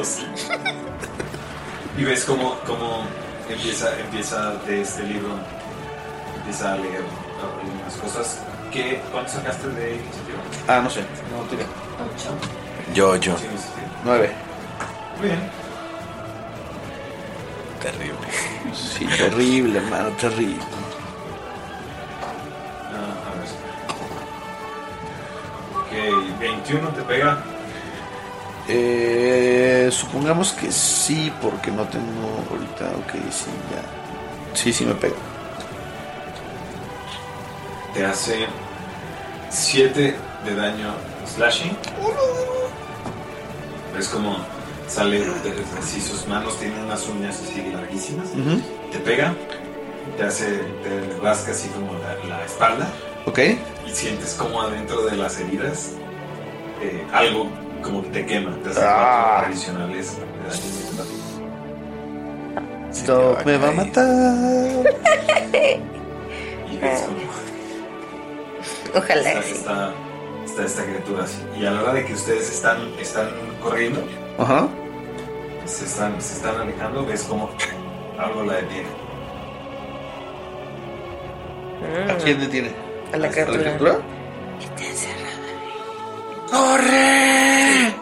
Speaker 1: Y ves cómo, cómo empieza, empieza de este libro, empieza a leer algunas cosas. que ¿Cuánto sacaste de iniciativa?
Speaker 2: Ah, no sé. No, tira.
Speaker 5: Yo, yo.
Speaker 1: Sí, iniciativa.
Speaker 2: 9.
Speaker 1: Muy bien.
Speaker 5: Terrible.
Speaker 2: Sí, terrible, hermano, terrible.
Speaker 1: Ah, a ver. Ok, 21 te pega.
Speaker 2: Eh, supongamos que sí, porque no tengo ahorita. Ok, sí, ya. Sí, sí me pega.
Speaker 1: Te hace 7 de daño slashing. Es como sale de- así, sus manos tienen unas uñas así larguísimas. Te pega, te hace, te rasca así como la, la espalda
Speaker 2: Ok.
Speaker 1: y sientes como adentro de las heridas eh, algo como que te quema. Te hace
Speaker 2: Ah.
Speaker 1: cuatro adicionales de daño necrótico.
Speaker 2: Esto me va a matar.
Speaker 1: Ah. Y ves como
Speaker 8: Ojalá.
Speaker 1: Está, está- está esta criatura así. Y a la hora de que ustedes están, están corriendo,
Speaker 2: Ajá.
Speaker 1: se están, se están alejando, ves como algo la detiene.
Speaker 2: ¿A quién detiene?
Speaker 8: A la
Speaker 2: ¿A la
Speaker 8: criatura.
Speaker 2: criatura?
Speaker 5: ¡Corre!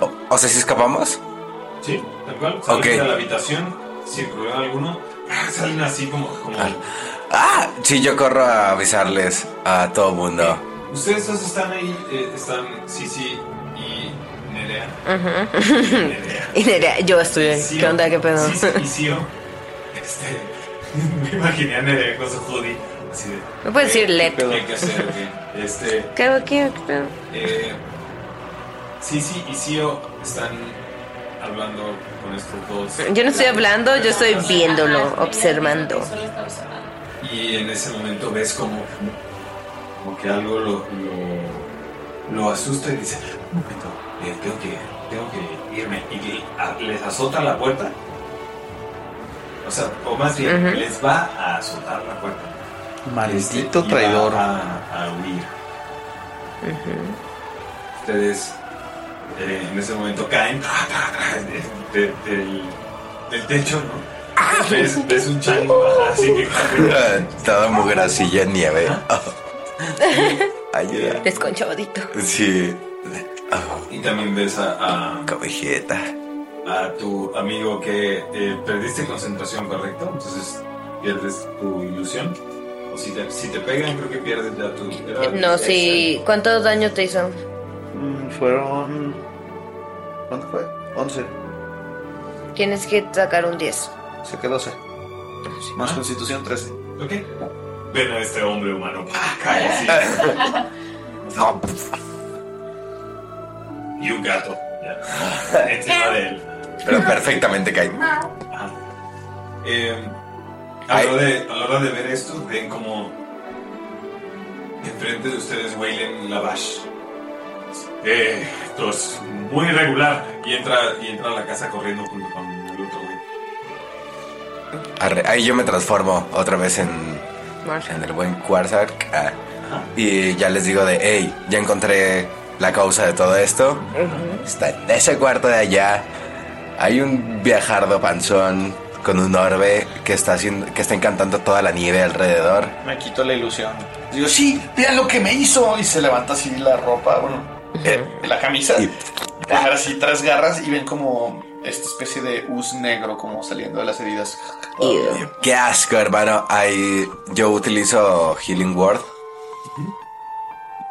Speaker 5: O, Oh, o sea, si escapamos.
Speaker 1: Sí, tal cual. Salen
Speaker 5: Ok.
Speaker 1: de la habitación, sin problema alguno. Ah, Salen así como. como
Speaker 5: ¡Ah! Sí, yo corro a avisarles a todo
Speaker 1: <laughs>
Speaker 5: mundo.
Speaker 1: Ustedes dos están ahí, eh, están Sisi y Nerea.
Speaker 3: <laughs>
Speaker 8: Y Nerea, yo estoy ahí.
Speaker 1: Sí,
Speaker 8: ¿Qué onda? ¿Qué pedo?
Speaker 1: Sí, sí, y Sio.
Speaker 8: <laughs>
Speaker 1: Este, <laughs> me imaginé a Nerea con su hoodie. Así de.
Speaker 8: No puedes decir let.
Speaker 1: ¿Qué hay que hacer? ok. Este.
Speaker 8: ¿Qué hago aquí? ¿Qué pedo?
Speaker 1: Eh, Sisi y Sio están hablando con estos dos.
Speaker 8: Yo no estoy hablando, yo estoy viéndolo, observando.
Speaker 1: Y en ese momento ves como, como que algo lo, lo, lo asusta y dice, un momento, eh, tengo, que, tengo que irme. Y le- a- les azota la puerta. O sea, o más bien,
Speaker 2: Ujú.
Speaker 1: les va a azotar la puerta. Este,
Speaker 2: Maldito
Speaker 1: y va
Speaker 2: traidor.
Speaker 1: A, a huir. Ustedes eh, en ese momento caen de- de- del, del techo, ¿no? Ves, ves un chango ajá, así que
Speaker 5: <laughs> Ah, Toda mugrasilla en nieve. Ayuda.
Speaker 8: Desconchadito.
Speaker 5: Sí.
Speaker 1: Y también ves a, a,
Speaker 5: Cobijeta.
Speaker 1: a tu amigo que eh, perdiste concentración, ¿correcto? Entonces pierdes tu ilusión. O si te, si te pegan, creo que pierdes ya tu... eh, era-
Speaker 3: Eh, No, sí. ¿Cuánto daño te hizo?
Speaker 2: Mm, Fueron. ¿Cuánto fue? 11.
Speaker 3: Tienes que sacar un 10.
Speaker 2: Se quedó 12. Más constitución 13.
Speaker 1: Ok. Ven a este hombre humano. ¡pah! Cae así.
Speaker 4: <laughs>
Speaker 5: No,
Speaker 1: y un
Speaker 5: <laughs>
Speaker 1: gato. ya, Encima de él.
Speaker 5: pero perfectamente caí.
Speaker 1: Eh, a, la hora de, a la hora de ver esto, ven como enfrente de ustedes Wayland Lavash. Eh, esto es muy irregular. Y entra, y entra a la casa corriendo junto con el otro güey.
Speaker 5: Arre, ahí yo me transformo otra vez en, en el buen Quarzark. ah, y ya les digo de, hey, ya encontré la causa de todo esto. Está en ese cuarto de allá. Hay un viajardo panzón con un orbe que está, haciendo, que está encantando toda la nieve alrededor.
Speaker 2: Me quito la ilusión. Digo, sí, mira lo que me hizo. Y se levanta así la ropa, bueno,
Speaker 5: Eh,
Speaker 2: la camisa. Dejar así tres garras y ven como esta especie de hus negro como saliendo de las heridas.
Speaker 5: Qué asco, hermano. Ay, yo utilizo Healing Word.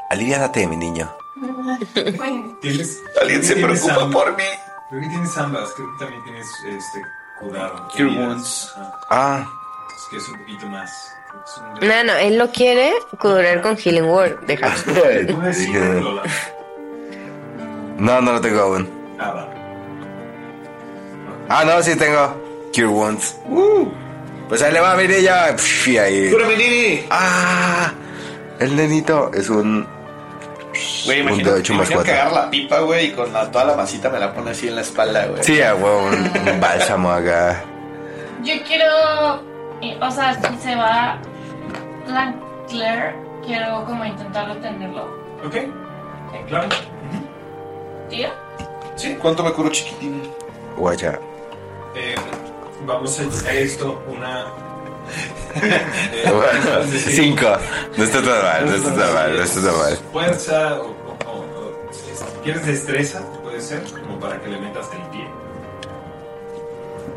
Speaker 5: Aliviánate, mi niño.
Speaker 1: ¿Tienes,
Speaker 2: Alguien se
Speaker 1: tienes
Speaker 2: preocupa
Speaker 1: ambas.
Speaker 2: por mí.
Speaker 1: Creo que tienes ambas. Creo que también tienes este, curar.
Speaker 2: Cure
Speaker 1: heridas.
Speaker 2: wounds.
Speaker 1: Ajá.
Speaker 5: Ah,
Speaker 1: Es que es un poquito más. Es un-
Speaker 8: No, no, él lo quiere curar con Healing Word. Deja.
Speaker 1: Una
Speaker 5: Ah,
Speaker 1: es un
Speaker 3: <laughs>
Speaker 1: Lola.
Speaker 5: no, no lo tengo aún.
Speaker 1: Ah, va.
Speaker 5: Ah, no, sí tengo Cure Wounds. Pues ahí le va, mi niño. Pf, y ahí.
Speaker 2: ¡Cura, Nini!
Speaker 5: Ah, el nenito es un.
Speaker 2: Güey,
Speaker 5: Un
Speaker 2: imagino,
Speaker 5: de ocho más
Speaker 2: imagino que
Speaker 5: cuatro.
Speaker 2: agarra la pipa, güey, y con la- toda la masita me la pone así en la espalda, güey.
Speaker 5: Sí, a huevo, un, un bálsamo acá.
Speaker 4: Yo quiero. eh, O sea, si se va la Claire, quiero como intentar detenerlo.
Speaker 1: Ok. Claro.
Speaker 3: <gasps>
Speaker 4: ¿Tío?
Speaker 2: Sí, ¿Cuánto me curo chiquitín?
Speaker 5: Guacha.
Speaker 1: Eh, vamos a echar esto una.
Speaker 5: Bueno,
Speaker 1: Sí.
Speaker 5: cinco. No está tan mal, no está tan mal, no está tan mal.
Speaker 1: Fuerza o, o- o- o- si quieres destreza, puede ser, como para que le metas el pie.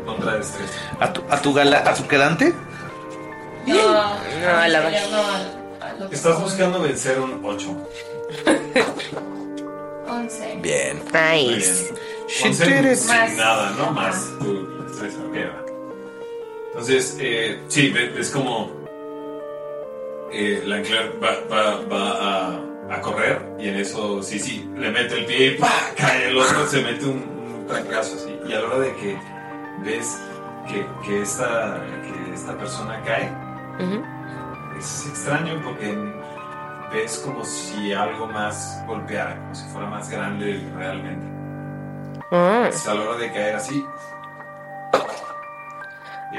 Speaker 1: Contra destreza.
Speaker 2: ¿A tu, a tu gala, a tu quedante?
Speaker 4: No,
Speaker 8: No, a la
Speaker 4: yo
Speaker 8: vez.
Speaker 4: no, al- al otro.
Speaker 1: Estás buscando vencer un 8.
Speaker 4: 11.
Speaker 5: Bien.
Speaker 1: Muy bien.
Speaker 8: Nice.
Speaker 2: Shit,
Speaker 1: Once
Speaker 2: eres-
Speaker 1: sin
Speaker 4: Más.
Speaker 1: nada, ¿no?
Speaker 4: Ajá.
Speaker 1: Más tu destreza. ok, va. Entonces, eh, sí, ve- ves como eh, Lancler va, va- va a, a correr y en eso, sí, sí, le mete el pie y ¡pa! cae el otro, se mete un, un trancazo así. Y a la hora de que ves que, que esta, que esta persona cae, es extraño porque ves como si algo más golpeara, como si fuera más grande realmente. Pues,
Speaker 8: Ah,
Speaker 4: Mm.
Speaker 1: Entonces, a la hora de caer así,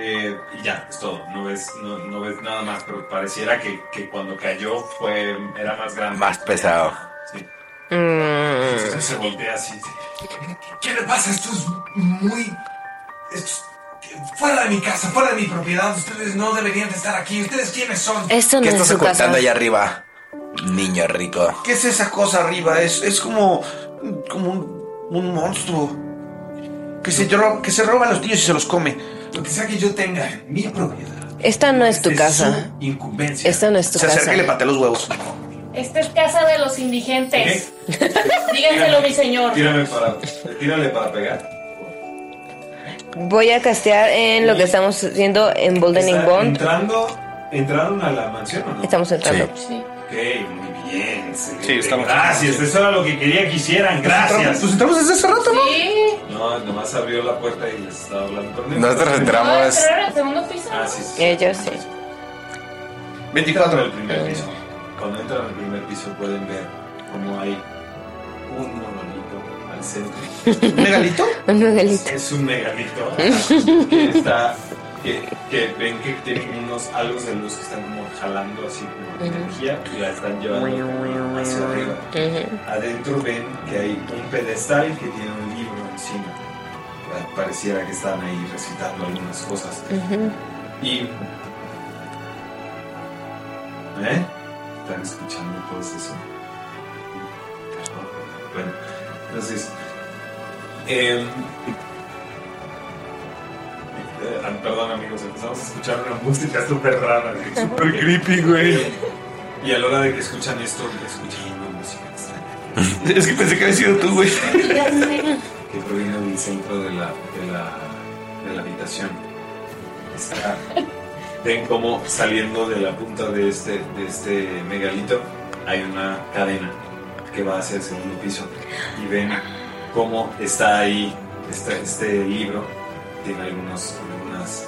Speaker 1: Eh, y ya, es todo. No ves, no, no ves nada más, pero pareciera que, que cuando cayó fue, era más grande.
Speaker 5: Más pesado.
Speaker 1: Sí.
Speaker 9: Mm.
Speaker 1: Entonces se voltea así. ¿Qué le pasa? Esto es muy. esto es- Fuera de mi casa, fuera de mi propiedad. Ustedes no deberían de estar aquí. ¿Ustedes quiénes son?
Speaker 10: Esto
Speaker 5: ¿Qué estás ocultando allá arriba? Niño rico.
Speaker 2: ¿Qué es esa cosa arriba? Es, es como, como un, un monstruo que se, ro- que se roba a los niños y se los come.
Speaker 1: Lo que sea que yo tenga en mi propiedad.
Speaker 10: Esta no es tu casa.
Speaker 1: Incumbencia.
Speaker 10: Esta no es tu
Speaker 2: Se
Speaker 10: casa.
Speaker 2: acerca y le patea los huevos.
Speaker 4: Esta es casa de los indigentes. Díganselo, mi señor.
Speaker 1: Tírame para. Tírale para pegar.
Speaker 3: Voy a castear en lo que estamos haciendo en Boldening
Speaker 1: Está
Speaker 3: Bond.
Speaker 1: Entrando. ¿Entraron a la mansión o no?
Speaker 3: Estamos entrando.
Speaker 4: Sí.
Speaker 1: Ok, muy bien.
Speaker 2: Sí, estamos-
Speaker 1: Gracias, eso era lo que quería que hicieran. Gracias.
Speaker 2: Pues entramos desde hace rato, ¿no?
Speaker 4: Sí.
Speaker 1: No, nomás abrió la puerta y les estaba hablando con él.
Speaker 5: Nosotros
Speaker 4: ¿Puedo
Speaker 5: entramos.
Speaker 4: entrar al segundo piso?
Speaker 1: Pues- Ah, sí, sí.
Speaker 3: Ellos Eh, sí.
Speaker 1: 24 del primer piso. Cuando entran al primer piso pueden ver como hay un monolito al centro.
Speaker 2: ¿Megalito?
Speaker 3: <laughs> Un regalito.
Speaker 1: Es un megalito <laughs> que está. Que, que ven que tiene unos halos de luz que están como jalando así como energía y la están llevando como hacia arriba. Adentro ven que hay un pedestal que tiene un libro encima. Pa- Pareciera que están ahí recitando algunas cosas. Y. ¿Eh? ¿Están escuchando todo eso? Bueno, entonces. em, eh, ah, perdón, amigos, empezamos a escuchar una música súper rara, güey, súper creepy, güey. Y a la hora de que escuchan esto, escuchan una música extraña
Speaker 2: Es que pensé que había sido tú, güey.
Speaker 1: que proviene del centro de la, de la, de la habitación. Está, ven como saliendo de la punta de este, de este megalito hay una cadena que va hacia el segundo piso y ven cómo está ahí está este libro. Tiene algunos, algunas,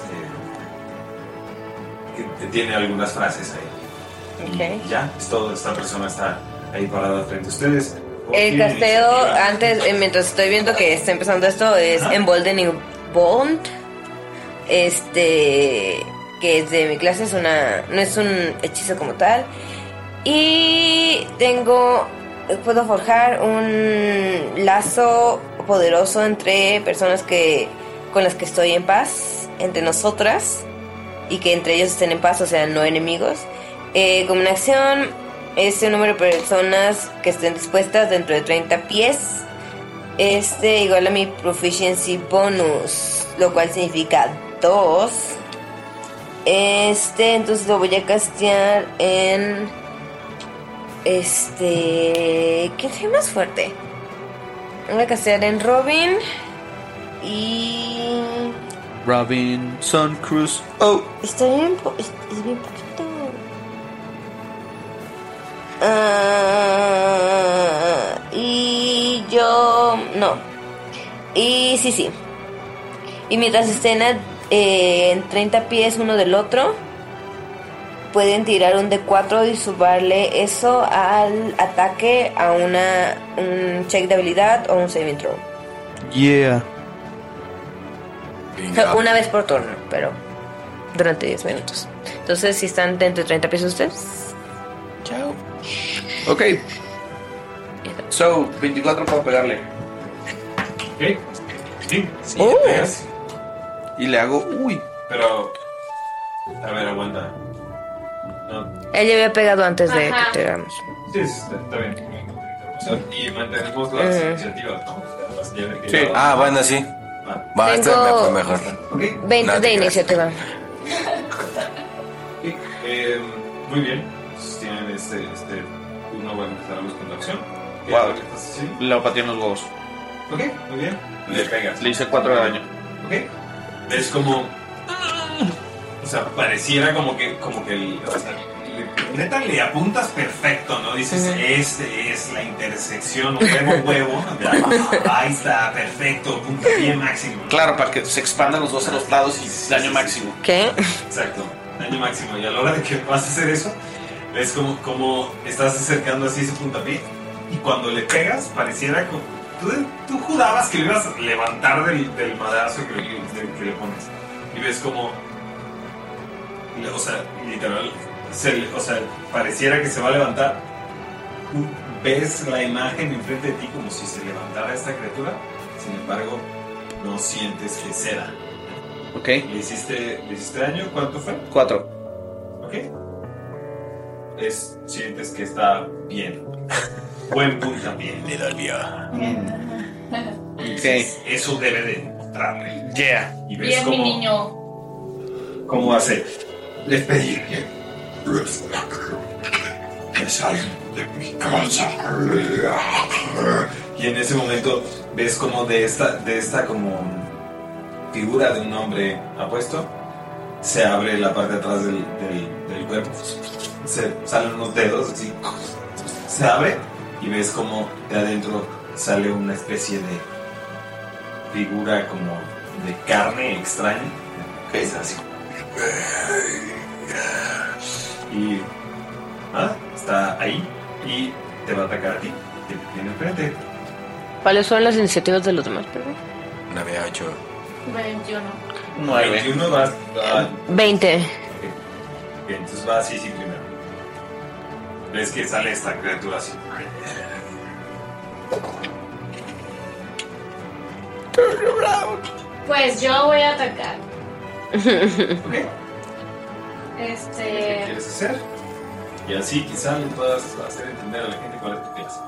Speaker 1: eh, que- tiene algunas frases ahí. Y ya, es todo. Esta persona está ahí parada frente a ustedes.
Speaker 3: El
Speaker 1: Tienen
Speaker 3: casteo
Speaker 1: iniciativa.
Speaker 3: antes, eh, mientras estoy viendo que está empezando esto, es
Speaker 1: Ajá.
Speaker 3: en Boldening Bond. Este. Que es de mi clase, es una. No es un hechizo como tal. Y tengo. Puedo forjar un lazo poderoso entre personas que. con las que estoy en paz. Entre nosotras. Y que entre ellos estén en paz, o sea, no enemigos. Eh, como una acción, ese número de personas que estén dispuestas dentro de 30 pies. Este igual a mi proficiency bonus, lo cual significa 2. Este, entonces lo voy a castear en. Este. ¿Quién soy más fuerte? Lo Voy a castear en Robin. Y.
Speaker 2: Robinson Cruz. Oh,
Speaker 3: Está bien, po- es, es bien poquito. Ah, y yo. No. Y sí, sí. Y mientras estén a- eh, en 30 pies uno del otro, pueden tirar un D4 y sumarle eso al ataque a una, un check de habilidad o un saving throw.
Speaker 2: yeah.
Speaker 3: O sea, Una vez por turno, pero durante 10 minutos. Entonces, si están dentro de 30 pies ustedes,
Speaker 2: Chao. Ok. So, 24 para pegarle.
Speaker 1: Ok. Sí, sí,
Speaker 3: Oh.
Speaker 1: le pegas,
Speaker 2: Y le hago. Uy.
Speaker 1: Pero. A ver, aguanta. No.
Speaker 3: él ya había pegado antes de
Speaker 4: Ajá.
Speaker 3: que tiráramos.
Speaker 1: Sí, está, está bien. O sea, y mantenemos las iniciativas, ¿no? O sea, las que ya
Speaker 2: Eh. Sí.
Speaker 1: tiraron.
Speaker 5: Ah, bueno, sí.
Speaker 1: Ah,
Speaker 5: Va, esto
Speaker 3: Tengo-
Speaker 5: me fue mejor.
Speaker 3: 20
Speaker 5: No te
Speaker 3: de
Speaker 5: creas.
Speaker 3: iniciativa.
Speaker 1: sí, eh, muy bien. Entonces tienen este. este uno va a empezar a luz con la acción. ¿Qué
Speaker 2: Wow.
Speaker 1: es lo que estás haciendo?
Speaker 2: Le pateé en los huevos.
Speaker 1: Ok, muy bien. Le pegas.
Speaker 2: Le hice 4 de daño.
Speaker 1: Ok. Ves como. O sea, pareciera como que. Como que el- o sea, le- neta le apuntas perfecto, ¿no? Dices, este es la intersección, huevo, huevo. ¿verdad?
Speaker 2: <laughs>
Speaker 1: Ahí está, perfecto, puntapié máximo.
Speaker 2: Claro, para que se expandan los dos a los lados y daño máximo.
Speaker 3: ¿Qué?
Speaker 1: Exacto, daño máximo. Y a la hora de que vas a hacer eso, ves como, como estás acercando así ese puntapié. Y cuando le pegas, pareciera como. Tú, tú jurabas que lo ibas a levantar del, del madrazo que, le- que le pones. y ves como, o sea, literal, se le- o sea, pareciera que se va a levantar. Tú ves la imagen enfrente de ti como si se levantara esta criatura, sin embargo, no sientes que ceda.
Speaker 2: Ok.
Speaker 1: ¿Le hiciste, le hiciste daño? ¿Cuánto fue?
Speaker 2: Cuatro.
Speaker 1: Ok. Es, sientes que está bien. Buen punto también. Le dolió.
Speaker 2: Ok.
Speaker 1: Eso debe de mostrarle.
Speaker 2: Yeah.
Speaker 1: Y ves
Speaker 4: Bien, mi
Speaker 1: cómo,
Speaker 4: niño.
Speaker 1: cómo hace. Les pedí que. que salgan de mi casa. Y en ese momento ves como de esta, de esta como figura de un hombre apuesto se abre la parte de atrás del, del- del cuerpo. Se salen unos dedos así. Se abre y ves como de adentro sale una especie de figura como de carne extraña. Que es así. Y nada, Ah, está ahí y te va a atacar a ti. Te tiene enfrente.
Speaker 3: ¿Cuáles son las iniciativas de los demás? perdón?
Speaker 5: 9 a 8.
Speaker 4: 21.
Speaker 1: 21 va, va-
Speaker 3: 20.
Speaker 1: ok, entonces va así, sí, primero. Ves que sale esta criatura así.
Speaker 4: Pues yo voy a atacar.
Speaker 1: Ok, ¿qué
Speaker 4: Este.
Speaker 1: quieres hacer? Y así quizás le puedas hacer entender a la gente cuál es tu clase.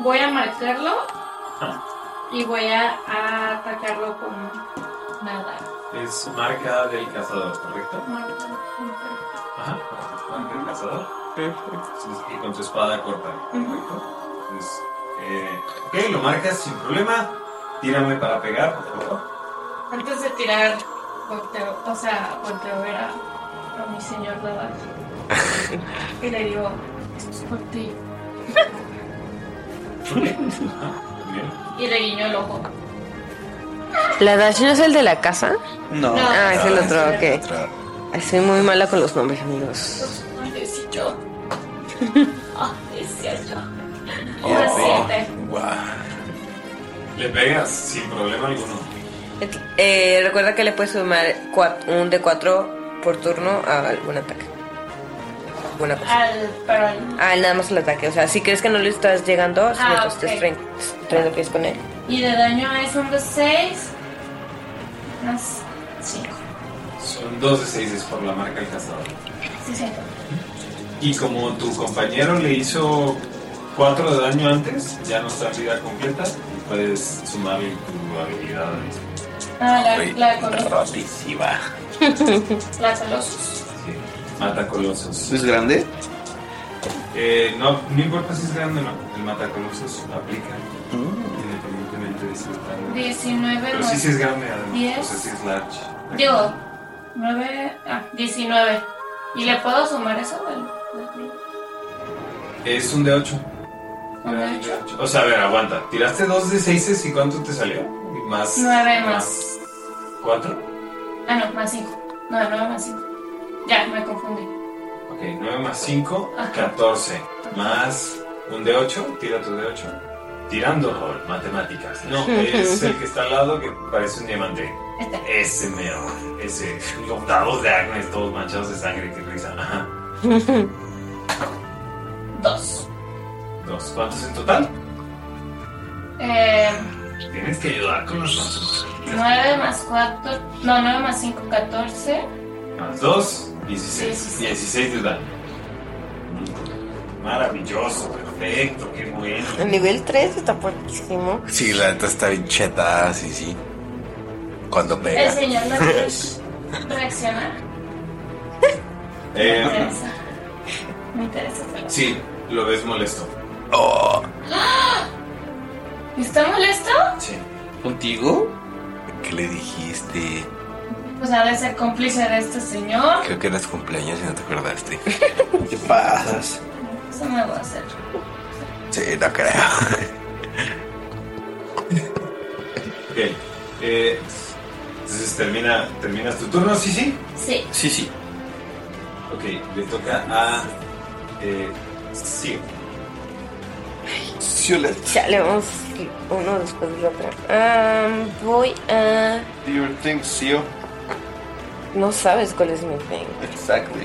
Speaker 4: Voy a marcarlo
Speaker 1: Ah.
Speaker 4: y voy a, a atacarlo con nada.
Speaker 1: Es marca del cazador, ¿correcto?
Speaker 4: Marca, marca.
Speaker 1: Ajá. Marca del cazador. Y con tu espada corta, ¿correcto? Entonces, eh, ok, lo marcas sin problema. Tírame para pegar, por favor.
Speaker 4: Antes de tirar, volteo, o sea, volteo a ver a, a mi señor de
Speaker 1: <laughs>
Speaker 4: abajo. y le digo, esto es por ti.
Speaker 1: Ajá, muy bien.
Speaker 4: Y le guiño el ojo.
Speaker 3: ¿La Dash no es el de la casa?
Speaker 2: No.
Speaker 4: No.
Speaker 3: Ah, es el otro, ok.
Speaker 5: Otra.
Speaker 3: Ay, Soy muy mala con los nombres, amigos.
Speaker 4: <laughs> Maldecillo. Ah, es cierto.
Speaker 5: Oh.
Speaker 4: Una siete.
Speaker 5: Guau.
Speaker 1: Le pegas sin problema alguno.
Speaker 8: Eh, recuerda que le puedes sumar cua- un de 4 por turno a algún ataque. Alguna cosa.
Speaker 4: Al, pero al-
Speaker 8: Ah, nada más el ataque. O sea, si crees que no le estás llegando, si
Speaker 4: Ah,
Speaker 8: no pues, te
Speaker 4: ok.
Speaker 8: estás traen- trayendo pies con él.
Speaker 4: Y de daño es un de 6 más 5.
Speaker 1: Son dos de seis por la marca del cazador.
Speaker 4: Sí, sí.
Speaker 1: Y como tu compañero le hizo cuatro de daño antes, ya no está en vida completa y puedes sumarle tu habilidad.
Speaker 4: Ah, la,
Speaker 5: Uy,
Speaker 4: la Colossus.
Speaker 5: rotísima.
Speaker 4: <laughs> La Colossus.
Speaker 1: Sí. Mata colosos.
Speaker 2: ¿Es grande?
Speaker 1: Eh, no, no importa si es grande o no, el mata colosos aplica
Speaker 2: Mm.
Speaker 1: independientemente de si es grande.
Speaker 4: 19
Speaker 1: Pero
Speaker 4: más.
Speaker 1: sí, sí es grande, además.
Speaker 4: Diez.
Speaker 1: O sea, sí es large.
Speaker 4: Digo, 9. Ah, 19. ¿Y le puedo sumar eso del, del-
Speaker 1: Es un de 8.
Speaker 4: Un de ocho.
Speaker 1: O sea, a ver, aguanta. Tiraste dos de 6 y ¿cuánto te salió? Más.
Speaker 4: Nueve más-
Speaker 1: ¿Cuatro?
Speaker 4: Ah, no, más 5. No, 9 más 5. Ya, me confundí.
Speaker 1: <laughs> Ok, 9 más 5,
Speaker 4: Ajá.
Speaker 1: 14. Más un de 8, tira tu de 8. Tirando rol, matemáticas.
Speaker 4: <laughs>
Speaker 1: No, es el que está al lado que parece un diamante.
Speaker 4: Este.
Speaker 1: Ese mero. Ese. Los dados de Agnes, todos manchados de sangre, que risa. Ajá.
Speaker 4: 2.
Speaker 1: Dos. ¿Cuántos en total?
Speaker 4: Eh.
Speaker 1: Tienes que ayudar con los dados.
Speaker 4: 9 más 4, no, 9 más 5, 14.
Speaker 1: Más 2, 16.
Speaker 4: Sí,
Speaker 1: 16 de daño. Maravilloso, perfecto, qué bueno.
Speaker 3: El nivel 3 está fuertísimo.
Speaker 5: Sí, la neta está bien chetada, sí, sí. Cuando
Speaker 4: El
Speaker 5: pega.
Speaker 4: señor Lacrush reacciona. Me
Speaker 1: <laughs> Eh,
Speaker 4: interesa. Me interesa hacerlo.
Speaker 1: sí, lo ves molesto.
Speaker 5: Oh,
Speaker 4: ¡Ah! ¿Está molesto?
Speaker 1: Sí.
Speaker 2: ¿Contigo?
Speaker 5: ¿qué le dijiste?
Speaker 4: Pues ha de ser cómplice de este señor.
Speaker 5: Creo que era su cumpleaños y no
Speaker 1: <laughs>
Speaker 5: te acordaste.
Speaker 2: ¿Qué pasas?
Speaker 4: Eso me va a hacer.
Speaker 5: Sí, no creo.
Speaker 1: Ok. eh, entonces termina, terminas tu turno, sí, sí.
Speaker 4: Sí.
Speaker 2: Sí, sí.
Speaker 1: Ok, le toca a. Eh, sí.
Speaker 2: Violet.
Speaker 8: Chale, vamos uno después del otro. Ah, voy a.
Speaker 2: Do your thing, Sio.
Speaker 3: No sabes cuál es mi thing.
Speaker 2: Exacto.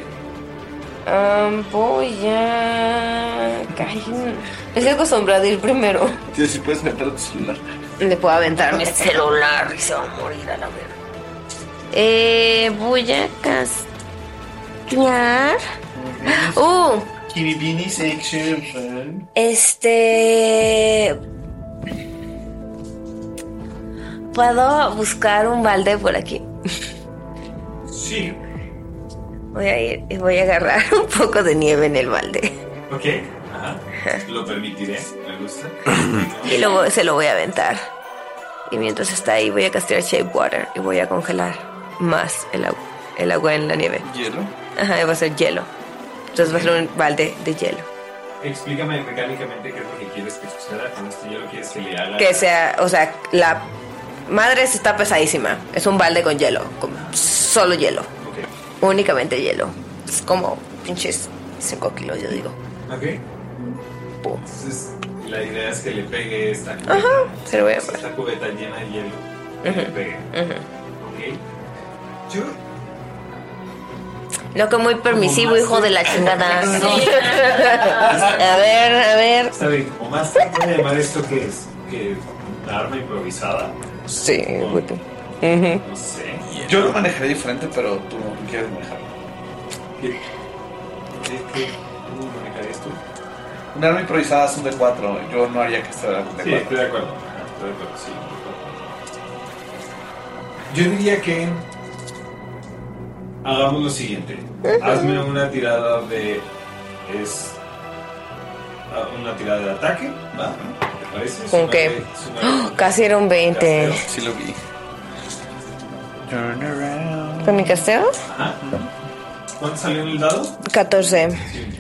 Speaker 3: Am, voy a. Ay, Estoy acostumbrada a ir primero.
Speaker 2: Tío, si puedes meter tu celular.
Speaker 3: Le puedo aventar mi celular y se va a morir a la verga. Eh, voy a castear. Uh,
Speaker 2: Kimi Beanie Section, friend.
Speaker 3: este. ¿Puedo buscar un balde por aquí?
Speaker 1: Sí.
Speaker 3: Voy a ir y voy a agarrar <laughs> un poco de nieve en el balde.
Speaker 1: Ok.
Speaker 3: <laughs>
Speaker 1: Ajá. Lo permitiré. Me gusta.
Speaker 3: Y luego se lo voy a aventar. Y mientras está ahí, voy a castear Shape Water y voy a congelar más el, agua- el agua en la nieve.
Speaker 2: Hielo.
Speaker 3: Ajá, va a ser hielo. Entonces va a ser un balde de hielo.
Speaker 1: Explícame mecánicamente qué es lo que quieres que suceda con este hielo. ¿Quieres que le haga
Speaker 3: Que sea, o sea, la madre se está pesadísima. Es un balde con hielo, con solo hielo. Únicamente hielo. Es como pinches 5 kilos, yo digo.
Speaker 1: Ok. Entonces, la idea es que le pegue esta cubeta.
Speaker 3: Ajá, se lo voy a
Speaker 1: Esta cubeta llena de hielo. Que le
Speaker 3: Ujú,
Speaker 1: pegue. Ok. Yo.
Speaker 3: Loco, muy permisivo, hijo de la chingada. <laughs> a ver, a ver.
Speaker 1: Está bien, como más te voy a llamar esto que es. Que arma improvisada.
Speaker 3: Sí, güey.
Speaker 1: No sé.
Speaker 2: Yo lo manejaré diferente, pero tú no quieres manejarlo.
Speaker 1: ¿Qué? ¿Qué? qué- ¿Cómo manejarías tú?
Speaker 2: Un arma improvisada es un D4. Yo no haría que sea un D4.
Speaker 1: Sí, estoy de acuerdo. Ajá, Estoy de acuerdo, sí. Yo diría que hagamos lo siguiente. Hazme una tirada de. Es. ah, Una tirada de ataque, ¿va? ¿Te parece?
Speaker 3: ¿Con
Speaker 1: Súmale-
Speaker 3: qué? ¡Oh!
Speaker 1: súmale-
Speaker 3: Casi era un 20.
Speaker 2: Sí lo vi. Turn around.
Speaker 3: ¿Con mi casteo?
Speaker 1: Ajá. Ah, ¿Cuánto salió en el dado?
Speaker 3: 14.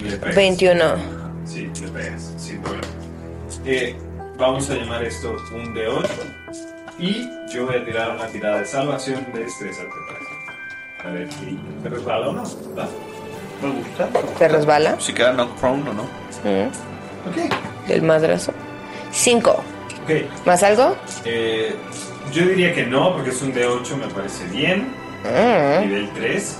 Speaker 1: Le pegas.
Speaker 3: 21.
Speaker 1: Sí, le pegas, sin problema. Eh, vamos a llamar esto un D8. Y yo voy a tirar una tirada de salvación de destreza, ¿te parece? A ver si te resbala o no. ¿va?
Speaker 2: Me gusta.
Speaker 3: ¿Te resbala?
Speaker 2: Si queda knock prone o no.
Speaker 3: Mm,
Speaker 1: Ok.
Speaker 3: Del madrazo. 5.
Speaker 1: Ok.
Speaker 3: ¿Más algo?
Speaker 1: Eh, yo diría que no, porque es un D8, me parece bien.
Speaker 3: Mm.
Speaker 1: Nivel 3.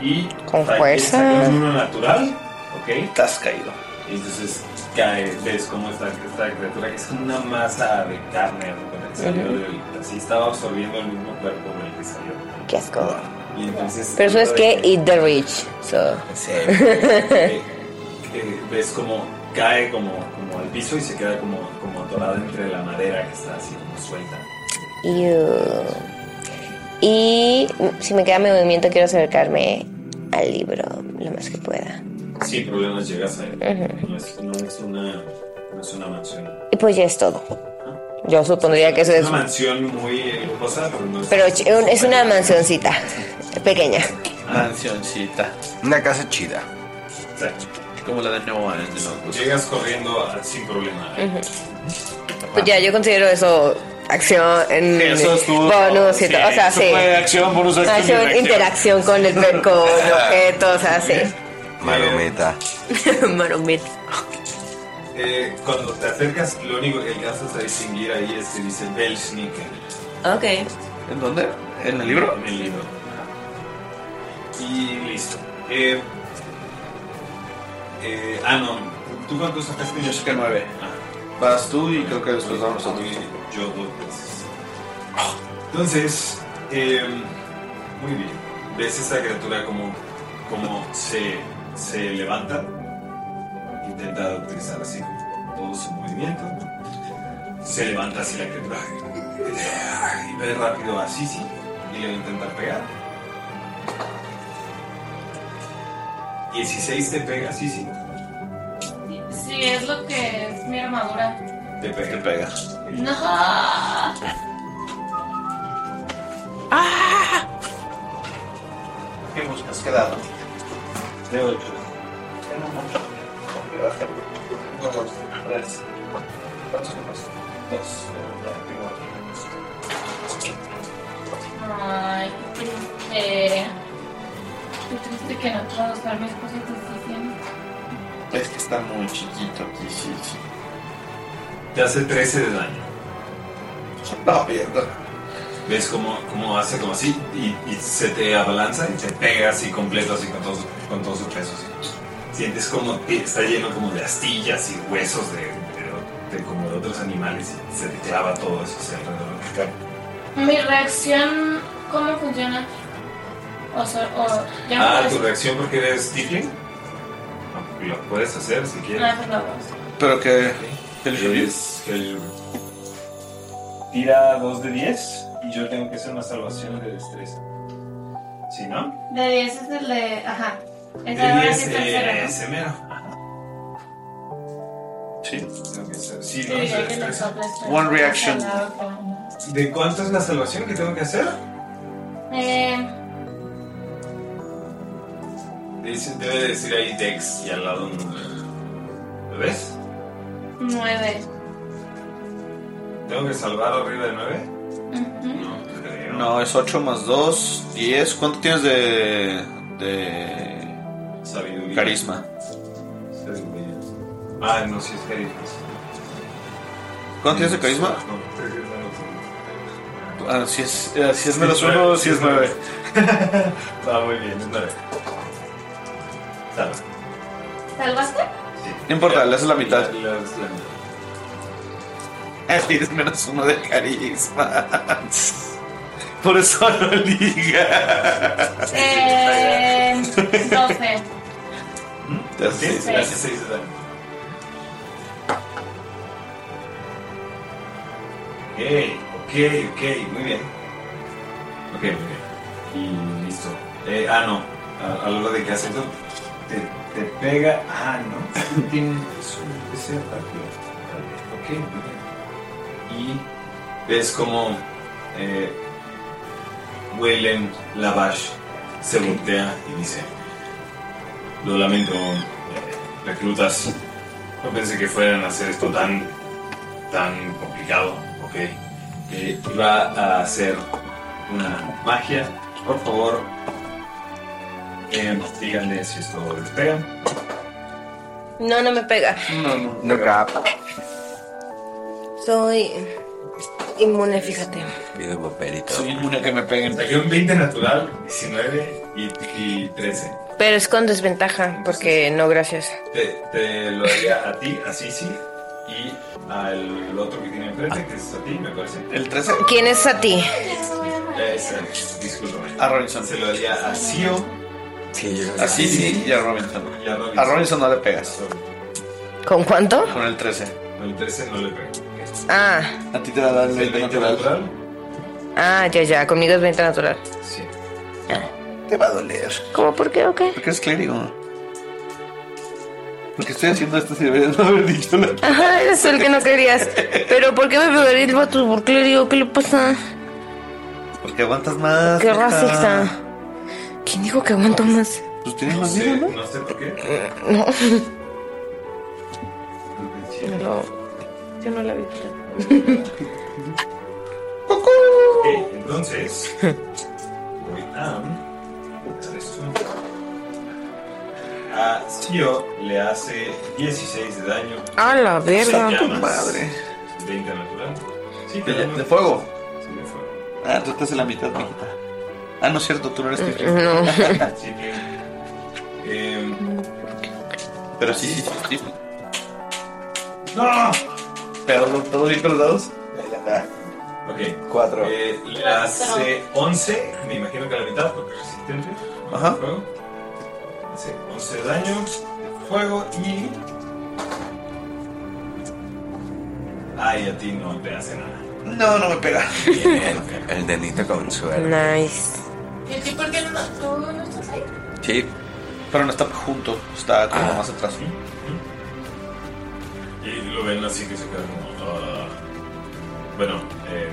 Speaker 1: Y
Speaker 3: Con
Speaker 1: ta-
Speaker 3: fuerza.
Speaker 1: saca un uno natural. Ok.
Speaker 2: Estás caído.
Speaker 1: Y entonces cae, ves cómo esta, esta criatura, que es como una masa de carne, haz de cuenta, que salió
Speaker 3: Ujú.
Speaker 1: del- así estaba absorbiendo el mismo cuerpo con el que salió.
Speaker 3: Qué asco.
Speaker 1: Y entonces.
Speaker 3: Pero eso es que
Speaker 1: trata de
Speaker 3: eat the rich. So.
Speaker 5: Sí.
Speaker 1: que- que eh, ves como cae como, como al piso y se queda como, como atorada entre la madera que está así como suelta.
Speaker 3: Ew. Y si me queda mi movimiento, quiero acercarme al libro lo más que pueda.
Speaker 1: Sin problemas llegas a él.
Speaker 3: Ujú.
Speaker 1: No es, no es una, no es una mansión.
Speaker 3: Y pues ya es todo. Yo supondría que eso es.
Speaker 1: una mansión muy eh, lujosa, pero no es.
Speaker 3: Pero ch- un- es una mansioncita pequeña.
Speaker 2: Ah. Mansioncita.
Speaker 5: Una casa chida.
Speaker 1: O sea,
Speaker 2: Como la de New Orleans. ¿no? Pues,
Speaker 1: llegas corriendo ah, sin problema.
Speaker 3: Pues ya, yo considero eso acción en
Speaker 2: Eso estuvo-
Speaker 3: bonus y
Speaker 2: sí,
Speaker 3: todo. O sea,
Speaker 2: eso
Speaker 3: sí.
Speaker 2: fue acción, bonus, acción,
Speaker 3: Acción,
Speaker 2: reacción.
Speaker 3: interacción con
Speaker 2: <laughs>
Speaker 3: el con objetos, o sea, sí.
Speaker 5: Marometa.
Speaker 3: <laughs> Maromit.
Speaker 1: Eh, cuando te acercas, lo único que alcanzas a distinguir ahí es que dice Belschnicker
Speaker 3: Ok.
Speaker 2: ¿En dónde? ¿En el libro?
Speaker 1: en el libro. Y listo. Eh, eh, ah, no. ¿Tú cuánto sacaste?
Speaker 2: Yo sé que nueve.
Speaker 1: Ah,
Speaker 2: Vas tú y creo que después vamos nosotros.
Speaker 1: y Yo pues. dos veces. Entonces, eh, muy bien. Ves esta criatura como, como se, se levanta. Intenta utilizar así todo su movimiento. Se levanta así la criatura. Y ve rápido a Sisi. Y le va a intentar pegar. 16 te pega, Sisi.
Speaker 4: Sí, es lo que es mi armadura.
Speaker 1: Te pega.
Speaker 2: Te pega.
Speaker 4: No.
Speaker 2: ¿Qué buscas? ¿Qué dado?
Speaker 1: De 8.
Speaker 4: Ay, qué triste. Qué triste que no puedo usar mis cosas que sí tienen.
Speaker 2: Es que está muy chiquito aquí, sí, sí.
Speaker 1: Te hace 13 de daño.
Speaker 2: No, mierda.
Speaker 1: ves cómo, cómo hace como así y, y se te abalanza y te pega así completo, así con todo, su- con todo su peso. así. Sientes como que está lleno como de astillas y huesos de, de- de como de otros animales y se te clava todo eso hacia alrededor de tu cara.
Speaker 4: Mi reacción, ¿cómo funciona? O sea, o ya me
Speaker 1: Ah,
Speaker 4: puedes-
Speaker 1: tu reacción porque eres tiefling. No, Lo puedes hacer si quieres.
Speaker 4: No, eso no puedo hacer.
Speaker 2: Pero que.
Speaker 1: Eres el- Tira 2 de 10 y yo tengo que hacer una salvación de destreza. Si no,
Speaker 4: De 10 es el de. Ajá.
Speaker 1: de
Speaker 4: Es de ahora
Speaker 1: 10
Speaker 4: sí
Speaker 1: eh,
Speaker 4: tercero.
Speaker 1: ese mero. Ajá. Sí, tengo que hacer. Sí,
Speaker 4: ¿no?
Speaker 1: dos de
Speaker 4: Diría que
Speaker 1: destreza.
Speaker 4: nosotros estamos
Speaker 2: One reaction.
Speaker 4: hablando con-
Speaker 1: ¿De cuánto es la salvación que tengo que hacer?
Speaker 4: Eh,
Speaker 1: Dice- Debe de decir ahí Dex y al lado un número. ¿Lo ves?
Speaker 4: 9.
Speaker 1: ¿Tengo que salvar arriba de 9? No, creo.
Speaker 2: No, es 8 más 2, 10. ¿Cuánto tienes de. de.
Speaker 1: Sabiduría.
Speaker 2: carisma?
Speaker 1: Sabiduría. Ah, no, sí es carisma.
Speaker 2: ¿Cuánto tienes de carisma?
Speaker 1: No, creo que es menos uno.
Speaker 2: Ah, si es, eh, si es
Speaker 1: Sí,
Speaker 2: menos
Speaker 1: es nueve,
Speaker 2: 1,
Speaker 1: sí,
Speaker 2: si es
Speaker 1: es
Speaker 2: 9. <laughs>
Speaker 1: <laughs> Está muy bien, es 9. Salva.
Speaker 4: ¿Salvaste?
Speaker 2: No importa, le haces la mitad.
Speaker 1: Le haces la mitad.
Speaker 2: <laughs> Tienes menos 1 de carisma. Por eso no liga.
Speaker 4: Eh, 12.
Speaker 2: Te hace seis.
Speaker 1: Sí, le haces 6 de daño. Ok, ok, ok, muy bien. Ok, muy bien. Y listo. Eh, ah, no. A, a lo largo de que hace eso, te, te pega. Ah, no. Tiene es un- ese ataque. Ok, muy bien. Y ves como eh, Wayland Lavash se voltea y dice: Lo lamento, eh, reclutas. No pensé que fueran a hacer esto tan, tan complicado. Ok. Eh, y va a hacer una magia. Por favor, eh, díganle si esto les pega.
Speaker 8: No, no me pega.
Speaker 2: No, no.
Speaker 5: No cap.
Speaker 8: Soy inmune, fíjate.
Speaker 5: Pido papelito.
Speaker 2: Soy inmune a que me peguen.
Speaker 1: Saqué un 20 natural, 19 y, y 13.
Speaker 8: Pero es con desventaja, porque no, gracias.
Speaker 1: Te, te lo haría a ti, a Sisi y al otro que tiene enfrente, que es a ti, me parece.
Speaker 2: El 13
Speaker 8: ¿Quién es a ti?
Speaker 1: Ese, discúlpame.
Speaker 2: a Ah, Robinson.
Speaker 1: Se lo haría a Sio
Speaker 5: Sí, yo creo que
Speaker 2: Así sí, y a Robinson.
Speaker 1: y a Robinson.
Speaker 2: A Robinson no le pegas.
Speaker 8: ¿Con cuánto?
Speaker 2: Con el 13.
Speaker 1: No, El 13 no le pega.
Speaker 8: Ah,
Speaker 2: A ti te va a dar el
Speaker 1: ¿El
Speaker 2: 20
Speaker 1: 20
Speaker 2: natural.
Speaker 1: natural?
Speaker 8: ah, ya, ya. Conmigo es 20 natural.
Speaker 1: Sí.
Speaker 2: Te va a doler.
Speaker 8: Ah. ¿Cómo? ¿Por qué o qué?
Speaker 2: Porque es clérigo. Porque estoy haciendo esto si deberías no haber <laughs> dicho la
Speaker 8: Ajá, eres el que no querías. Pero ¿por qué me pegaría el vato? ¿Por qué le digo? ¿Qué le pasa?
Speaker 2: Porque aguantas más.
Speaker 8: ¿Qué
Speaker 2: neta.
Speaker 8: racista? ¿Quién dijo que aguanto más?
Speaker 2: Pues tienes
Speaker 1: No
Speaker 2: más
Speaker 1: sé,
Speaker 2: miedo, ¿no?
Speaker 1: no sé por qué.
Speaker 8: No. <laughs> yo no
Speaker 1: <laughs>
Speaker 8: la vi.
Speaker 1: Ok, entonces. Voy a. hacer esto. A Sio le hace 16 de daño.
Speaker 8: A la verga.
Speaker 1: Llamas.
Speaker 2: madre.
Speaker 1: 20 natural. Sí, te
Speaker 2: De,
Speaker 1: llamas.
Speaker 2: de fuego.
Speaker 1: Sí, de fuego.
Speaker 2: Ah, tú estás en la mitad, mijita. Ah, no es cierto, tú no eres tifling.
Speaker 8: Mm,
Speaker 2: <laughs>
Speaker 8: No.
Speaker 1: Así que. em,
Speaker 2: Eh, Pero sí, sí, sí, tifling.
Speaker 1: ¡No!
Speaker 2: Pero no, todos bien con los dados.
Speaker 1: Ok.
Speaker 5: Cuatro.
Speaker 1: Eh, le hace 11, eh, me imagino que a la mitad, porque es resistente.
Speaker 2: Ajá.
Speaker 1: al Fuego. Hace 11 de daño de fuego y. Ay, a ti no te hace nada.
Speaker 2: No, no me pega.
Speaker 5: Bien,
Speaker 1: eh,
Speaker 5: el denito con suerte.
Speaker 8: Nice.
Speaker 4: ¿Y a ti por qué no? ¿Tú no estás ahí?
Speaker 5: Sí,
Speaker 2: Pero no está junto, está como más atrás.
Speaker 1: Y lo ven así que se queda como. "Ah". bueno, eh,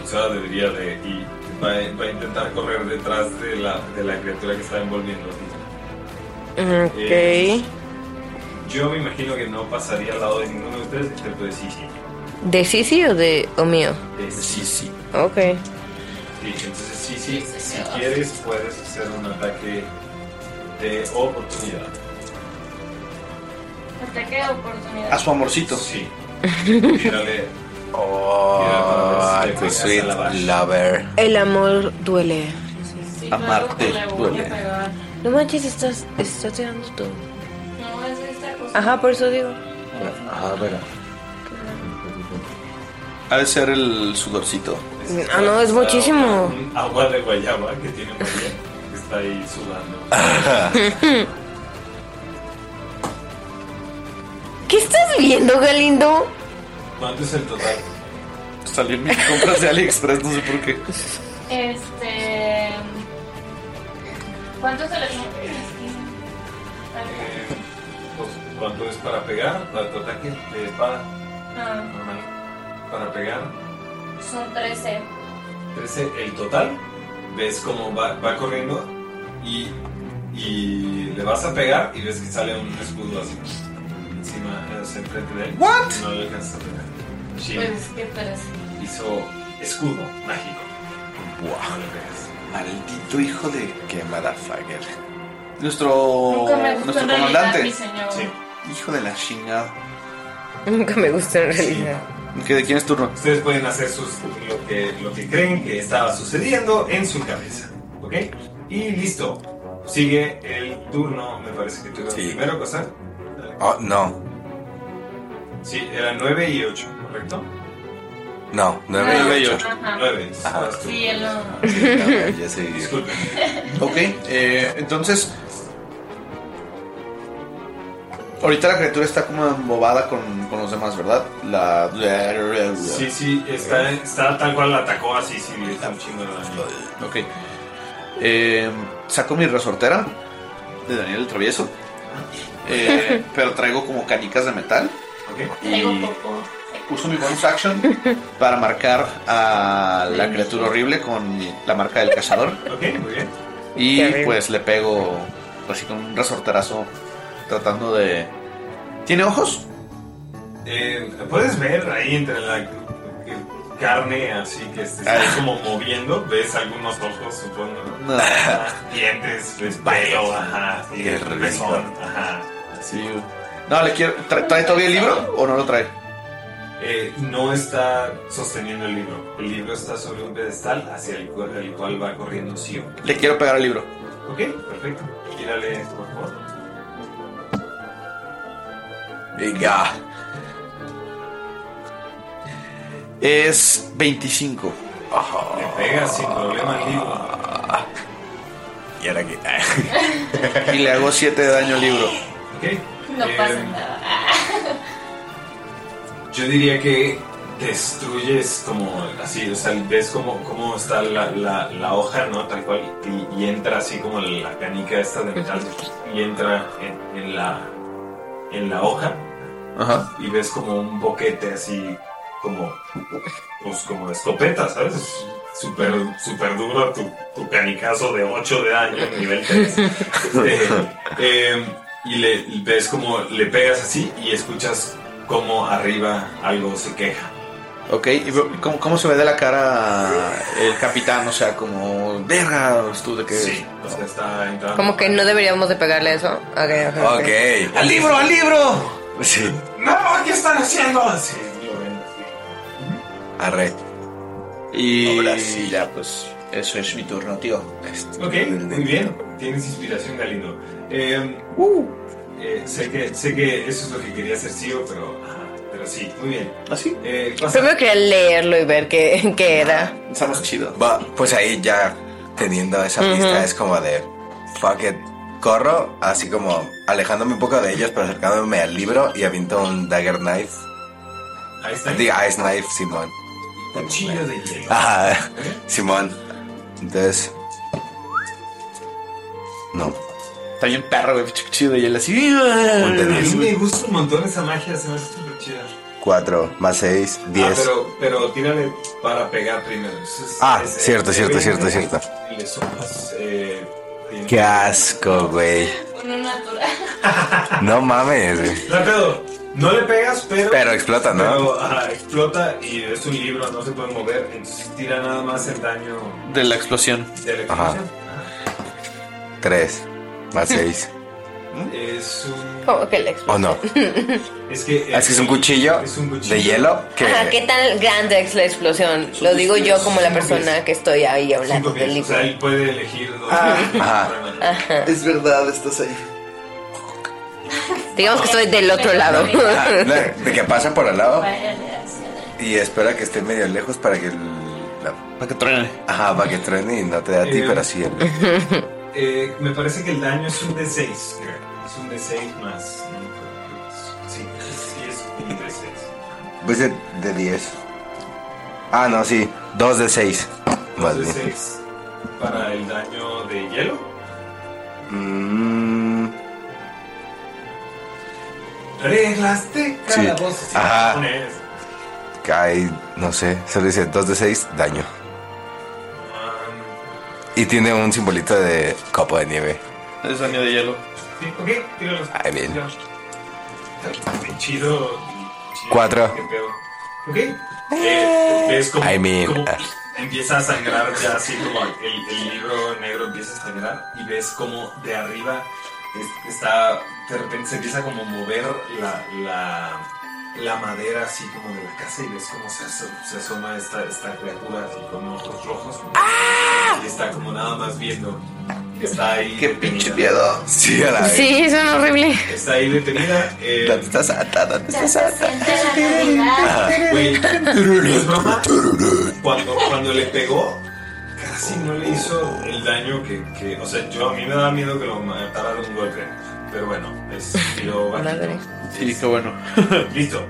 Speaker 1: quizá debería de. Y va, va a intentar correr detrás de la, de la criatura que está envolviendo.
Speaker 8: Ok.
Speaker 1: Yo me imagino que no pasaría al lado de ninguno de ustedes excepto de Sisi.
Speaker 8: ¿De Sisi o de o mío?
Speaker 1: De Sisi.
Speaker 8: Ok.
Speaker 1: Sí, entonces Sisi, si quieres, puedes hacer un ataque de oportunidad.
Speaker 4: Ataque de
Speaker 2: <laughs>
Speaker 4: oportunidad.
Speaker 2: A su amorcito.
Speaker 1: Sí. Tírale. tírale para ver si te
Speaker 5: tu sweet lover.
Speaker 3: El amor duele.
Speaker 5: Amarte duele.
Speaker 3: No manches, estás, estás tirando todo.
Speaker 4: No, es esta cosa.
Speaker 3: Ajá, por eso digo.
Speaker 5: Ah, bueno.
Speaker 2: Ha de ser el sudorcito.
Speaker 3: Ah, no, es muchísimo.
Speaker 1: Agua de guayaba que tiene María. que Está ahí sudando.
Speaker 2: <laughs>
Speaker 3: <laughs> ¿Qué estás viendo, Galindo?
Speaker 1: ¿Cuánto es el total?
Speaker 2: Salió en mis compras de AliExpress, no sé por qué.
Speaker 1: Pues,
Speaker 4: Este. ¿Cuánto se le
Speaker 1: Pues, ¿Cuánto es para pegar? Para tu ataque de espada
Speaker 4: Ah,
Speaker 1: normal. Para pegar
Speaker 4: son 13.
Speaker 1: 13 el total. Ves cómo va, va corriendo y, y le vas a pegar y ves que sale un escudo así encima, eh, o sea, enfrente de él. ¿What? No le alcanzas a pegar. Shin
Speaker 4: Pues es que 13.
Speaker 1: hizo escudo mágico. No
Speaker 5: Buah,
Speaker 1: le pegas.
Speaker 5: maldito hijo de que motherfucker.
Speaker 2: Nuestro,
Speaker 4: Nunca me gustó
Speaker 2: nuestro
Speaker 4: en realidad mi
Speaker 2: comandante.
Speaker 4: señor.
Speaker 1: Sí.
Speaker 2: Hijo de la chingada.
Speaker 3: Nunca me gustó en
Speaker 1: realidad.
Speaker 2: ¿Qué- ¿De quién es turno?
Speaker 1: Ustedes pueden hacer sus, lo, que, lo que creen que estaba sucediendo en su cabeza. ¿Ok? Y listo. Sigue el turno, me parece que tú eras
Speaker 5: Sí.
Speaker 1: primero, cosa.
Speaker 5: Oh, no.
Speaker 1: Sí, era 9 y 8, ¿correcto?
Speaker 5: No, nueve
Speaker 4: Ah,
Speaker 5: y ocho.
Speaker 4: Ajá.
Speaker 1: 9.
Speaker 4: Ah,
Speaker 2: Ah,
Speaker 4: Sí, él <laughs> no.
Speaker 5: Sí, a ver, Yo soy.
Speaker 1: Disculpe.
Speaker 2: Ok, eh, entonces. Ahorita la criatura está como embobada con, con los demás, ¿verdad? La.
Speaker 1: Sí, sí, está, está tal cual la atacó así, sí, le hizo un chingo de daño.
Speaker 2: Ok. Eh, saco mi resortera de Daniel el Travieso. Eh, pero traigo como canicas de metal.
Speaker 1: ¿Ok?
Speaker 4: Traigo
Speaker 2: Y
Speaker 4: poco.
Speaker 2: uso mi bonus action
Speaker 1: <laughs>
Speaker 2: para marcar a la criatura horrible con la marca del cazador.
Speaker 1: Ok, muy bien.
Speaker 2: Y
Speaker 3: Terrible.
Speaker 2: pues le pego así con un resorterazo tratando de... ¿Tiene ojos?
Speaker 1: Eh, Puedes ver ahí entre la eh, carne así que se está
Speaker 2: Ay.
Speaker 1: como moviendo, ves algunos ojos, supongo. ¿no?
Speaker 2: No.
Speaker 1: dientes, ves pelo, ajá, y
Speaker 5: Qué
Speaker 1: el
Speaker 5: rico.
Speaker 1: pezón, ajá.
Speaker 2: Sí. No, le quiero... ¿tra- ¿Trae todavía el libro o no lo trae?
Speaker 1: Eh, no está sosteniendo el libro. El libro está sobre un pedestal hacia el cual, el cual va corriendo Sio.
Speaker 2: Le quiero pegar el libro.
Speaker 1: Ok, perfecto. Gírale, por favor.
Speaker 5: Venga.
Speaker 2: Es 25.
Speaker 1: Le pega sin
Speaker 2: Ah.
Speaker 1: problema al libro.
Speaker 5: Y ahora que.
Speaker 2: <laughs> Y le hago 7 de daño al libro.
Speaker 1: Ok.
Speaker 4: No
Speaker 1: eh,
Speaker 4: pasa nada. <laughs>
Speaker 1: Yo diría que destruyes como así, o sea, ves como, como está la, la- la hoja, ¿no? Tal cual, y, y entra así como la canica esta de metal y entra en, en la, en la hoja
Speaker 2: Ajá.
Speaker 1: y ves como un boquete así, como, pues como de escopeta, ¿sabes? Súper, súper duro tu, tu canicazo de 8 de daño, nivel 3. y le y ves como le pegas así y escuchas como arriba algo se queja.
Speaker 2: Ok, ¿y cómo, cómo se ve de la cara el capitán? O sea, como... Verga, tú de que...
Speaker 1: Sí, o sea, está entrando.
Speaker 3: Como que no deberíamos de pegarle eso. Ok, ok. ok.
Speaker 5: Ok.
Speaker 2: ¡Al libro, al libro!
Speaker 5: Sí.
Speaker 1: ¡No! ¿Qué están haciendo? Sí, lo ven.
Speaker 5: Arre.
Speaker 2: Y...
Speaker 5: Ahora sí.
Speaker 2: ya, pues... Eso es mi turno, tío. Este,
Speaker 1: Ok, muy bien. Tienes inspiración, Galindo. Eh, eh, sé, que, sé que eso es lo que quería hacer, Sio, pero, ajá, pero sí, muy bien.
Speaker 2: ¿Así?
Speaker 1: Eh, pasa-
Speaker 3: Primero quería leerlo y ver qué, <laughs> qué era.
Speaker 2: Está más chido.
Speaker 5: Va, pues ahí ya teniendo esa pista es como de fuck it. Corro así como alejándome un poco de ellos, pero acercándome al libro y aviento un dagger knife.
Speaker 1: Ahí está.
Speaker 5: Digo, ice knife, Simón.
Speaker 1: Cuchillo de hielo.
Speaker 5: Ajá, Simón. Entonces. No.
Speaker 2: Está bien perro, güey, pinche chido. Y él así...
Speaker 5: Un de
Speaker 1: A mí
Speaker 5: diez.
Speaker 1: me gusta un montón esa magia, se me hace súper chida.
Speaker 5: 4 más 6,
Speaker 1: Ah,
Speaker 5: 10.
Speaker 1: pero, pero tírale para pegar primero. Eso es-
Speaker 5: Ah,
Speaker 1: es-
Speaker 5: cierto,
Speaker 1: eh,
Speaker 5: cierto,
Speaker 1: eh,
Speaker 5: cierto, cierto.
Speaker 1: y le sumas, eh, tiene-
Speaker 5: Qué asco, güey.
Speaker 4: Uno natural.
Speaker 5: No mames, güey.
Speaker 1: Rápido, no le pegas, pero.
Speaker 5: Pero explota, Ah, ¿no?
Speaker 1: Pero, ajá, explota y es un libro, no se puede mover, entonces tira nada más el daño
Speaker 2: De la explosión.
Speaker 1: de la
Speaker 2: <laughs>
Speaker 5: Ajá.
Speaker 1: explosión.
Speaker 5: 3 más 6,
Speaker 1: Es un.
Speaker 3: ¿Cómo que le explico?
Speaker 5: ¿O no?
Speaker 1: Es que. eh,
Speaker 5: Así es un cuchillo de hielo que
Speaker 3: Ajá, <laughs> ¿qué tan grande es la explosión? Lo digo yo como la persona que estoy ahí a un lado
Speaker 1: Cinco
Speaker 3: del
Speaker 1: pies. O sea,
Speaker 3: libro.
Speaker 1: él puede elegir dos.
Speaker 5: Ah.
Speaker 3: Ajá.
Speaker 11: Es verdad, estás ahí.
Speaker 3: Digamos que estoy del otro lado.
Speaker 5: <laughs> Ah,
Speaker 3: <laughs>
Speaker 5: la- de que pasa por al lado
Speaker 4: Váyale hacia la-
Speaker 5: y espera que esté medio lejos para que el- la-
Speaker 2: Para que truene.
Speaker 5: Ajá, para que truene y no te da a ti,
Speaker 1: Eh.
Speaker 5: pero sí el-
Speaker 1: <laughs> Eh, me parece que el daño es un D6. creo. Es un D6 más. Sí, sí, es un D6.
Speaker 5: Pues de, de 10. Ah, no, sí. 2 de 6. Más bien.
Speaker 1: D6 para el daño de hielo.
Speaker 5: Mm,
Speaker 1: Reglas de
Speaker 5: sí.
Speaker 1: calabozo. Sí,
Speaker 5: Ajá.
Speaker 1: pones.
Speaker 5: Cae, no sé. Solo dice 2 de 6, daño.
Speaker 1: Ah,
Speaker 5: Y tiene un simbolito de copo de nieve.
Speaker 2: Es daño de hielo.
Speaker 1: Sí, ok, tira los.
Speaker 5: Ay, bien.
Speaker 1: Qué Chido. chido,
Speaker 5: Cuatro.
Speaker 1: qué pedo. Ok. Eh, ves como,
Speaker 5: I mean,
Speaker 1: como
Speaker 5: ah.
Speaker 1: empieza a sangrar ya así como el, el libro negro empieza a sangrar y ves como de arriba es- está de repente se empieza como a mover la, la, la madera así como de la casa y ves como se, aso- se asoma esta, esta criatura así con ojos rojos y está como nada más viendo. Está ahí. Qué pinche miedo.
Speaker 5: Sí, a la vez.
Speaker 3: Sí, es horrible.
Speaker 1: Está ahí detenida. eh,
Speaker 5: ¿Dónde estás atada? ¿Dónde estás atada?
Speaker 4: Navidad.
Speaker 1: Güey, no es broma. Cuando, cuando le pegó, casi no le hizo el daño que, que- O sea, yo a mí me daba miedo que lo matara de un golpe. Pero bueno, es tiro bajito.
Speaker 3: Madre.
Speaker 2: Sí, qué bueno. <laughs>
Speaker 1: Listo.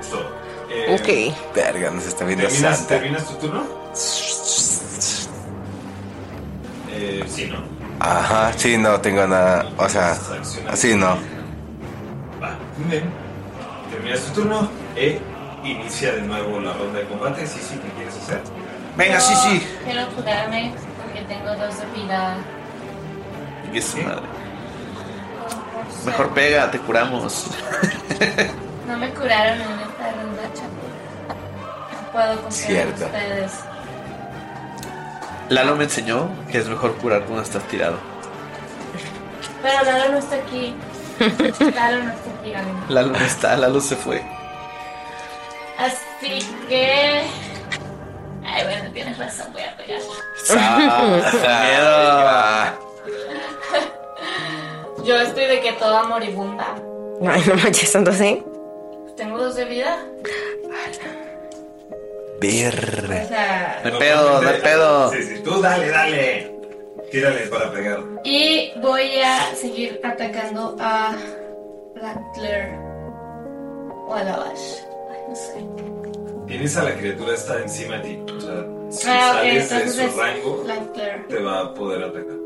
Speaker 1: Es todo. Eh,
Speaker 3: Ok.
Speaker 5: Verga, nos está viendo
Speaker 1: ¿terminas,
Speaker 2: este
Speaker 5: Santa.
Speaker 1: terminas tu turno? Eh, sí, ¿no?
Speaker 5: Ajá, sí, no tengo nada. O sea, sí, no.
Speaker 1: Va. Bien. Terminas tu turno e inicia de nuevo la ronda de combate. Sí, sí, ¿qué quieres hacer?
Speaker 2: Venga, sí, sí.
Speaker 4: Quiero curarme porque tengo dos de vida.
Speaker 2: Y es su madre. Mejor pega, te curamos. <laughs>
Speaker 4: No me curaron en esta ronda, chaval. No puedo confiar
Speaker 5: Cierto.
Speaker 4: en ustedes.
Speaker 2: Lalo me enseñó que es mejor curar cuando estás tirado.
Speaker 4: Pero Lalo no está aquí. Lalo no está aquí, Galena.
Speaker 2: Lalo no está, Lalo se fue.
Speaker 4: Así que. Ay, bueno, tienes razón, voy a pegar. <laughs>
Speaker 2: Miedo.
Speaker 4: Yo estoy de que toda moribunda.
Speaker 3: Ay, no manches, tanto así.
Speaker 4: Tengo dos de vida.
Speaker 5: Ver.
Speaker 4: O sea.
Speaker 2: De pedo, de pedo.
Speaker 1: Sí, sí, tú dale, dale. Tírale para pegar.
Speaker 4: Y voy a seguir atacando a la Claire. O a la Bash. Ay, no sé.
Speaker 1: Tienes a la criatura esta encima de ti. O sea, si
Speaker 4: Ah, ok,
Speaker 1: sales de
Speaker 4: entonces
Speaker 1: su
Speaker 4: es
Speaker 1: rango,
Speaker 4: la Claire.
Speaker 1: te va a poder atacar.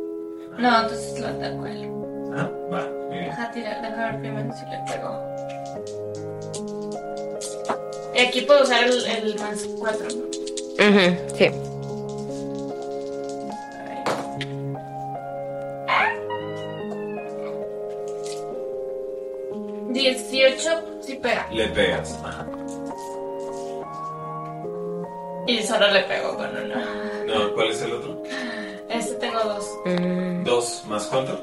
Speaker 4: No, entonces lo ataco a él.
Speaker 1: Ah, va, muy bien.
Speaker 4: Deja tirar, deja ver primero si le pego. Y aquí puedo usar el, el más 4.
Speaker 3: Ujú, sí.
Speaker 4: ¿no? 18 si pega.
Speaker 1: Le pegas. Ajá.
Speaker 4: Y solo le pego con uno.
Speaker 1: No, ¿cuál es el otro?
Speaker 4: Este tengo dos. Mm.
Speaker 1: Dos, ¿más cuánto?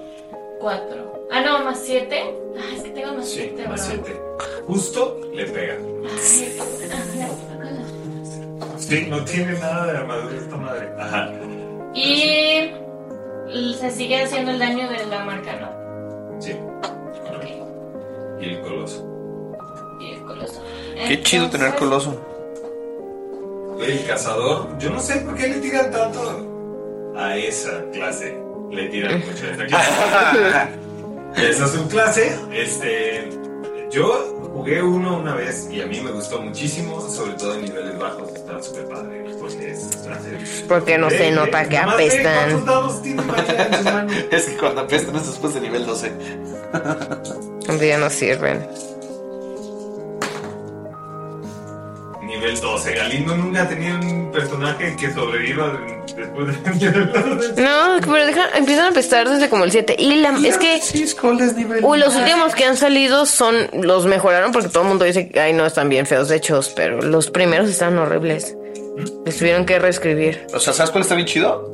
Speaker 4: Cuatro. Ah, no, más siete. Ah, es que tengo más
Speaker 1: Sí,
Speaker 4: siete,
Speaker 1: más
Speaker 4: ¿verdad?
Speaker 1: siete. Justo le pega.
Speaker 4: Ay, ah,
Speaker 1: Sí, no tiene nada de armadura esta madre. Ajá.
Speaker 4: ya. <laughs> Y l- se sigue haciendo el daño de la marca, ¿no?
Speaker 1: Sí.
Speaker 4: Ok.
Speaker 1: Y el coloso.
Speaker 4: Y el coloso.
Speaker 2: Qué chido tener
Speaker 4: Entonces,
Speaker 2: coloso.
Speaker 1: El cazador, yo no sé por qué le tiran tanto a esa clase. Le
Speaker 3: Eh.
Speaker 1: tiran mucho
Speaker 3: <laughs>
Speaker 1: a esa clase. esa es su clase. Este, yo jugué uno una vez y a mí me gustó muchísimo, sobre todo en niveles bajos. Está súper padre. Porque es clase.
Speaker 3: Porque no se
Speaker 1: Ve,
Speaker 3: nota
Speaker 1: ve,
Speaker 3: que
Speaker 1: nomás ve
Speaker 3: apestan.
Speaker 1: ¿Cuántos dados tiene María en su mano?
Speaker 2: <laughs> Es que cuando apestan es después de nivel 12.
Speaker 3: Donde ya no sirven.
Speaker 1: Nivel 12. Galindo nunca ha tenido un personaje que sobreviva después de <laughs> nivel 12.
Speaker 3: No, pero dejan, empiezan a apestar desde como el 7. Y la, es que. Uy, los últimos que han salido son. Los mejoraron porque todo el mundo dice que. Ay, no, están bien feos de hechos. Pero los primeros están horribles. Les tuvieron que reescribir.
Speaker 2: O sea, ¿sabes cuál está bien chido?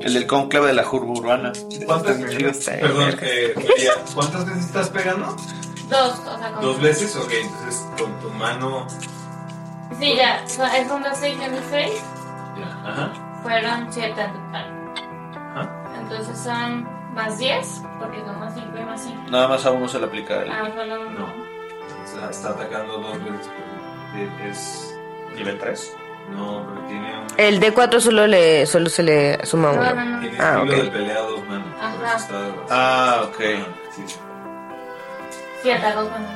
Speaker 2: El del conclave de la curva urbana.
Speaker 1: ¿Cuántas
Speaker 2: Están
Speaker 1: veces?
Speaker 2: chidos.
Speaker 1: Perdón, eh, María, ¿cuántas veces estás pegando?
Speaker 4: Dos, o sea, con-
Speaker 1: ¿Dos veces? Ok, entonces con tu mano.
Speaker 4: Sí, ya, o sea, es un dos seis y un seis,
Speaker 1: Ajá.
Speaker 4: fueron siete en total.
Speaker 1: Ajá.
Speaker 4: Entonces son más diez, porque son más cinco y más cinco.
Speaker 2: <laughs> Nada más a uno se le aplica el.
Speaker 4: Ah, solo uno.
Speaker 1: O sea, está atacando dos veces. pero Es. ¿Nivel 3? No, pero tiene un.
Speaker 3: El D4 solo, le, solo se le suma uno.
Speaker 1: Tiene
Speaker 3: Ah,
Speaker 1: estilo de
Speaker 3: ok.
Speaker 1: pelea a dos manos. por
Speaker 4: Ajá.
Speaker 1: eso pues está-
Speaker 2: Ah, ok.
Speaker 1: Sí, sí.
Speaker 4: Siete, dos, bueno.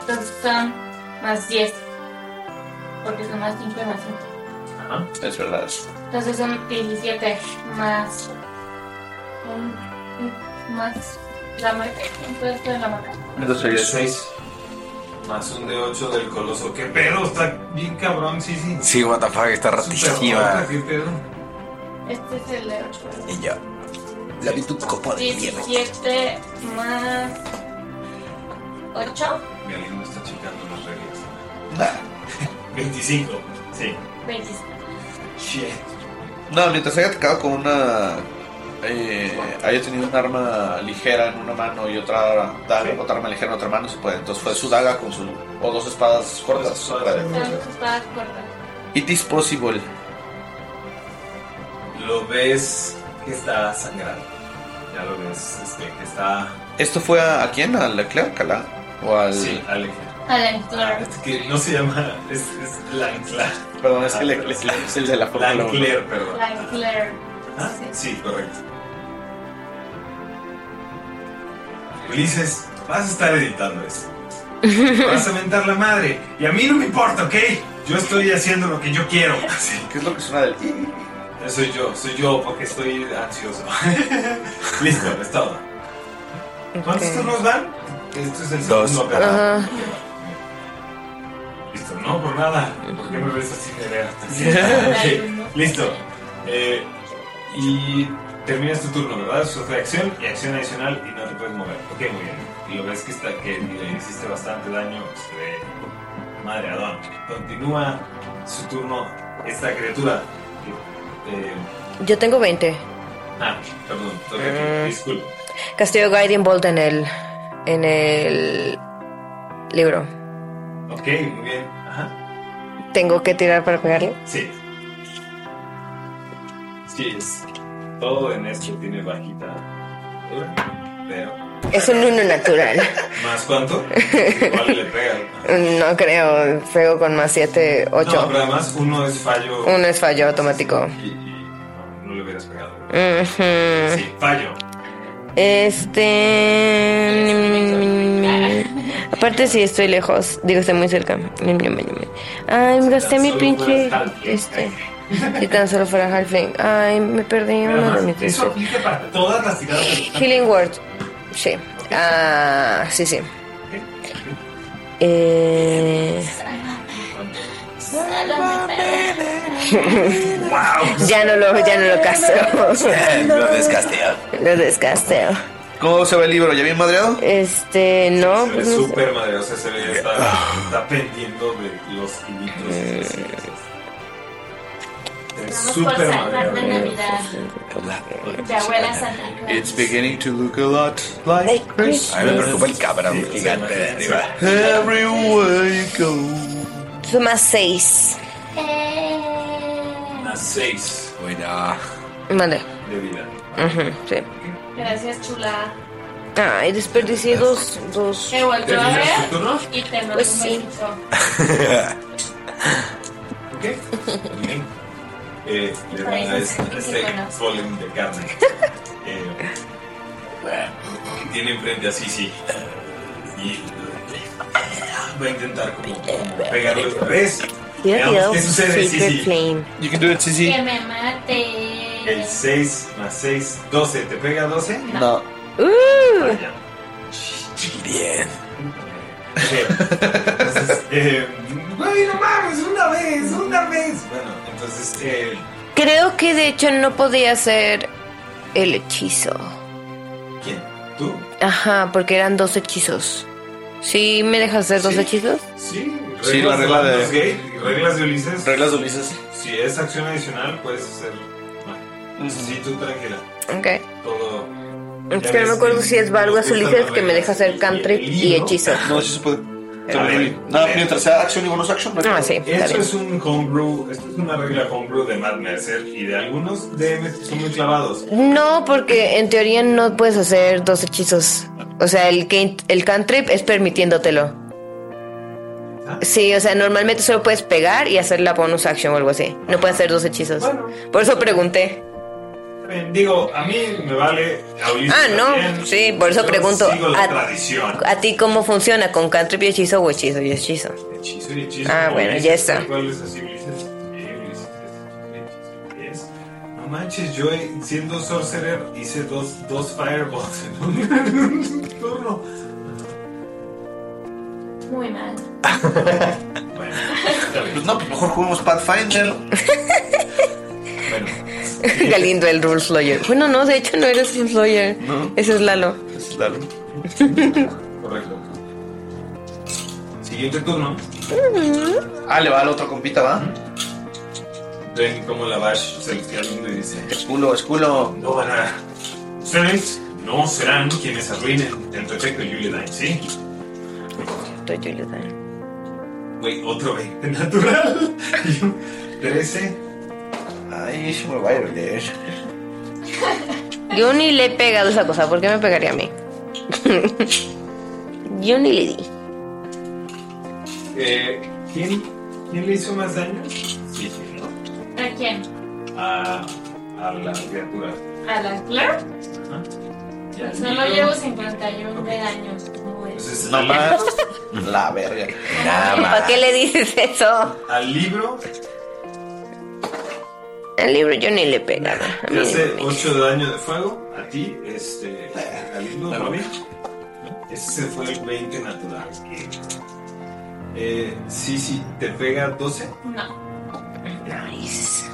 Speaker 4: Entonces son más diez, porque son más cinco y más cinco.
Speaker 1: Ajá.
Speaker 2: Es verdad.
Speaker 4: Entonces son 17 más. un- un- más. La marca. Entonces fue la marca.
Speaker 2: Entonces sería seis.
Speaker 1: Más un D8 del coloso. ¿Qué pedo? Está bien cabrón, sí, sí.
Speaker 5: Sí, what the fuck, está ratísima.
Speaker 1: ¿Qué pedo?
Speaker 4: Este es el de 8.
Speaker 5: Y yo. La vi tu copa de hierro.
Speaker 4: 17 más. 8.
Speaker 1: Galindo está checando las reglas. <laughs> 25. Sí.
Speaker 4: 25.
Speaker 1: Shit.
Speaker 2: No, mientras haya atacado con una. eh, haya tenido un arma ligera en una mano y otra daga, otra arma ligera en otra mano, se puede. Entonces fue su daga con su. O dos espadas cortas. se puede.
Speaker 4: Son sus espadas cortas.
Speaker 2: It is possible.
Speaker 1: Lo ves que está sangrando. Ya lo ves, este, que está.
Speaker 2: ¿Esto fue a, a quién? ¿Al Leclerc? ¿Ala? ¿O al.?
Speaker 1: Sí, Alex.
Speaker 4: Vale, claro.
Speaker 1: Es que no se llama. <laughs> Es, es Lancler.
Speaker 2: Perdón, es que
Speaker 1: Ah,
Speaker 2: Leclerc es el de la Fórmula uno.
Speaker 1: Lancler, perdón.
Speaker 4: La Claire.
Speaker 1: Ah, Sí, correcto. Ulises, vas a estar editando esto. Vas a mentar la madre. Y a mí no me importa, ¿ok? Yo estoy haciendo lo que yo quiero. Sí,
Speaker 2: ¿Qué es lo que suena del.?
Speaker 1: soy yo, soy yo porque estoy ansioso. <laughs> Listo, es todo. ¿Cuántos turnos van? Esto es el
Speaker 5: Dos.
Speaker 1: segundo, pero-
Speaker 3: Ajá.
Speaker 1: Listo, no, por nada. ¿Por qué me ves así de ver? Ok, Listo. Eh, y terminas tu turno, ¿verdad? Eso fue acción y acción adicional y no te puedes mover. Ok, muy bien. Y lo ves que, está, que le hiciste bastante daño. se ve Madre Adón. Continúa su turno esta criatura. Eh,
Speaker 3: Yo tengo 20.
Speaker 1: ah, perdón, estoy aquí. Disculpa.
Speaker 3: Castillo Guiding Bolt en el. en el. libro.
Speaker 1: Ok, muy bien. Ajá.
Speaker 3: ¿Tengo que tirar para pegarle?
Speaker 1: Sí. Sí, es. Todo en esto tiene bajita. Pero.
Speaker 3: Es un uno natural.
Speaker 1: ¿Más cuánto? Igual le pega.
Speaker 3: No creo. Pego con más 7,
Speaker 1: No,
Speaker 3: 8.
Speaker 1: pero además uno es fallo.
Speaker 3: Uno es fallo automático.
Speaker 1: Y, y no, no le hubieras pegado.
Speaker 3: Ujú.
Speaker 1: Sí, fallo.
Speaker 3: Este. <laughs> Aparte, si estoy lejos, digo, estoy muy cerca. Ay, me gasté mi
Speaker 1: Solo
Speaker 3: pinche.
Speaker 1: fueras halfling.
Speaker 3: Este. <laughs> Si tan solo fuera Halfling. Ay, me perdí
Speaker 1: Pero
Speaker 3: uno de
Speaker 1: además,
Speaker 3: mis
Speaker 1: eso
Speaker 3: pinches.
Speaker 1: aplica para todas las tiradas de
Speaker 3: Healing Word. Sí. Ah, sí, sí. Eh, <laughs> ya no lo, ya no lo casteo.
Speaker 5: Lo descasteo.
Speaker 3: lo descasteo.
Speaker 2: ¿Cómo se ve el libro? ¿Ya bien madreado?
Speaker 3: Este, no.
Speaker 1: Se ve
Speaker 3: pues no sé.
Speaker 1: súper madre, o sea, se ve, está, está pendiendo de los hilitos. Sí, sí, sí. Se ve
Speaker 4: Vamos por
Speaker 1: súper
Speaker 4: Santa de
Speaker 1: madre.
Speaker 4: Navidad. De abuela Santa Claus.
Speaker 2: It's beginning to look a lot like Christmas.
Speaker 5: A mí me preocupa el cabrón gigante de arriba.
Speaker 2: Everywhere you go.
Speaker 3: Son más seis. Eh.
Speaker 1: Unas seis
Speaker 5: Bueno,
Speaker 3: Vale.
Speaker 1: de vida.
Speaker 3: Ujú, sí.
Speaker 4: Gracias, chula.
Speaker 3: Ay, desperdicié dos, dos.
Speaker 4: Te volteo a
Speaker 1: ¿Terminas tu
Speaker 4: ver
Speaker 1: <laughs> turno?
Speaker 4: y te mando
Speaker 3: Pues
Speaker 4: un
Speaker 3: sí.
Speaker 4: besito.
Speaker 1: Ok. Muy bien. Eh, le van a
Speaker 4: Parece
Speaker 1: este
Speaker 4: que conozco.
Speaker 1: golem de carne. Eh, que tiene enfrente a Sisi. Y va a intentar como, como pegarle otra vez.
Speaker 3: Hubiera
Speaker 1: Veamos
Speaker 3: tirado
Speaker 1: ¿Qué sucede,
Speaker 3: Sacred
Speaker 1: Sisi?
Speaker 3: Flame.
Speaker 2: You can do it, Sisi.
Speaker 4: Que me mate.
Speaker 1: El 6 más 6, 12. ¿Te pega 12?
Speaker 2: No.
Speaker 3: Uh,
Speaker 1: Vaya.
Speaker 5: bien.
Speaker 1: Sí. Entonces, eh, güey, no mames, una vez, una
Speaker 2: <laughs>
Speaker 1: vez. Bueno, entonces, eh,
Speaker 3: creo que de hecho no podía hacer el hechizo.
Speaker 1: ¿quién? ¿Tú?
Speaker 3: Ajá, porque eran dos hechizos. ¿Sí me dejas hacer dos
Speaker 1: Sí.
Speaker 3: hechizos?
Speaker 1: Sí, reglas
Speaker 2: Sí, la regla de-
Speaker 1: Lionsgate y reglas de Ulises.
Speaker 2: Reglas de Ulises.
Speaker 1: Si es acción adicional, puedes hacer. bueno,
Speaker 2: Mm.
Speaker 1: Sí, tú tranquila.
Speaker 3: Ok.
Speaker 1: Todo.
Speaker 3: Es que no me acuerdo si es Valgo Ulises que me deja hacer country y hechizo.
Speaker 2: No, sí se puede. Nada, mientras sea action y bonus action.
Speaker 3: Ah, sí, está
Speaker 1: Esto
Speaker 3: bien.
Speaker 1: es un homebrew, esto es una regla homebrew de Matt Mercer y de algunos DMs que son muy clavados.
Speaker 3: No, porque en teoría no puedes hacer dos hechizos. O sea, el, can- el cantrip es permitiéndotelo. Sí, o sea, normalmente solo puedes pegar y hacer la bonus action o algo así. No puedes hacer dos hechizos. Por eso pregunté.
Speaker 1: Eh, Digo, a mí me vale. a Ulises
Speaker 3: Ah, no.
Speaker 1: también.
Speaker 3: Sí, por eso
Speaker 1: Yo
Speaker 3: pregunto.
Speaker 1: Sigo la
Speaker 3: ¿A,
Speaker 1: tradición.
Speaker 3: a ti cómo funciona? ¿Con cantrip y hechizo o hechizo y hechizo? <laughs>
Speaker 1: Hechizo y hechizo.
Speaker 3: Ah, bueno,
Speaker 1: Ulises,
Speaker 3: ya está.
Speaker 1: ¿Cuál es así, Ulises? Sí, Ulises, hechizo, hechizo, es. No manches, yo eh, siendo sorcerer hice dos, dos fireballs en un <laughs> turno.
Speaker 4: Muy mal.
Speaker 2: Pues no, pues mejor juguemos Pathfinder.
Speaker 3: Galindo, el rules lawyer. Bueno, no, de hecho no eres rules lawyer.
Speaker 2: No.
Speaker 3: Ese es Lalo.
Speaker 2: Claro.
Speaker 1: Correcto. Siguiente turno.
Speaker 2: Ah, le va al otro compita, ¿va?
Speaker 1: Ven como la Bash se le mundo y dice:
Speaker 2: Es culo, es culo.
Speaker 1: No van a. Ustedes no serán quienes arruinen el proyecto de Julia Dine, ¿sí?
Speaker 3: Estoy yo, Yudan.
Speaker 1: Güey, otro 20
Speaker 2: <laughs>
Speaker 1: natural. 13.
Speaker 2: Ay, se me va a ir.
Speaker 3: Yo ni le he pegado esa cosa. ¿Por qué me pegaría a mí? <laughs> Yo ni le di.
Speaker 1: Eh, ¿quién, ¿Quién le hizo más daño? Sí, ¿no?
Speaker 4: ¿A quién?
Speaker 1: A, a la criatura.
Speaker 4: ¿A la Claire?
Speaker 1: Ah, Ya,
Speaker 4: Solo llevo 51 de daño. Muy bien.
Speaker 1: Entonces,
Speaker 2: No
Speaker 1: al-
Speaker 2: más. La verga.
Speaker 3: Ay, ¿Para qué le dices eso?
Speaker 1: Al libro
Speaker 3: Al libro yo ni le pegaba. A
Speaker 1: te
Speaker 3: mí
Speaker 1: hace
Speaker 3: me-
Speaker 1: 8 de daño de fuego. A ti, este. Al libro, Robin. Ese fue el 20 natural. Eh, sí, sí, te pega 12.
Speaker 4: No.
Speaker 3: Nice.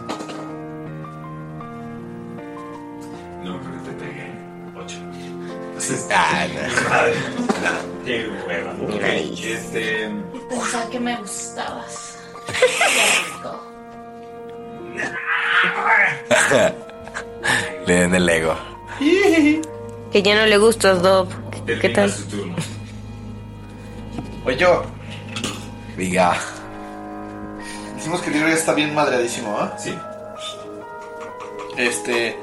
Speaker 1: No, creo que te pegué 8. Ah, no. Qué hueva. Ok, Este.
Speaker 4: Y pensaba que me
Speaker 1: <laughs>
Speaker 4: gustabas.
Speaker 5: Le den el ego.
Speaker 3: Que ya no le gustas, Dob. ¿Qué, qué
Speaker 1: termina
Speaker 3: tal?
Speaker 1: su turno.
Speaker 2: Oye, yo.
Speaker 5: Diga.
Speaker 2: Decimos que el libro ya está bien madreadísimo, ¿ah?
Speaker 1: Sí.
Speaker 2: Este.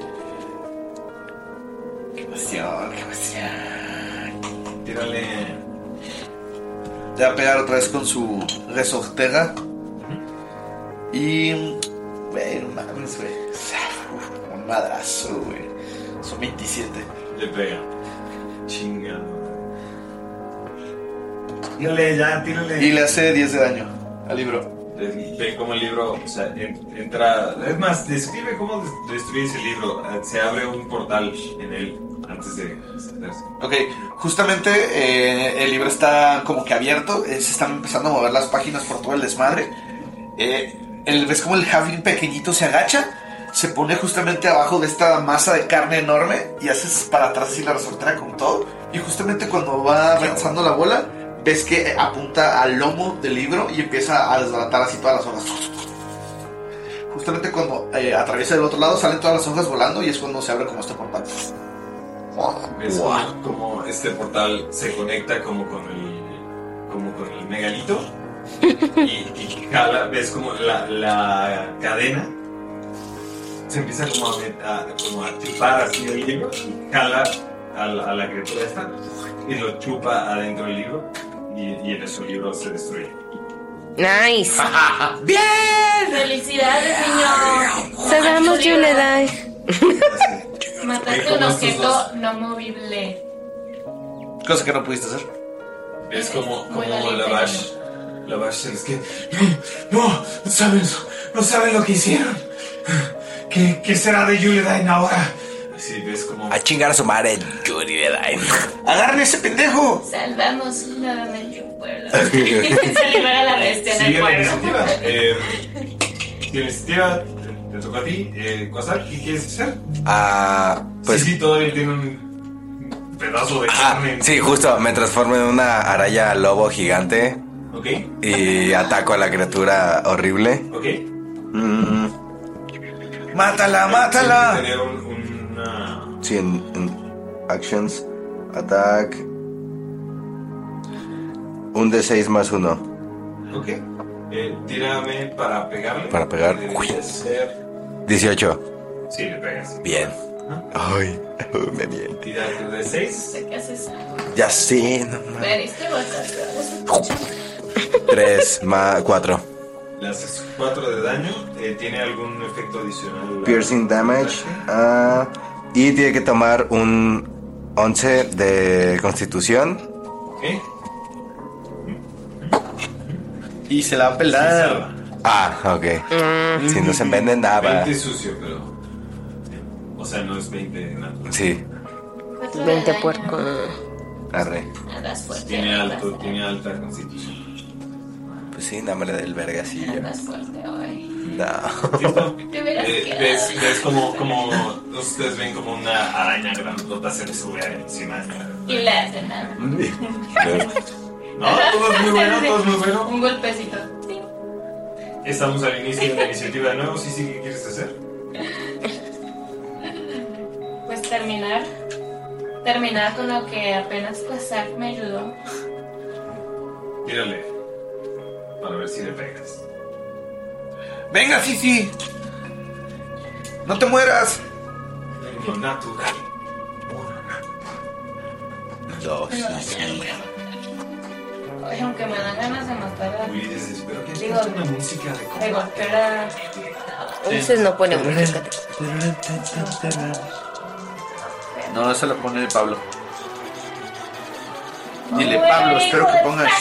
Speaker 2: Qué emoción, qué emoción.
Speaker 1: Tírale.
Speaker 2: Te va a pegar otra vez con su resortega. Y. Güey, no mames, güey. Uf, Un madrazo, güey. Son 27.
Speaker 1: Le pega. Chingado. Tírale ya, tírale.
Speaker 2: Y le hace 10 de daño al libro.
Speaker 1: Eh, Ve cómo el libro o sea, en- entra. Es más, describe cómo des- destruyes el libro. Eh, Se abre un portal en él antes de sentarse.
Speaker 2: Ok, justamente eh, el libro está como que abierto. eh, se están empezando a mover las páginas por todo el desmadre. Eh, el- ves como el javelin pequeñito se agacha. Se pone justamente abajo de esta masa de carne enorme y haces para atrás así la resortera con todo. Y justamente cuando va lanzando la bola, ves que apunta al lomo del libro y empieza a desbaratar así todas las hojas. Justamente cuando eh, atraviesa del otro lado salen todas las hojas volando y es cuando se abre como este portal.
Speaker 1: Ves cómo, cómo este portal se conecta como con el, como con el megalito y, y jala, ves como la, la cadena se empieza como a, met- a- como a chupar así el libro y jala a la, a la criatura esta y lo chupa adentro del libro y, y en eso el libro se destruye. <laughs>
Speaker 3: Nice.
Speaker 4: Felicidades, señor.
Speaker 3: Sabemos, yo le da.
Speaker 4: Mataste un
Speaker 1: Como estos
Speaker 4: objeto
Speaker 1: dos.
Speaker 4: no movible.
Speaker 2: Cosa que no pudiste hacer.
Speaker 1: Es como, como
Speaker 4: Muy valiente,
Speaker 1: la Bash. La Bash es que. No, no, no saben, no saben lo que hicieron. ¿Qué, qué será de Julian ahora? Así ves como.
Speaker 5: A chingar a su madre, Yuri de Dime.
Speaker 2: ¡Agarren ese pendejo!
Speaker 4: Salvamos nuevamente un pueblo. <laughs> Se libera la bestia en
Speaker 1: Sigue
Speaker 4: el
Speaker 1: la
Speaker 4: pueblo.
Speaker 1: iniciativa. Eh, la iniciativa te, te toca a ti. Eh, Quasar, ¿qué quieres hacer?
Speaker 5: <laughs> Ah, pues.
Speaker 1: sí, sí, todavía tiene un pedazo de
Speaker 5: Ah,
Speaker 1: carne.
Speaker 5: sí, justo. Me transformo en una araña lobo gigante
Speaker 1: Ok,
Speaker 5: y ataco a la criatura horrible.
Speaker 1: ok.
Speaker 5: Mm,
Speaker 2: Mátala,
Speaker 5: mátala.
Speaker 1: Tener un- una.
Speaker 5: Sí, en, en actions, attack. Un D6 más uno
Speaker 1: Ok. Eh, tírame para pegarle.
Speaker 5: para pegar. Uy,
Speaker 1: Debería ser.
Speaker 5: 18.
Speaker 1: Sí, le pegas.
Speaker 5: Bien. Ay, <laughs> me miento.
Speaker 1: Tira tu de 6.
Speaker 4: ¿Qué haces?
Speaker 5: Ya sé, no mames.
Speaker 4: Ven, este bolsa.
Speaker 5: 3 más 4.
Speaker 1: Le haces 4 de daño. Eh, ¿Tiene algún efecto adicional?
Speaker 5: Piercing damage. ah, y tiene que tomar un 11 de constitución.
Speaker 1: Ok.
Speaker 2: Y se la va a pelar.
Speaker 5: Ah, ok. Si no se vende nada.
Speaker 1: 20 sucio, pero. O sea, no es 20 natural.
Speaker 5: Sí,
Speaker 3: 20 puerco.
Speaker 5: arre.
Speaker 4: Andas fuerte.
Speaker 1: Tiene alto, tiene alta constitución.
Speaker 5: Pues sí, dámela del vergacillo.
Speaker 4: Andas fuerte hoy.
Speaker 5: No.
Speaker 4: Te hubieras
Speaker 1: Eh,
Speaker 4: quedado.
Speaker 1: ves, ves como, como ustedes ven como una araña grandota se le sube
Speaker 5: <laughs>
Speaker 1: encima.
Speaker 4: Y le hacen nada.
Speaker 1: No, todo es muy bueno, todo es muy bueno.
Speaker 4: Un golpecito. Sí.
Speaker 1: Estamos al inicio de la iniciativa de nuevo. Sí, sí, ¿qué quieres hacer?
Speaker 4: Pues terminar. Terminar con lo que apenas Quasac me ayudó.
Speaker 1: Tírale. Para ver si le pegas.
Speaker 2: Venga, Sisi. No te mueras.
Speaker 1: Lo natural.
Speaker 5: Dos.
Speaker 4: Oye, aunque me dan ganas de matar a.
Speaker 1: Uy, dices, pero ¿qué
Speaker 4: Digo,
Speaker 1: es una música de
Speaker 4: de golpear a.
Speaker 8: Ulises no pone música.
Speaker 2: No, esa la pone Pablo. Dile,
Speaker 4: Bueno,
Speaker 2: Pablo, espero
Speaker 4: hijo
Speaker 2: que
Speaker 4: de
Speaker 2: pongas.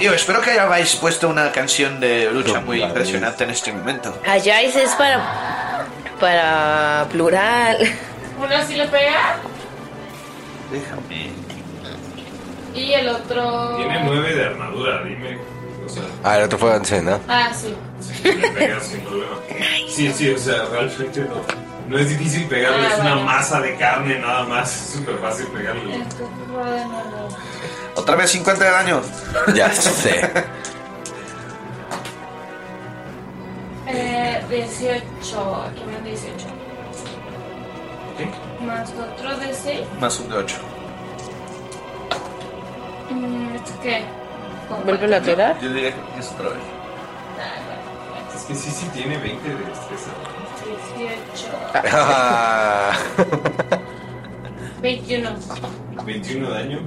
Speaker 2: Digo, espero que hayáis puesto una canción de lucha muy impresionante en este momento.
Speaker 3: Allá es para. para plural.
Speaker 4: Uno sí le pega
Speaker 2: Déjame.
Speaker 4: y el otro.
Speaker 1: Tiene 9 de armadura, dime. O sea,
Speaker 5: Ah, el otro fue 11, ¿no?
Speaker 4: Ah, sí.
Speaker 1: sí, le pegas sin problema. Sí, sí, o sea, realmente no. No es difícil pegarle,
Speaker 4: Ah,
Speaker 1: es una
Speaker 4: vale.
Speaker 1: masa de carne nada más. Es súper fácil pegarle.
Speaker 4: Entonces, bueno, no.
Speaker 2: Otra vez 50 de daño.
Speaker 5: Ya sé.
Speaker 2: <laughs>
Speaker 4: Eh, 18. Aquí me dan 18.
Speaker 1: Ok.
Speaker 4: Más otro de 6.
Speaker 2: Más un de 8.
Speaker 4: mm, ¿Qué? Con
Speaker 3: Vuelve a tirar.
Speaker 2: Yo diría que es otra vez.
Speaker 1: Es que sí, sí, tiene 20 de destreza.
Speaker 4: 18. <laughs>
Speaker 5: Ah.
Speaker 4: 21.
Speaker 1: 21 de daño.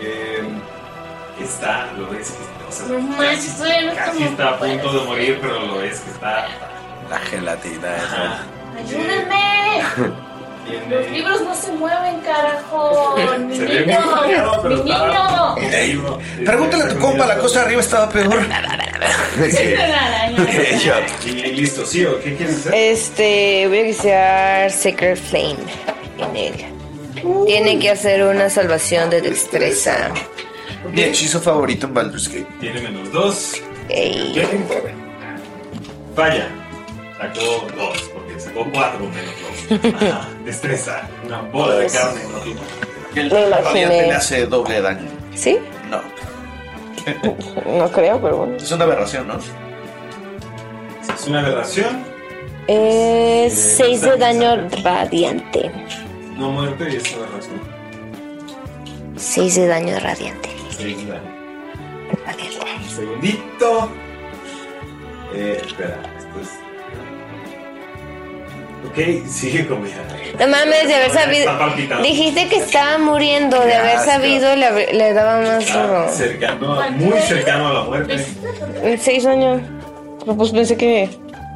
Speaker 1: Eh, está, lo ves que o sea,
Speaker 4: No manches,
Speaker 1: casi,
Speaker 4: todavía no
Speaker 1: casi
Speaker 4: como-
Speaker 1: está a punto de morir, pero lo ves que está.
Speaker 5: La gelatina.
Speaker 1: Ajá.
Speaker 4: ¡Ayúdenme! Los
Speaker 1: Tiene.
Speaker 4: libros no se mueven, carajo.
Speaker 1: <laughs>
Speaker 4: ¡Mi
Speaker 1: Se ve muy golpeado,
Speaker 4: niño!
Speaker 1: pero
Speaker 4: ¡Mi
Speaker 1: está.
Speaker 4: niño!
Speaker 1: Ey,
Speaker 2: <laughs> Pregúntale a tu compa, la cosa de arriba estaba peor.
Speaker 5: <laughs>
Speaker 4: Una araña.
Speaker 1: <laughs> Y listo, sí, ¿o qué quieres hacer?
Speaker 8: Este, voy a guisar Sacred Flame en él. Tiene que hacer una salvación de <laughs> destreza.
Speaker 2: Mi hechizo favorito en Baldur's Gate.
Speaker 1: Tiene menos 2.
Speaker 8: Ey,
Speaker 1: Falla. Sacó 2, porque sacó 4 menos 2. Ajá, destreza. Una bola de carne. no tiene.
Speaker 2: El
Speaker 8: Lo imaginé.
Speaker 2: radiante le hace doble daño.
Speaker 8: ¿Sí?
Speaker 2: No.
Speaker 8: No creo, pero bueno.
Speaker 2: Es una aberración, ¿no?
Speaker 1: Es una aberración.
Speaker 8: Es 6 de daño radiante.
Speaker 1: No muerte y es una aberración.
Speaker 8: 6 de daño radiante.
Speaker 1: Sí, dale.
Speaker 8: Radiante.
Speaker 1: Un segundito. Eh, espera, esto es. Ok, sigue con mi
Speaker 8: No mames, de haber
Speaker 1: Está
Speaker 8: sabido.
Speaker 1: palpitando.
Speaker 8: Dijiste que estaba muriendo. De haber
Speaker 5: asco.
Speaker 8: sabido, le, habr- le daba más
Speaker 2: Ah,
Speaker 8: duro.
Speaker 1: Está cercano, a- muy cercano a la muerte.
Speaker 8: Seis años. Pero pues pensé que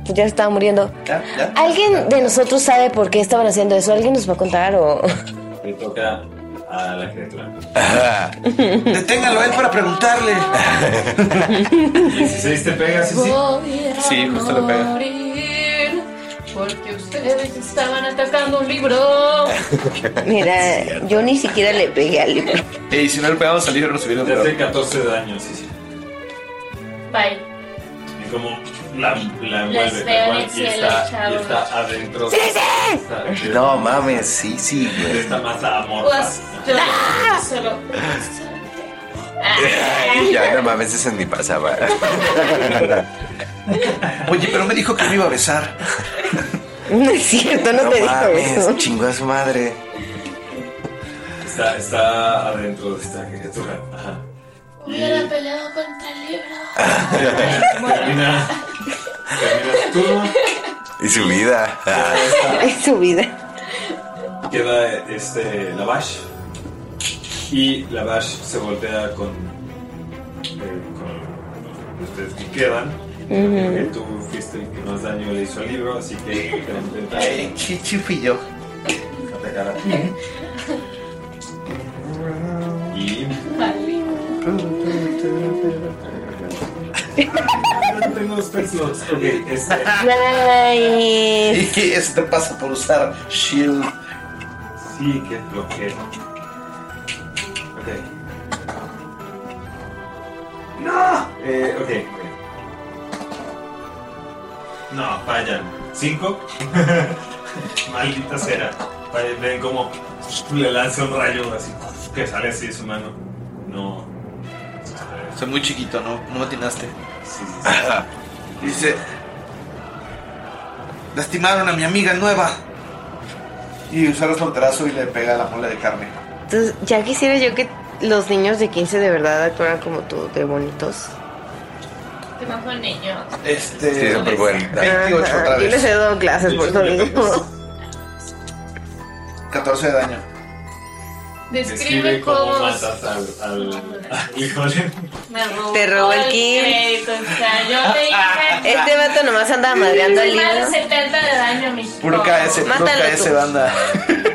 Speaker 8: pues, ya estaba muriendo.
Speaker 2: Ya, ya.
Speaker 8: ¿Alguien de nosotros sabe por qué estaban haciendo eso? ¿Alguien nos va a contar o...? <laughs>
Speaker 1: Le toca a la criatura.
Speaker 2: Deténgalo a él
Speaker 1: <laughs>
Speaker 2: para preguntarle.
Speaker 1: 16 te pega, sí, sí.
Speaker 4: Voy a
Speaker 2: Sí, justo le pega.
Speaker 4: morir, Porque ustedes estaban atacando un libro.
Speaker 8: Mira, yo ni siquiera le pegué al libro. <laughs>
Speaker 2: Y si no le pegamos salir, nos hubiera
Speaker 1: Te hace
Speaker 2: dado.
Speaker 1: 14 de daño, sí, sí.
Speaker 4: Bye.
Speaker 1: Y como la, la
Speaker 4: Les
Speaker 1: envuelve,
Speaker 4: veo
Speaker 1: tal
Speaker 4: en
Speaker 1: cual,
Speaker 4: el
Speaker 1: y,
Speaker 4: cielo,
Speaker 1: está, y
Speaker 4: chavos.
Speaker 1: está adentro. Está-
Speaker 5: No mames, sí, sí,
Speaker 1: De
Speaker 5: güey.
Speaker 3: Ah.
Speaker 1: esta masa amorfa.
Speaker 4: Pues yo solo.
Speaker 5: ya, no mames, eso ni pasaba.
Speaker 2: Oye, pero me dijo que me iba a besar.
Speaker 8: No es cierto, no, te dijo eso.
Speaker 5: Chingo a su madre.
Speaker 1: Está, está adentro de esta criatura. Ajá.
Speaker 11: Hubiera peleado contra el libro.
Speaker 4: <laughs>
Speaker 1: Termina, termina su turno.
Speaker 5: Y su vida. Ah.
Speaker 8: Es su vida.
Speaker 1: Queda este Lavash. Y Lavash se voltea con, eh, con ustedes que quedan.
Speaker 8: Ujú.
Speaker 1: Que tú fuiste el que más daño le hizo al libro, así que te va a intentar
Speaker 2: Chichi fui yo.
Speaker 1: atacar a ti. Y. No tengo los pesos. Ok, este.
Speaker 2: <laughs> ¿Y qué es? te pasa por usar Shield?
Speaker 1: Sí, que bloqueo. Ok. ¡No! Eh, ok, ok. No, fallan. ¿Cinco? <laughs> Maldita sea. Fallan, Ven como le lanza un rayo así que sale así de su mano. No.
Speaker 2: Soy muy chiquito, ¿no? No me atinaste.
Speaker 1: Sí,
Speaker 2: Dice... Lastimaron a mi amiga nueva. Y usar el solterazo y le pega la mole de carne.
Speaker 3: Entonces, ya quisiera yo que los niños de 15 de verdad actuaran como tú, de bonitos.
Speaker 4: Te mando un niño.
Speaker 2: Este...
Speaker 5: Sí, súper bueno.
Speaker 2: 28 otra
Speaker 3: Ajá, Yo les he
Speaker 2: vez.
Speaker 3: dado clases por eso mismo.
Speaker 2: 14 de daño.
Speaker 11: Describe cómo
Speaker 1: matas al, al, <laughs> al hijo de-
Speaker 4: Me robó
Speaker 3: Te robó el kit.
Speaker 4: crédito, o sea, yo
Speaker 3: <laughs>
Speaker 4: te dije.
Speaker 3: Este vato nomás andaba madreando al
Speaker 4: Más de
Speaker 3: libro.
Speaker 4: 70 de daño, mi
Speaker 2: Puro KS, puro
Speaker 3: Mátalo
Speaker 2: KS,
Speaker 3: tú.
Speaker 2: banda.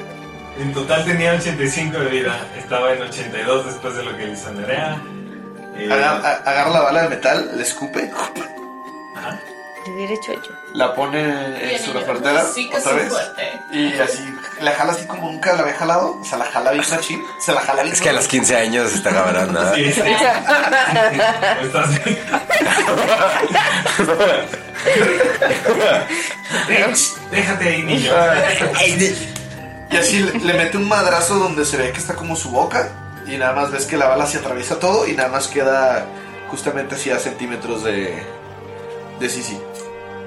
Speaker 1: <laughs> En total tenía 85 de vida. Estaba en 82 después de lo que le hizo a Nerea. Eh,
Speaker 2: Agar- a- agarra la bala de metal, le escupe,
Speaker 3: Lo hubiera hecho yo.
Speaker 2: la pone en su reportera
Speaker 4: Sí, que
Speaker 2: otra
Speaker 4: sí,
Speaker 2: vez.
Speaker 4: fuerte.
Speaker 2: Y así, la jala así como nunca la había jalado. O sea, la jala bien machín. Se la jala bien
Speaker 5: Es que a los 15 años está cabrón, ¿no?
Speaker 1: sí, sí. Estás- Ech, Déjate ahí, niño.
Speaker 2: Ah. Y así le, le mete un madrazo donde se ve que está como su boca. Y nada más ves que la bala se atraviesa todo. Y nada más queda justamente así a centímetros de. de Sisi.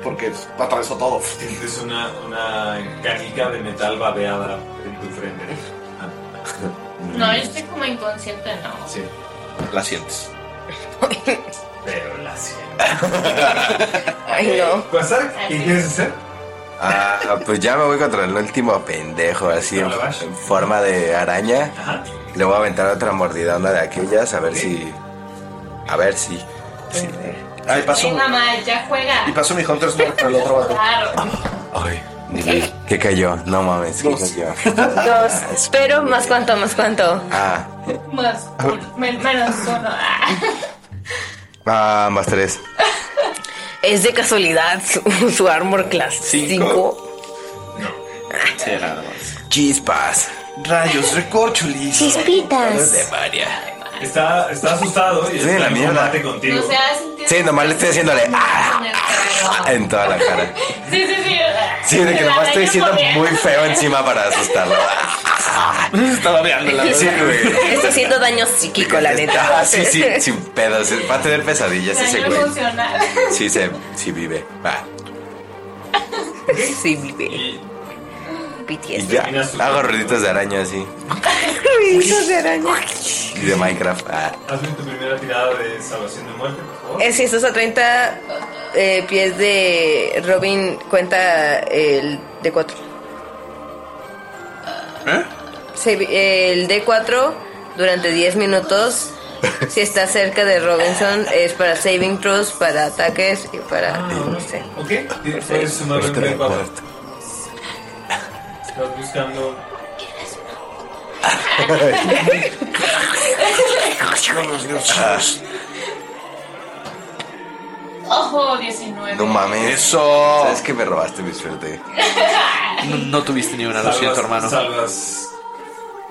Speaker 2: Porque atravesó todo.
Speaker 1: Sientes una, una canica de metal babeada en tu frente.
Speaker 4: No, yo estoy como inconsciente, no. <laughs>
Speaker 1: Sí,
Speaker 2: La sientes.
Speaker 1: pero la siento.
Speaker 3: Ay, no.
Speaker 1: Eh, Quasar, ¿qué quieres hacer?
Speaker 5: Ah, pues ya me voy contra el último pendejo, así en, en forma de araña.
Speaker 1: Ajá.
Speaker 5: Le voy a aventar otra mordidona de aquellas, a ver si. A ver si.
Speaker 2: Ahí
Speaker 4: Sí,
Speaker 2: pasó.
Speaker 4: mamá, ya juega.
Speaker 2: Y pasó mi Hunter's Mark para el otro vato.
Speaker 5: Ah,
Speaker 4: Claro.
Speaker 5: Ay, nivel. ¿Qué cayó? No mames, ¿qué cayó?
Speaker 3: <laughs> Dos. Pero más cuánto, más cuánto.
Speaker 5: Ah,
Speaker 4: Más uno, men- menos uno. <laughs> Ah.
Speaker 5: ah, más tres.
Speaker 3: Es de casualidad su, su armor class. Cinco.
Speaker 2: Sí, nada más.
Speaker 5: Chispas.
Speaker 2: <laughs> Rayos, recorchulis.
Speaker 6: Chispitas.
Speaker 5: De María.
Speaker 1: Está, está asustado y
Speaker 5: Sí, la
Speaker 1: está en
Speaker 5: mierda.
Speaker 1: combate contigo.
Speaker 4: O sea, sentido-
Speaker 5: Sí, nomás le estoy haciéndole. ah, ah, ah, en toda la cara.
Speaker 4: Sí, sí, sí.
Speaker 5: Sí, de que
Speaker 4: La
Speaker 5: nomás estoy
Speaker 4: araña
Speaker 5: siendo
Speaker 4: corriendo.
Speaker 5: muy feo encima para
Speaker 2: <laughs>
Speaker 5: asustarlo.
Speaker 2: Pues Estaba veando la
Speaker 5: Sí, güey.
Speaker 3: Está haciendo daño psíquico, <laughs> la neta.
Speaker 5: Ah, <laughs> sí, sí, sin pedos. Va a tener pesadillas ese
Speaker 4: Daño
Speaker 5: güey.
Speaker 4: emocional.
Speaker 5: Sí, se, sí vive. Va.
Speaker 3: Sí, vive.
Speaker 1: Y
Speaker 5: Y
Speaker 3: BTS.
Speaker 5: ya.
Speaker 3: <laughs>
Speaker 5: Hago ruiditos de araña así.
Speaker 3: Ruidos de araña.
Speaker 5: Y de Minecraft. Ah.
Speaker 1: hazme tu primera tirada de salvación de muerte, por favor.
Speaker 3: Eh, si estás a 30 eh, pies de Robin, cuenta el D4.
Speaker 5: ¿Eh?
Speaker 3: Se- el D4 durante
Speaker 5: <laughs>
Speaker 3: 10 minutos. Si está cerca de Robinson, es para saving throws, para ataques y para. sí.
Speaker 1: Ok, tienes- puedes sumar un
Speaker 5: Este,
Speaker 1: D4. Estás buscando.
Speaker 4: <laughs>
Speaker 5: Ah,
Speaker 4: Ojo, 19.
Speaker 5: No mames.
Speaker 2: Eso.
Speaker 5: Sabes que me robaste mi suerte.
Speaker 2: No, no tuviste ni una, lo
Speaker 1: salvas-
Speaker 2: siento, hermano.
Speaker 1: Salvas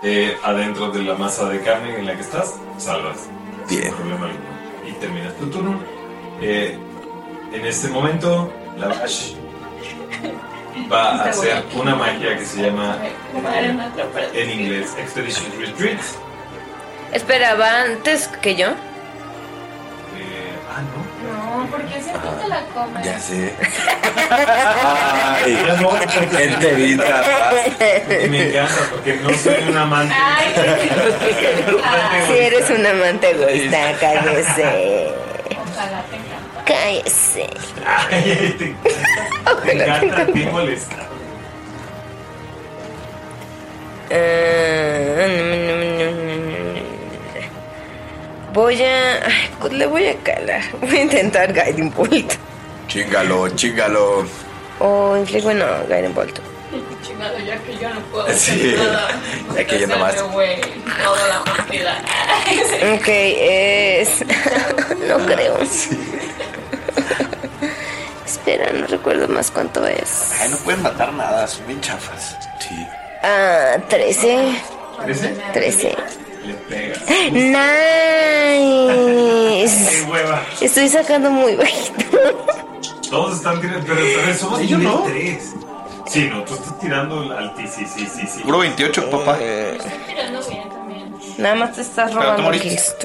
Speaker 1: eh, adentro de la masa de carne en la que estás, salvas.
Speaker 5: Bien.
Speaker 1: Sin problema alguno. Y terminas tu turno. Eh, en este momento, la Bash va a hacer una magia que se llama
Speaker 4: Jugar en otra parte.
Speaker 1: en inglés Expedition Retreat.
Speaker 12: Espera, ¿va antes que
Speaker 5: <laughs>
Speaker 12: yo?
Speaker 1: Eh, ah,
Speaker 4: No, porque siempre te la comes.
Speaker 5: Ya sé.
Speaker 2: <laughs>
Speaker 5: Ay, gente vida.
Speaker 1: Me encanta porque no soy un
Speaker 3: <laughs>
Speaker 1: amante.
Speaker 13: Si eres un amante egoísta, cállese.
Speaker 4: Ojalá te encante.
Speaker 13: Cállese.
Speaker 1: este,
Speaker 3: <laughs>
Speaker 1: Me encanta, bien molesta.
Speaker 3: Eh, Voy a. ay, pues le voy a calar. Voy a intentar Guiding Bolt.
Speaker 5: Chingalo, chingalo.
Speaker 3: O inflige. Bueno, Guiding Bolt.
Speaker 4: Chingado, ya que yo no puedo
Speaker 5: Sí.
Speaker 4: hacer nada.
Speaker 5: Ya que yo nomás. Eh.
Speaker 4: Hacerme, güey, toda la partida.
Speaker 3: Ok, es. <laughs> no creo. Espera, no recuerdo más cuánto es.
Speaker 2: Ay, no pueden matar nada, son bien chafas. Sí.
Speaker 3: Ah, 13.
Speaker 1: ¿Trece?
Speaker 3: 13.
Speaker 1: Le pegas.
Speaker 3: Nice.
Speaker 1: Qué hueva.
Speaker 3: Estoy sacando muy bajito.
Speaker 1: Todos están tirando, pero pero somos
Speaker 2: Sí, yo
Speaker 1: nivel
Speaker 2: no.
Speaker 1: 3. Sí, no, tú estás tirando al ti, sí, sí, sí, sí.
Speaker 2: Puro 28, papá.
Speaker 4: Tirando bien también.
Speaker 3: Nada más te estás
Speaker 2: Pero tú
Speaker 3: robando
Speaker 2: moriste.
Speaker 3: kills.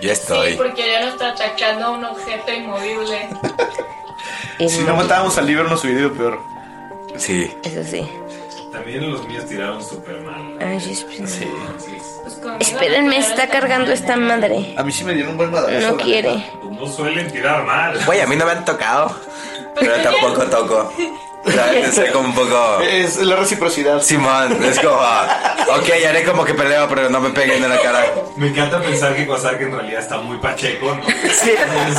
Speaker 5: Ya
Speaker 4: Sí,
Speaker 5: estoy.
Speaker 4: porque ya no está atacando a un objeto
Speaker 3: <laughs>
Speaker 4: inmovible.
Speaker 2: Si no matábamos al libro, nos hubiera ido peor.
Speaker 5: Sí.
Speaker 3: Eso sí.
Speaker 1: También los míos tiraron súper mal.
Speaker 3: Ay, espera.
Speaker 2: Sí.
Speaker 4: Pues conmigo
Speaker 3: Espérenme, está cargando esta madre.
Speaker 2: A mí sí me dieron un buen madrazo.
Speaker 3: No
Speaker 2: la neta.
Speaker 3: quiere.
Speaker 1: No suelen tirar mal.
Speaker 5: Güey, a mí no me han tocado. Pero tampoco toco. ¿Sabes? Soy como un poco.
Speaker 2: Es la reciprocidad.
Speaker 5: Simón, es como. ah, ok, haré como que peleo, pero no me peguen en la cara.
Speaker 1: Me encanta pensar que Quasar que en realidad está muy pacheco, ¿no?
Speaker 5: Sí,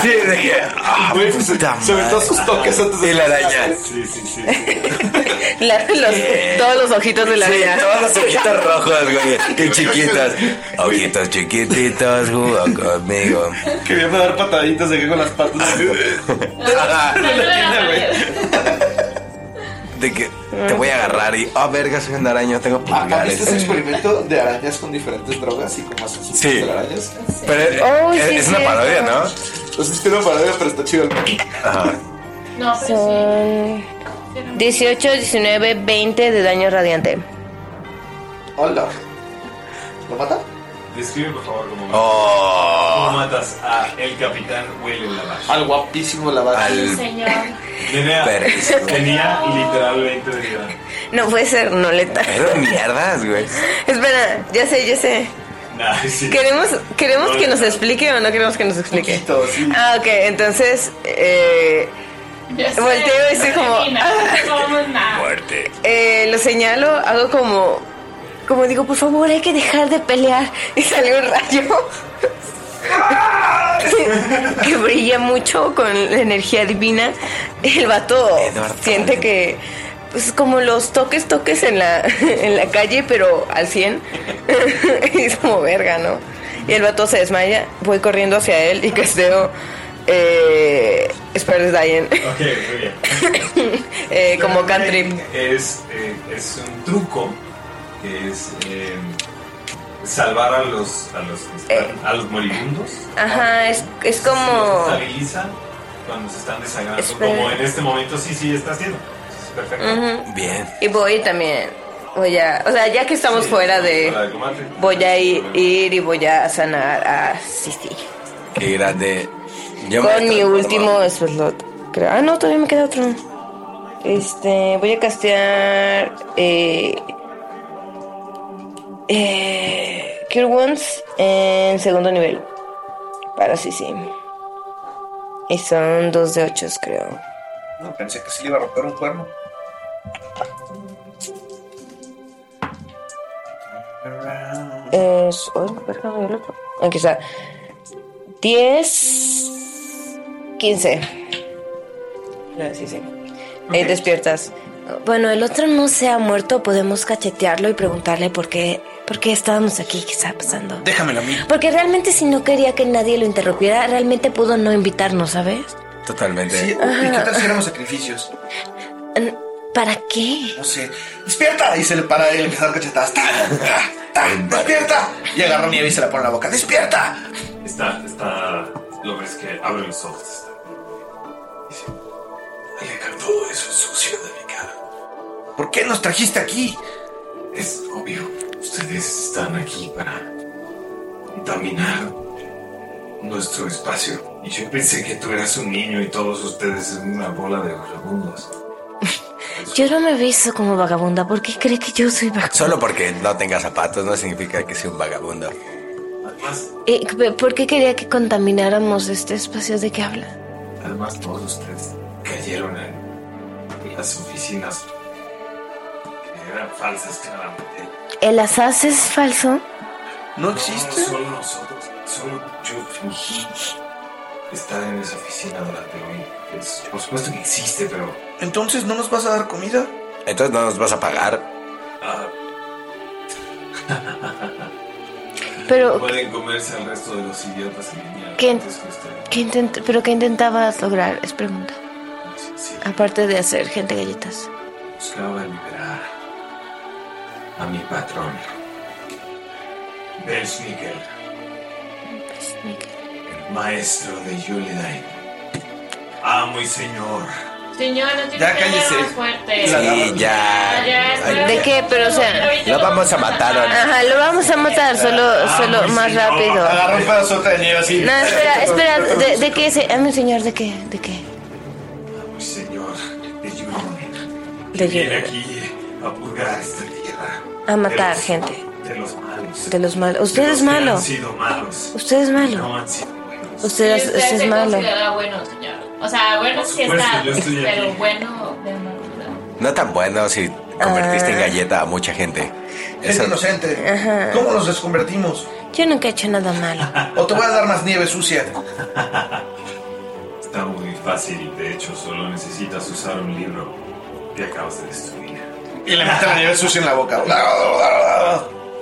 Speaker 5: sí, de que. ah,
Speaker 2: Güey, pues,
Speaker 5: puta
Speaker 2: sobre todo
Speaker 5: madre.
Speaker 2: sus toques antes de
Speaker 5: Y la araña.
Speaker 1: Sí, sí, sí.
Speaker 3: La- los- todos los ojitos de la
Speaker 5: Sí,
Speaker 3: vida.
Speaker 5: todos los ojitos rojos, güey. Y chiquitos. Ojitos chiquititos, jugó conmigo.
Speaker 2: Quería dar pataditas de que con las patas.
Speaker 5: De que te voy a agarrar y. Ah, verga, soy un araño, tengo
Speaker 2: Ah, ¿Viste ese
Speaker 5: pulgares.
Speaker 2: experimento de arañas con diferentes drogas y cómo hacen sus
Speaker 5: Sí.
Speaker 2: arañas?
Speaker 5: Pero eh,
Speaker 3: Oh, sí,
Speaker 5: es,
Speaker 3: es
Speaker 5: una
Speaker 3: cierto.
Speaker 5: parodia, ¿no?
Speaker 2: Pues es que no parodia, pero está chido.
Speaker 4: No, pero
Speaker 3: Son 18, 19, 20 de daño radiante.
Speaker 2: Hola. ¿Lo mata?
Speaker 1: Describe, por favor, cómo, cómo
Speaker 5: Oh.
Speaker 1: matas a el capitán Huele la baja.
Speaker 2: Al guapísimo la baja.
Speaker 4: sí,
Speaker 5: Al
Speaker 4: señor.
Speaker 1: Tenía,
Speaker 5: perrísimo.
Speaker 1: tenía literal 20 de vida.
Speaker 3: No puede ser, no le ta-
Speaker 5: Pero mierdas, güey.
Speaker 3: Espera, ya sé, ya sé.
Speaker 1: Nah, sí.
Speaker 3: ¿Queremos, ¿Queremos que nos explique o no queremos que nos explique?
Speaker 2: Poquito, sí.
Speaker 3: Ah, ok, entonces eh,
Speaker 4: <laughs> Ya sé,
Speaker 3: Volteo y soy como, "Ah".
Speaker 4: adivina,
Speaker 3: <laughs>
Speaker 4: No somos nada.
Speaker 5: Muerte.
Speaker 3: eh, lo señalo, hago como. Como digo, por favor, hay que dejar de pelear. <laughs> Y sale un rayo. <laughs> que brilla mucho con la energía divina. El vato
Speaker 5: Edward
Speaker 3: siente
Speaker 5: Cullen.
Speaker 3: que. Pues como los toques, toques en la, <laughs> en la calle, pero al 100. <laughs> y es como verga, ¿no? Y el vato se desmaya. Voy corriendo hacia él y casteo. Eh, Spells Dying.
Speaker 1: Ok, muy bien.
Speaker 3: <laughs> eh, como cantrip.
Speaker 1: Es, eh, es un truco que es eh, salvar a los, a los, a los moribundos.
Speaker 3: Eh. Ajá, es, es
Speaker 1: Los
Speaker 3: como.
Speaker 1: estabiliza cuando se están desangrando,
Speaker 3: Espera.
Speaker 1: como en este momento sí, sí está haciendo. Entonces, Perfecto.
Speaker 5: Bien.
Speaker 3: Y voy también. Voy a. O sea, ya que estamos fuera de.
Speaker 1: Fuera de combate.
Speaker 3: Voy a ir, ir y voy a sanar a Sisi.
Speaker 5: Qué grande. Yo me
Speaker 3: Con mi
Speaker 5: transformo.
Speaker 3: último slot. Creo. Ah, no, todavía me queda otro. Este, voy a castear. Eh, eh, Cure Wounds en segundo nivel. Para Sisi. Y son dos de ocho, creo.
Speaker 2: No, pensé que sí le iba a romper un cuerno.
Speaker 3: Es. Uy, verga, me dio el otro. Aquí está. 10. 15. Ah, Sí, sí. Eh, despiertas.
Speaker 12: Bueno, el otro no se ha muerto, podemos cachetearlo y preguntarle por qué, por qué estábamos aquí, qué estaba pasando.
Speaker 2: Déjamelo a mí.
Speaker 12: Porque realmente si no quería que nadie lo interrumpiera, realmente pudo no invitarnos, ¿sabes?
Speaker 5: Totalmente.
Speaker 2: Sí, ¿y qué tal si éramos sacrificios?
Speaker 12: N- ¿Para qué?
Speaker 2: No sé. ¡Despierta! Y se le para él y empieza a dar cachetadas. ¡Ta! ¡Ta! ta! ¡Despierta! Y agarra nieve y se la pone en la boca. ¡Despierta!
Speaker 1: Está, está, lo ves que abre los ojos. Está. Dice, aleja todo eso sucio de mi cara.
Speaker 2: ¿Por qué nos trajiste aquí?
Speaker 1: Es obvio, ustedes están aquí para contaminar nuestro espacio. Y yo pensé que tú eras un niño y todos ustedes una bola
Speaker 12: <laughs>
Speaker 1: de vagabundos.
Speaker 3: Yo no me he visto como vagabunda. ¿Por qué cree que yo soy vagabunda?
Speaker 5: Solo porque no tenga zapatos no significa que sea un vagabundo.
Speaker 3: Eh, pe- ¿Por qué quería que contamináramos este espacio de que habla?
Speaker 1: Además, todos ustedes cayeron en las oficinas que eran falsas claramente.
Speaker 3: ¿El asaz es falso?
Speaker 2: ¿No existe?
Speaker 1: No, solo nosotros. Solo yo fingí estar en esa oficina durante hoy. Es- por supuesto que existe, pero
Speaker 2: Entonces, ¿no nos vas a dar comida?
Speaker 5: Entonces no nos vas a pagar.
Speaker 3: <laughs> Pero,
Speaker 1: pueden comerse al resto de los idiotas en línea.
Speaker 3: ¿qué,
Speaker 1: antes que ustedes.
Speaker 3: qué intent- ¿Pero qué intentabas lograr? Es pregunta. Aparte de hacer gente galletas.
Speaker 1: Buscaba liberar a mi patrón, Bels Nickel, el maestro de Yulidain. Amo y señor.
Speaker 4: Señora, tiene
Speaker 1: Ya
Speaker 4: que
Speaker 1: cállese.
Speaker 4: hablar más fuerte.
Speaker 5: Sí, ya.
Speaker 3: ¿De qué? Pero, o sea...
Speaker 5: Lo vamos a matar. ahora.
Speaker 3: Ajá, lo vamos a
Speaker 1: Ah,
Speaker 3: matar, solo, solo Ah, más rápido.
Speaker 2: Agarra un pedazota de nieve así.
Speaker 3: No, espera, espera, ¿de, de qué? Se, mi señor, ¿de qué? ¿De qué?
Speaker 1: Amo y señor de Yulidain.
Speaker 3: De
Speaker 1: que Viene
Speaker 3: Yulidain.
Speaker 1: aquí a purgar esta tierra.
Speaker 3: A matar
Speaker 1: De los-
Speaker 3: gente.
Speaker 1: De los malos.
Speaker 3: De los malos. Usted
Speaker 1: De
Speaker 3: es
Speaker 1: los que
Speaker 3: malo.
Speaker 1: Han sido malos.
Speaker 3: Usted es
Speaker 1: No
Speaker 3: malo.
Speaker 1: han sido buenos.
Speaker 3: Usted es,
Speaker 4: Usted
Speaker 3: usted es
Speaker 4: se
Speaker 3: malo.
Speaker 4: considera bueno, señor. O sea, bueno
Speaker 1: Por
Speaker 4: sí
Speaker 1: supuesto,
Speaker 4: está,
Speaker 1: yo estoy aquí.
Speaker 4: pero bueno de amargura.
Speaker 5: No tan bueno si convertiste
Speaker 3: Ah.
Speaker 5: en galleta a mucha gente.
Speaker 2: Gente inocente. ¿Cómo nos desconvertimos?
Speaker 3: Yo nunca he hecho nada malo.
Speaker 2: O te voy a dar más nieve sucia.
Speaker 1: <laughs> Está muy fácil, de hecho, solo necesitas usar un libro que acabas de destruir.
Speaker 2: Y le metes la nieve sucia en la boca.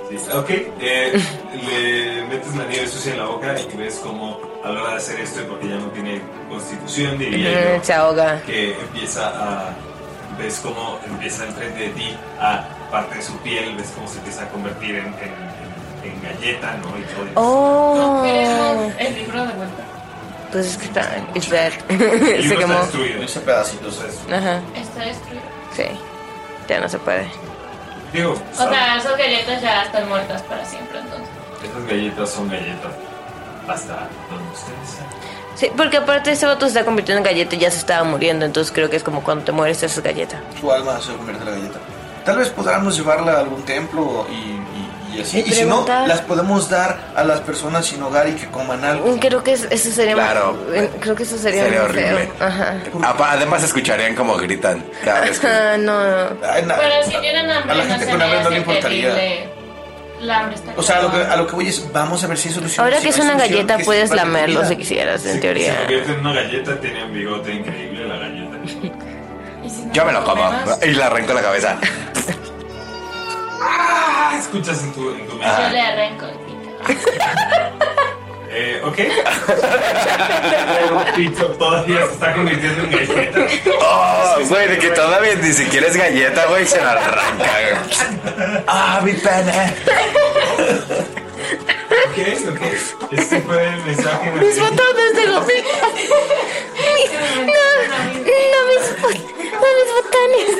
Speaker 1: Sí, ok, eh, le metes la nieve sucia en la boca y ves como a la hora de hacer esto, y porque ya no tiene constitución, diría
Speaker 3: Mm,
Speaker 1: yo,
Speaker 3: Se ahoga.
Speaker 1: que empieza a. Ves cómo empieza enfrente de ti a parte de su piel, ves cómo se empieza a convertir en, en- en- en galleta, ¿no? Y todo.
Speaker 3: Oh.
Speaker 4: Queremos el libro de vuelta.
Speaker 3: Pues es que está. It's dead.
Speaker 1: El libro
Speaker 3: <laughs> Se
Speaker 1: está
Speaker 3: quemó.
Speaker 1: destruido.
Speaker 2: Hice pedacitos.
Speaker 3: Ajá.
Speaker 4: Está destruido.
Speaker 3: Sí. Ya no se puede.
Speaker 1: Digo,
Speaker 4: O sea, esas galletas ya están muertas para siempre, entonces.
Speaker 1: esas galletas son galletas hasta donde ustedes saben.
Speaker 3: Sí, porque aparte ese vato se está convirtiendo en galleta y ya se estaba muriendo, entonces creo que es como cuando te mueres te haces galleta.
Speaker 2: Su alma se convierte en la galleta. Tal vez podamos llevarla a algún templo y, y- y así.
Speaker 3: Y
Speaker 2: Y si no,
Speaker 3: preguntar.
Speaker 2: las podemos dar a las personas sin hogar y que coman algo.
Speaker 3: Mm, Creo que es- eso sería
Speaker 5: Claro.
Speaker 3: eh, creo que eso sería,
Speaker 5: Sería
Speaker 3: muy feo.
Speaker 5: horrible.
Speaker 3: Ajá.
Speaker 5: Apa- Además escucharían como gritan cada vez que...
Speaker 3: Ah, <laughs> no, no.
Speaker 2: Ay, na-
Speaker 4: Pero si tienen hambre,
Speaker 2: a la gente
Speaker 4: no se
Speaker 2: con
Speaker 4: me
Speaker 2: hambre no le
Speaker 4: hace
Speaker 2: importaría.
Speaker 4: terrible. La hambre está
Speaker 2: O sea, a lo, que,
Speaker 4: cabrón.
Speaker 2: a lo que voy es, vamos a ver si hay solución.
Speaker 3: Ahora
Speaker 2: Si
Speaker 3: que
Speaker 2: no
Speaker 3: es
Speaker 2: hay
Speaker 3: una
Speaker 2: solución,
Speaker 3: galleta
Speaker 2: que
Speaker 3: puedes
Speaker 2: sepa comida.
Speaker 3: lamerlo si quisieras, en
Speaker 1: Se
Speaker 3: teoría.
Speaker 1: convierte en una galleta, tiene un bigote increíble la galleta.
Speaker 4: Y si no
Speaker 5: Yo me lo
Speaker 4: te
Speaker 5: como.
Speaker 4: comes,
Speaker 5: Y le arranco la cabeza.
Speaker 1: Ah, escuchas en tu, en tu
Speaker 4: Yo
Speaker 2: Ah.
Speaker 1: mente.
Speaker 4: le arranco el pito.
Speaker 1: Eh, ok. <laughs> El pito todavía se está convirtiendo en galleta.
Speaker 5: Oh, güey, de que todavía ni siquiera es galleta, güey, se la arranca. güey. Ah, mi pene.
Speaker 1: Ok, ok. Este fue el mensaje de
Speaker 3: Mis botones <laughs> de gomita. No, no mis, bot- no mis botones.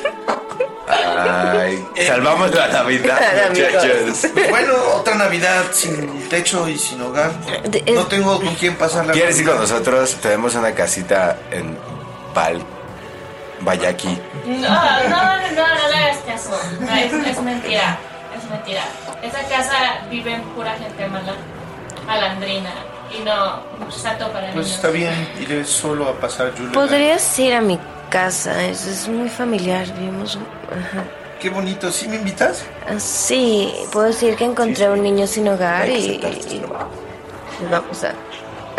Speaker 5: <laughs> Ay,
Speaker 2: Eh,
Speaker 5: salvamos
Speaker 2: <laughs>
Speaker 5: la
Speaker 3: <laughs>
Speaker 5: Navidad,
Speaker 3: Amigos.
Speaker 5: muchachos.
Speaker 2: Pues Bueno, otra Navidad sin techo y sin hogar.
Speaker 3: De- es-
Speaker 2: No tengo con quién pasar la
Speaker 5: ¿Quieres ir con
Speaker 2: Navidad.
Speaker 5: nosotros? Tenemos una casita en Val... Bayaki.
Speaker 4: No, no, no, no, no le hagas caso. No, es, es mentira. Es mentira. Esa casa vive en pura gente mala, malandrina. Y no, santo para
Speaker 2: Pues
Speaker 4: niños.
Speaker 2: está <laughs> bien, iré solo a pasar Julio.
Speaker 3: Podrías ir a mi casa, es, es muy familiar, vimos. Ajá.
Speaker 2: Qué bonito, ¿sí me invitas?
Speaker 3: Ah, Sí, puedo decir que encontré a un niño sin hogar y, y- y vamos a,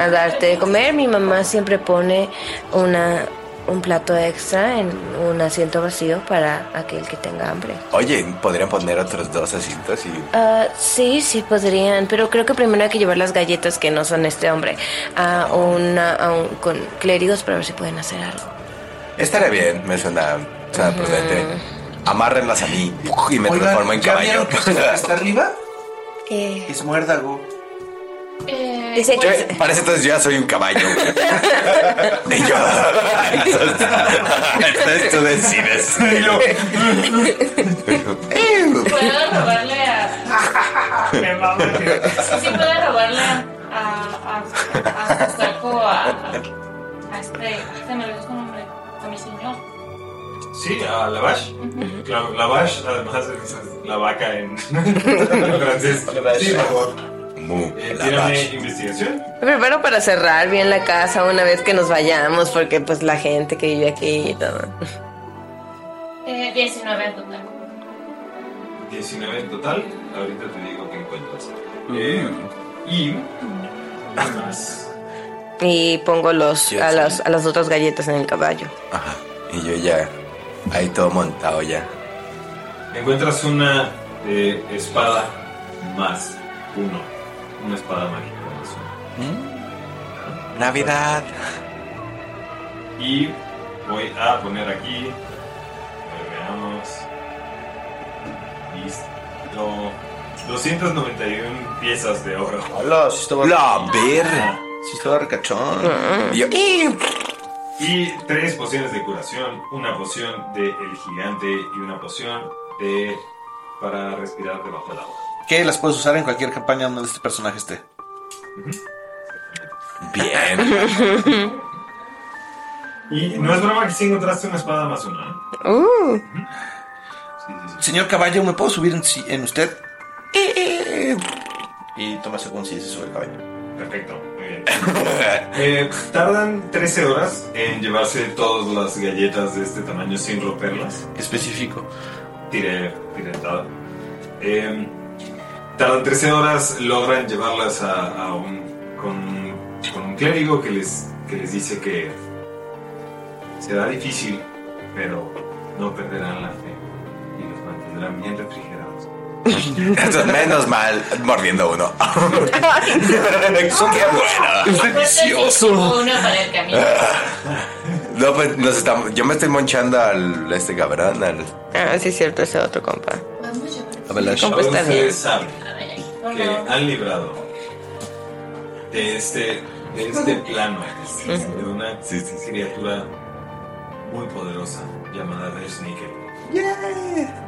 Speaker 3: a darte de comer. Mi mamá siempre pone una un plato extra en un asiento vacío para aquel que tenga hambre.
Speaker 5: Oye, ¿podrían poner otros dos asientos y
Speaker 3: Ah, sí, sí podrían, pero creo que primero hay que llevar las galletas que no son este hombre a, una, a un- con clérigos para ver si pueden hacer algo.
Speaker 5: Estaría bien, me suena, suena prudente. Amárrenlas a mí y me transformo en
Speaker 2: ¿ya vieron
Speaker 5: caballo.
Speaker 2: que está hasta arriba?
Speaker 3: ¿Qué?
Speaker 2: Es muérdago.
Speaker 4: Eh,
Speaker 3: Dice
Speaker 4: pues,
Speaker 3: que-
Speaker 5: Yo- para ese entonces yo ya soy un caballo.
Speaker 2: <laughs>
Speaker 5: y yo. <laughs> entonces
Speaker 2: <laughs>
Speaker 5: tú decides. Y yo,
Speaker 4: ¿Puedo robarle a, Me mama que- Sí puede robarle a, a, a, a Saco a, a este. Se me olvidó su nombre. A mi señor.
Speaker 1: Sí, a Lavash.
Speaker 4: Ujú.
Speaker 1: Claro, Lavash, además es la vaca en, <laughs> en francés. Sí, por favor. Eh, tírame investigación.
Speaker 3: Me preparo para cerrar bien la casa una vez que nos vayamos, porque pues la gente que vive aquí y todo.
Speaker 4: Eh, 19 en total.
Speaker 1: 19 en total. Ahorita te digo qué encuentras. Eh, y. ¿Qué más?
Speaker 3: Y pongo los,
Speaker 5: Yo
Speaker 3: a,
Speaker 5: sí.
Speaker 3: las, a las otras galletas en el caballo.
Speaker 5: Ajá. Y yo ya, ahí todo montado ya.
Speaker 1: Encuentras una eh, espada más uno. Una espada mágica más uno.
Speaker 5: Navidad.
Speaker 1: Y voy a poner aquí. a ver, Veamos. Listo. 291 piezas de oro.
Speaker 2: Hola, si estaba.
Speaker 1: La
Speaker 5: verga. Mm.
Speaker 2: Si estaba recachón.
Speaker 1: Y, tres pociones de curación, una poción de el gigante y una poción de para respirar debajo del agua.
Speaker 2: Que las puedes usar en cualquier campaña donde este personaje esté.
Speaker 1: Bien. <laughs> y no es broma que sí encontraste una espada más una. ¿eh?
Speaker 5: Uh.
Speaker 2: Señor caballo, ¿me puedo subir en, si- en usted? Eh, Y toma conciencia y se sube el caballo.
Speaker 1: Perfecto, muy bien. <laughs> Eh, tardan 13 horas en llevarse todas las galletas de este tamaño sin romperlas.
Speaker 2: Específico.
Speaker 1: Tire, tire dado. Eh, tardan 13 horas, logran llevarlas a, a un, con, con un clérigo que les, que les dice que será difícil, pero no perderán la fe y los mantendrán bien
Speaker 2: <laughs>
Speaker 1: refrigerados.
Speaker 5: Entonces, menos mal, mordiendo uno. <laughs> ¡Qué bueno!
Speaker 4: Tengo Una para el camino.
Speaker 5: No, pues nos estamos, yo me estoy monchando al este cabrón, al
Speaker 3: Ah, sí, es cierto, ese otro compa.
Speaker 5: Avalanche.
Speaker 3: Compa está
Speaker 1: Ahora
Speaker 3: bien.
Speaker 1: ustedes saben que han librado de este, de este plano de una criatura muy poderosa llamada Red Sneaker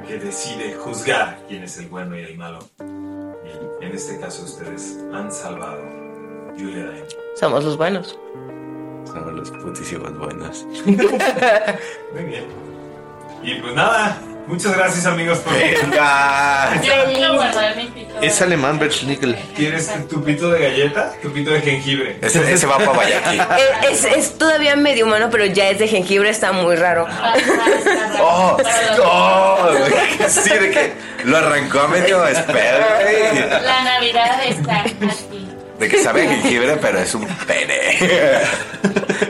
Speaker 1: que decide juzgar quién es el bueno y el malo. Y en este caso ustedes han salvado Julia Dine.
Speaker 3: Somos los buenos.
Speaker 5: Somos los putísimos buenos.
Speaker 1: Muy bien. Y pues nada, muchas gracias amigos por
Speaker 4: Yo quiero guardar mi
Speaker 2: <laughs>
Speaker 4: pito.
Speaker 2: Es alemán, Bert Nickel.
Speaker 1: ¿Quieres tu pito de galleta? Tu pito de jengibre.
Speaker 5: Ese, ese va para Bayaki.
Speaker 3: Es, es- es todavía medio humano, pero ya es de jengibre, está muy raro.
Speaker 5: ¡Oh! ¡Oh! Sí, de que lo arrancó a medio espero. güey.
Speaker 4: La Navidad está aquí.
Speaker 5: De que sabe a jengibre, pero es un pene. <laughs>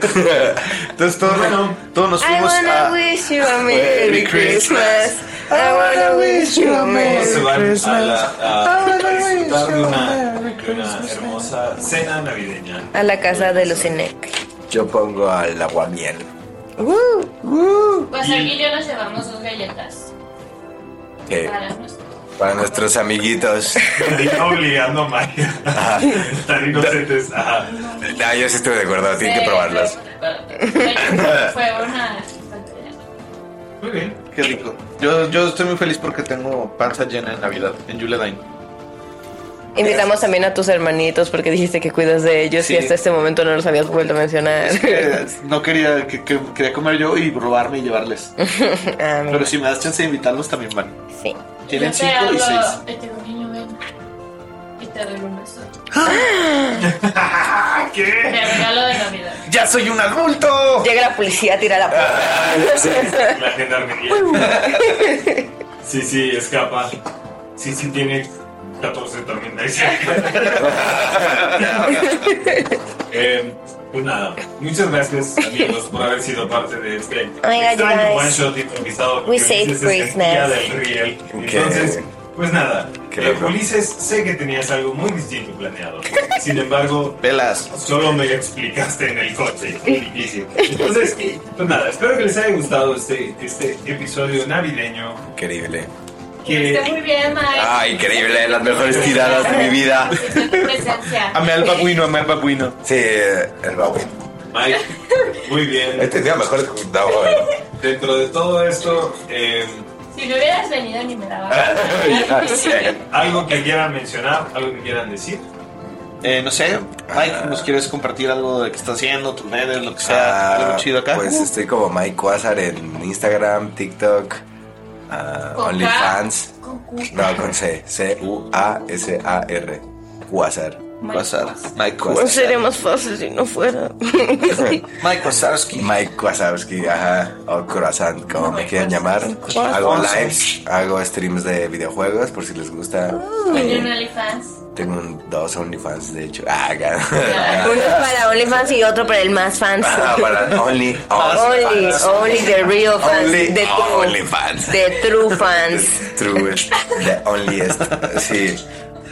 Speaker 2: Entonces todos, todos nos
Speaker 3: I
Speaker 2: fuimos
Speaker 3: wanna
Speaker 2: a...
Speaker 3: wish you a Merry Christmas. I wanna wish you
Speaker 1: se
Speaker 3: a Merry
Speaker 1: van a, la, a-
Speaker 3: Christmas.
Speaker 1: a disfrutar de una, de una hermosa cena navideña.
Speaker 3: A la casa de los Inec.
Speaker 5: Yo pongo al aguamiel.
Speaker 3: Uh,
Speaker 5: Uh.
Speaker 4: Pues aquí yo nos llevamos dos galletas.
Speaker 5: eh,
Speaker 4: Para nuestro.
Speaker 5: para
Speaker 1: <laughs>
Speaker 5: nuestros amiguitos.
Speaker 1: Están obligando a Maya. Están inocentes. Ajá.
Speaker 5: No, Ah, yo sí estoy de acuerdo, tienen pues que probarlos.
Speaker 4: Fue una.
Speaker 1: Muy bien.
Speaker 2: Qué rico. Yo, yo estoy muy feliz porque tengo panza llena en Navidad, en Juledine.
Speaker 3: Invitamos también a tus hermanitos porque dijiste que cuidas de ellos
Speaker 2: Sí.
Speaker 3: y hasta este momento no los habías vuelto a mencionar. <laughs>
Speaker 2: Eh, No quería que, que- quería comer yo y robarme y
Speaker 3: <laughs>
Speaker 2: llevarles. Pero si me das chance de invitarlos también van.
Speaker 3: Ah, Sí.
Speaker 2: Tienen
Speaker 4: Yo te
Speaker 2: 5 y
Speaker 4: hablo,
Speaker 2: 6.
Speaker 4: Y te doy un ven. Y te doy un beso.
Speaker 3: <gasps>
Speaker 5: Ah,
Speaker 1: ¿Qué?
Speaker 4: Te regalo de Navidad.
Speaker 2: ¡Ya soy un adulto!
Speaker 3: Llega la policía, tira la
Speaker 4: Ah.
Speaker 3: puerta.
Speaker 1: La gendarmería. Sí, sí, escapa. Sí, sí, tiene 14 también. ahí sí. Eh, pues nada, muchas gracias amigos por haber sido parte de este
Speaker 3: Ay,
Speaker 1: extraño
Speaker 3: guys.
Speaker 1: one shot improvisado. porque
Speaker 3: We saved
Speaker 1: Ulises es
Speaker 3: Christmas.
Speaker 1: el día del riel. Entonces, pues nada,
Speaker 5: Qué
Speaker 1: eh,
Speaker 5: loco.
Speaker 1: Ulises, sé que tenías algo muy distinto planeado. Sin embargo,
Speaker 2: Velas.
Speaker 1: Solo me lo explicaste en el coche.
Speaker 4: <laughs>
Speaker 1: Qué difícil. Entonces, pues nada, espero que les haya gustado este, este episodio navideño.
Speaker 5: Increíble.
Speaker 1: Que
Speaker 4: Está muy bien, Mike.
Speaker 5: Ah, increíble, las mejores tiradas de mi vida.
Speaker 4: Está tu presencia.
Speaker 2: Amé al babuino, amé al babuino.
Speaker 5: Sí, el babuino.
Speaker 1: Mike, muy bien.
Speaker 5: Este día mejor que un- no, güey.
Speaker 1: Dentro de todo esto, eh,
Speaker 4: Si lo hubieras venido ni me
Speaker 5: <laughs>
Speaker 4: daba. <laughs>
Speaker 1: ¿Algo que quieran mencionar? ¿Algo que quieran decir?
Speaker 2: Eh, no sé, Mike, ¿nos quieres compartir algo de que estás haciendo, tus redes, lo que sea? algo chido acá.
Speaker 5: Pues estoy como Mike Quasar en Instagram, TikTok, ah,
Speaker 2: ¿Con
Speaker 5: OnlyFans.
Speaker 4: Con
Speaker 5: No, con C. C-U-A-S-A-R. Quasar.
Speaker 2: Quasar. Mike
Speaker 3: No sería más fácil si no fuera.
Speaker 2: Mike Wazowski.
Speaker 5: Mike Wazowski, ajá. O Croissant, como me quieran llamar.
Speaker 4: Croissant.
Speaker 5: Hago lives, hago streams de videojuegos por si les gusta.
Speaker 4: Tenía un OnlyFans.
Speaker 5: Tengo un- dos OnlyFans, de hecho. Ah, acá.
Speaker 3: <laughs> Uno para OnlyFans y otro para el más fans.
Speaker 5: Ah,
Speaker 3: <laughs>
Speaker 5: para Only.
Speaker 3: Only, only the real fans.
Speaker 5: Only,
Speaker 3: the true,
Speaker 5: only fans.
Speaker 3: the true fans. <laughs>
Speaker 5: Truest, the onlyest. Sí.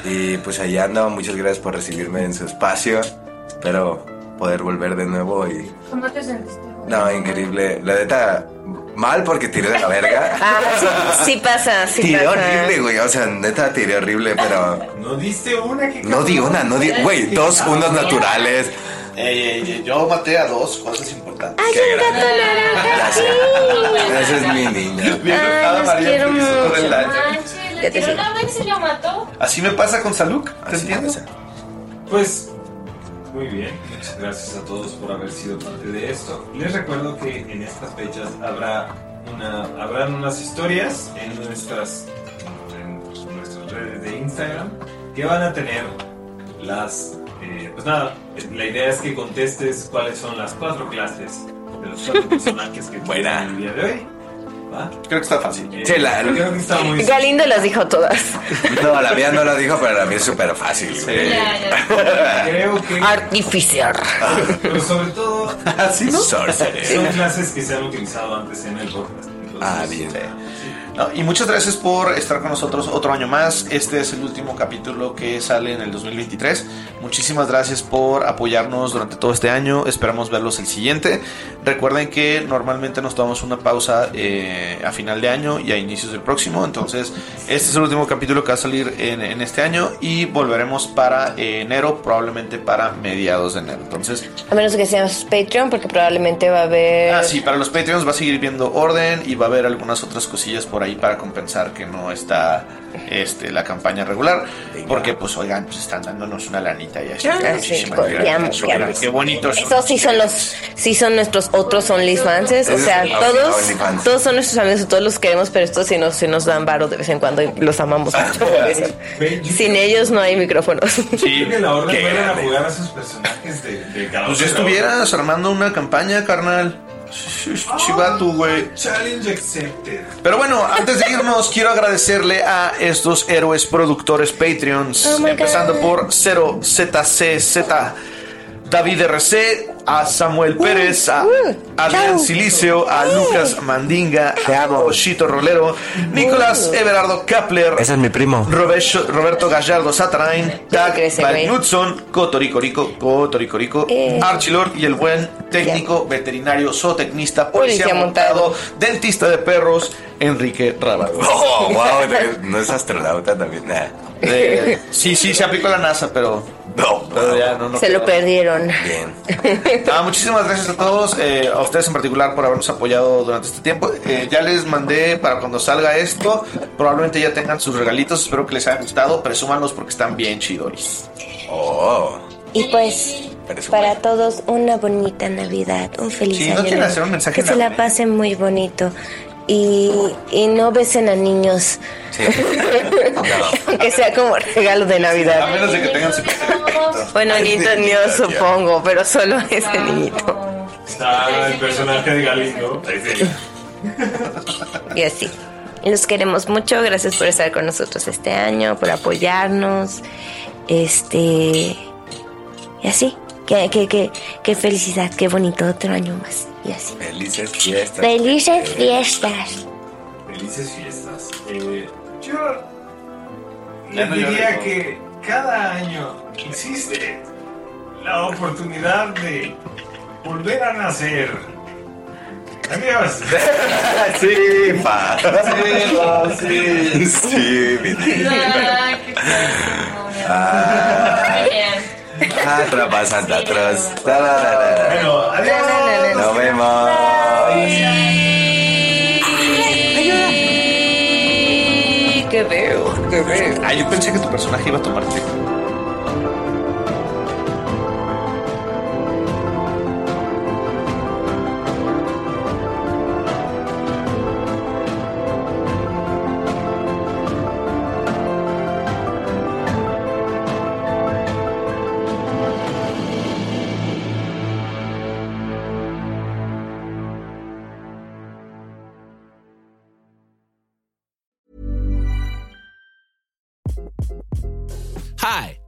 Speaker 5: Y pues allá ando. Muchas gracias por recibirme en su espacio. Espero poder volver de nuevo y.
Speaker 4: ¿Cómo te sentiste?
Speaker 5: No, increíble. La neta, mal porque tiré de la verga.
Speaker 3: <laughs> Ah, sí, sí pasa, sí
Speaker 5: tiré
Speaker 3: pasa.
Speaker 5: horrible, güey. O sea, neta, tiré horrible, pero.
Speaker 1: No diste una que.
Speaker 5: No di una, no di. Güey, dos unos naturales.
Speaker 2: Ey, ey, ey, Eh, yo maté a dos cosas importantes.
Speaker 5: Qué grande. Gracias. Gracias, mi
Speaker 2: Bien, enojada, María, porque se corre el daño.
Speaker 4: Le tiró una vez y lo <laughs> mató.
Speaker 2: Así me pasa con Saluk, ¿te entiendes?
Speaker 1: Pues muy bien, muchas gracias a todos por haber sido parte de esto. Les recuerdo que en estas fechas habrá una, habrán unas historias en nuestras, en nuestras redes de Instagram que van a tener las... eh, pues nada, la idea es que contestes cuáles son las cuatro clases de los cuatro personajes que
Speaker 5: Buena.
Speaker 1: tienen el día de hoy. ¿va?
Speaker 2: Creo que está fácil.
Speaker 5: Sí, la-
Speaker 1: creo que está muy
Speaker 3: Galindo las dijo todas.
Speaker 5: <laughs> No, la mía no lo dijo, pero la mía es súper fácil. güey.
Speaker 1: Creo que...
Speaker 3: Artificial.
Speaker 1: Pero sobre todo,
Speaker 5: Ah,
Speaker 2: <laughs>
Speaker 5: Sorcerer.
Speaker 1: son <laughs> clases que se han utilizado antes en el podcast. Entonces,
Speaker 5: Ah, bien.
Speaker 2: No, y muchas gracias por estar con nosotros otro año más. Este es el último capítulo que sale en el 2023. Muchísimas gracias por apoyarnos durante todo este año. Esperamos verlos el siguiente. Recuerden que normalmente nos tomamos una pausa eh, a final de año y a inicios del próximo. Entonces, este es el último capítulo que va a salir en, en este año y volveremos para eh, enero, probablemente para mediados de enero. Entonces,
Speaker 3: A menos que seas Patreon, porque probablemente va a haber.
Speaker 2: Ah, sí, para los Patreons va a seguir viendo orden y va a haber algunas otras cosillas por ahí para compensar que no está este, la campaña regular. Porque, pues, oigan, pues están dándonos una lanita y así.
Speaker 3: Ah, sí,
Speaker 2: Muchísimas
Speaker 3: pues,
Speaker 2: gracias.
Speaker 3: veamos,
Speaker 2: Oigan,
Speaker 3: veamos.
Speaker 2: Qué bonitos son.
Speaker 3: Esos sí son los, sí son nuestros otros OnlyFans, o sea,
Speaker 5: Esos son
Speaker 3: todos,
Speaker 5: OnlyFans.
Speaker 3: todos son nuestros amigos, todos los queremos, pero estos sí nos, sí nos dan varo de vez en cuando y
Speaker 2: <laughs>
Speaker 3: los amamos mucho. por eso.
Speaker 1: Ve, yo
Speaker 3: Sin ellos no hay micrófonos.
Speaker 1: creo que la orden
Speaker 5: Qué
Speaker 1: vuelven a
Speaker 5: grande.
Speaker 1: jugar a sus personajes de, de cada
Speaker 2: Pues ya
Speaker 1: uno.
Speaker 2: estuvieras armando una campaña, carnal. Sh- sh- Chivatu, güey.
Speaker 1: Challenge accepted.
Speaker 2: Pero bueno, antes de irnos, <laughs> quiero agradecerle a estos héroes productores Patreons.
Speaker 3: Oh my
Speaker 2: empezando
Speaker 3: God.
Speaker 2: por 0ZCZ, David RC, a Samuel Pérez, a Adrián
Speaker 3: Chao.
Speaker 2: Silicio, a Lucas Mandinga, a Oshito Rolero, Nicolás Everardo Kapler,
Speaker 5: <laughs> Ese es mi primo.
Speaker 2: Roberto, Roberto Gallardo Satarain, Doug
Speaker 3: crece,
Speaker 2: Van
Speaker 3: güey.
Speaker 2: Knudson, Cotoricorico, Cotoricorico,
Speaker 3: Eh.
Speaker 2: Archilord y el buen técnico, veterinario, zootecnista, policía,
Speaker 3: Policía
Speaker 2: montado, dentista de perros, Enrique Rábago.
Speaker 5: <laughs> Oh, wow. no- No es astronauta también. nah.
Speaker 2: Eh,
Speaker 5: <laughs>
Speaker 2: sí, sí, se aplicó la NASA, pero,
Speaker 5: No,
Speaker 2: pero
Speaker 5: no.
Speaker 2: ya no, no
Speaker 3: Se lo
Speaker 2: quedó.
Speaker 3: perdieron.
Speaker 5: Bien.
Speaker 2: Ah, muchísimas gracias a todos, eh, a ustedes en particular por habernos apoyado durante este tiempo. Eh, ya les mandé para cuando salga esto, probablemente ya tengan sus regalitos, espero que les haya gustado, presúmanlos porque están bien chidoris.
Speaker 5: Oh.
Speaker 6: Y pues,
Speaker 5: Pero es un
Speaker 6: para todos, una bonita Navidad, un feliz
Speaker 2: Sí, no
Speaker 6: año.
Speaker 2: quieren
Speaker 6: nuevo.
Speaker 2: hacer un mensaje
Speaker 6: que se la
Speaker 2: navideño.
Speaker 6: pasen muy bonito. Y, y no besen a niños,
Speaker 3: <laughs>
Speaker 5: Sí.
Speaker 3: que sea como regalo de
Speaker 2: A
Speaker 3: Navidad.
Speaker 2: menos de que tengan su
Speaker 3: Bueno, niñito mío supongo, pero solo ese niñito.
Speaker 1: Está el personaje de Galindo.
Speaker 3: Y así.
Speaker 6: Los queremos mucho, gracias por estar con nosotros este año, por apoyarnos. Este. Y así. Que, que, que, que felicidad, qué bonito otro año más. Y así.
Speaker 5: Felices fiestas.
Speaker 6: Felices fiestas.
Speaker 1: Felices fiestas. Eh, yo
Speaker 2: Ya
Speaker 1: les
Speaker 2: no
Speaker 1: diría
Speaker 2: llores,
Speaker 1: que cada año existe la oportunidad de volver a nacer. <laughs> Adiós.
Speaker 5: Sí, pa. <laughs>
Speaker 2: sí.
Speaker 5: Sí, mi-
Speaker 4: Ay, qué triste.
Speaker 5: Ah,
Speaker 4: Bien.
Speaker 5: Atrapa Santa Claus. Ta, la, la, la, la.
Speaker 1: Bueno, adiós.
Speaker 5: Nos vemos.
Speaker 1: Bye.
Speaker 3: Ayuda. Qué veo, qué veo.
Speaker 2: Ah, yo pensé que tu personaje iba a tomarte.
Speaker 14: Hi,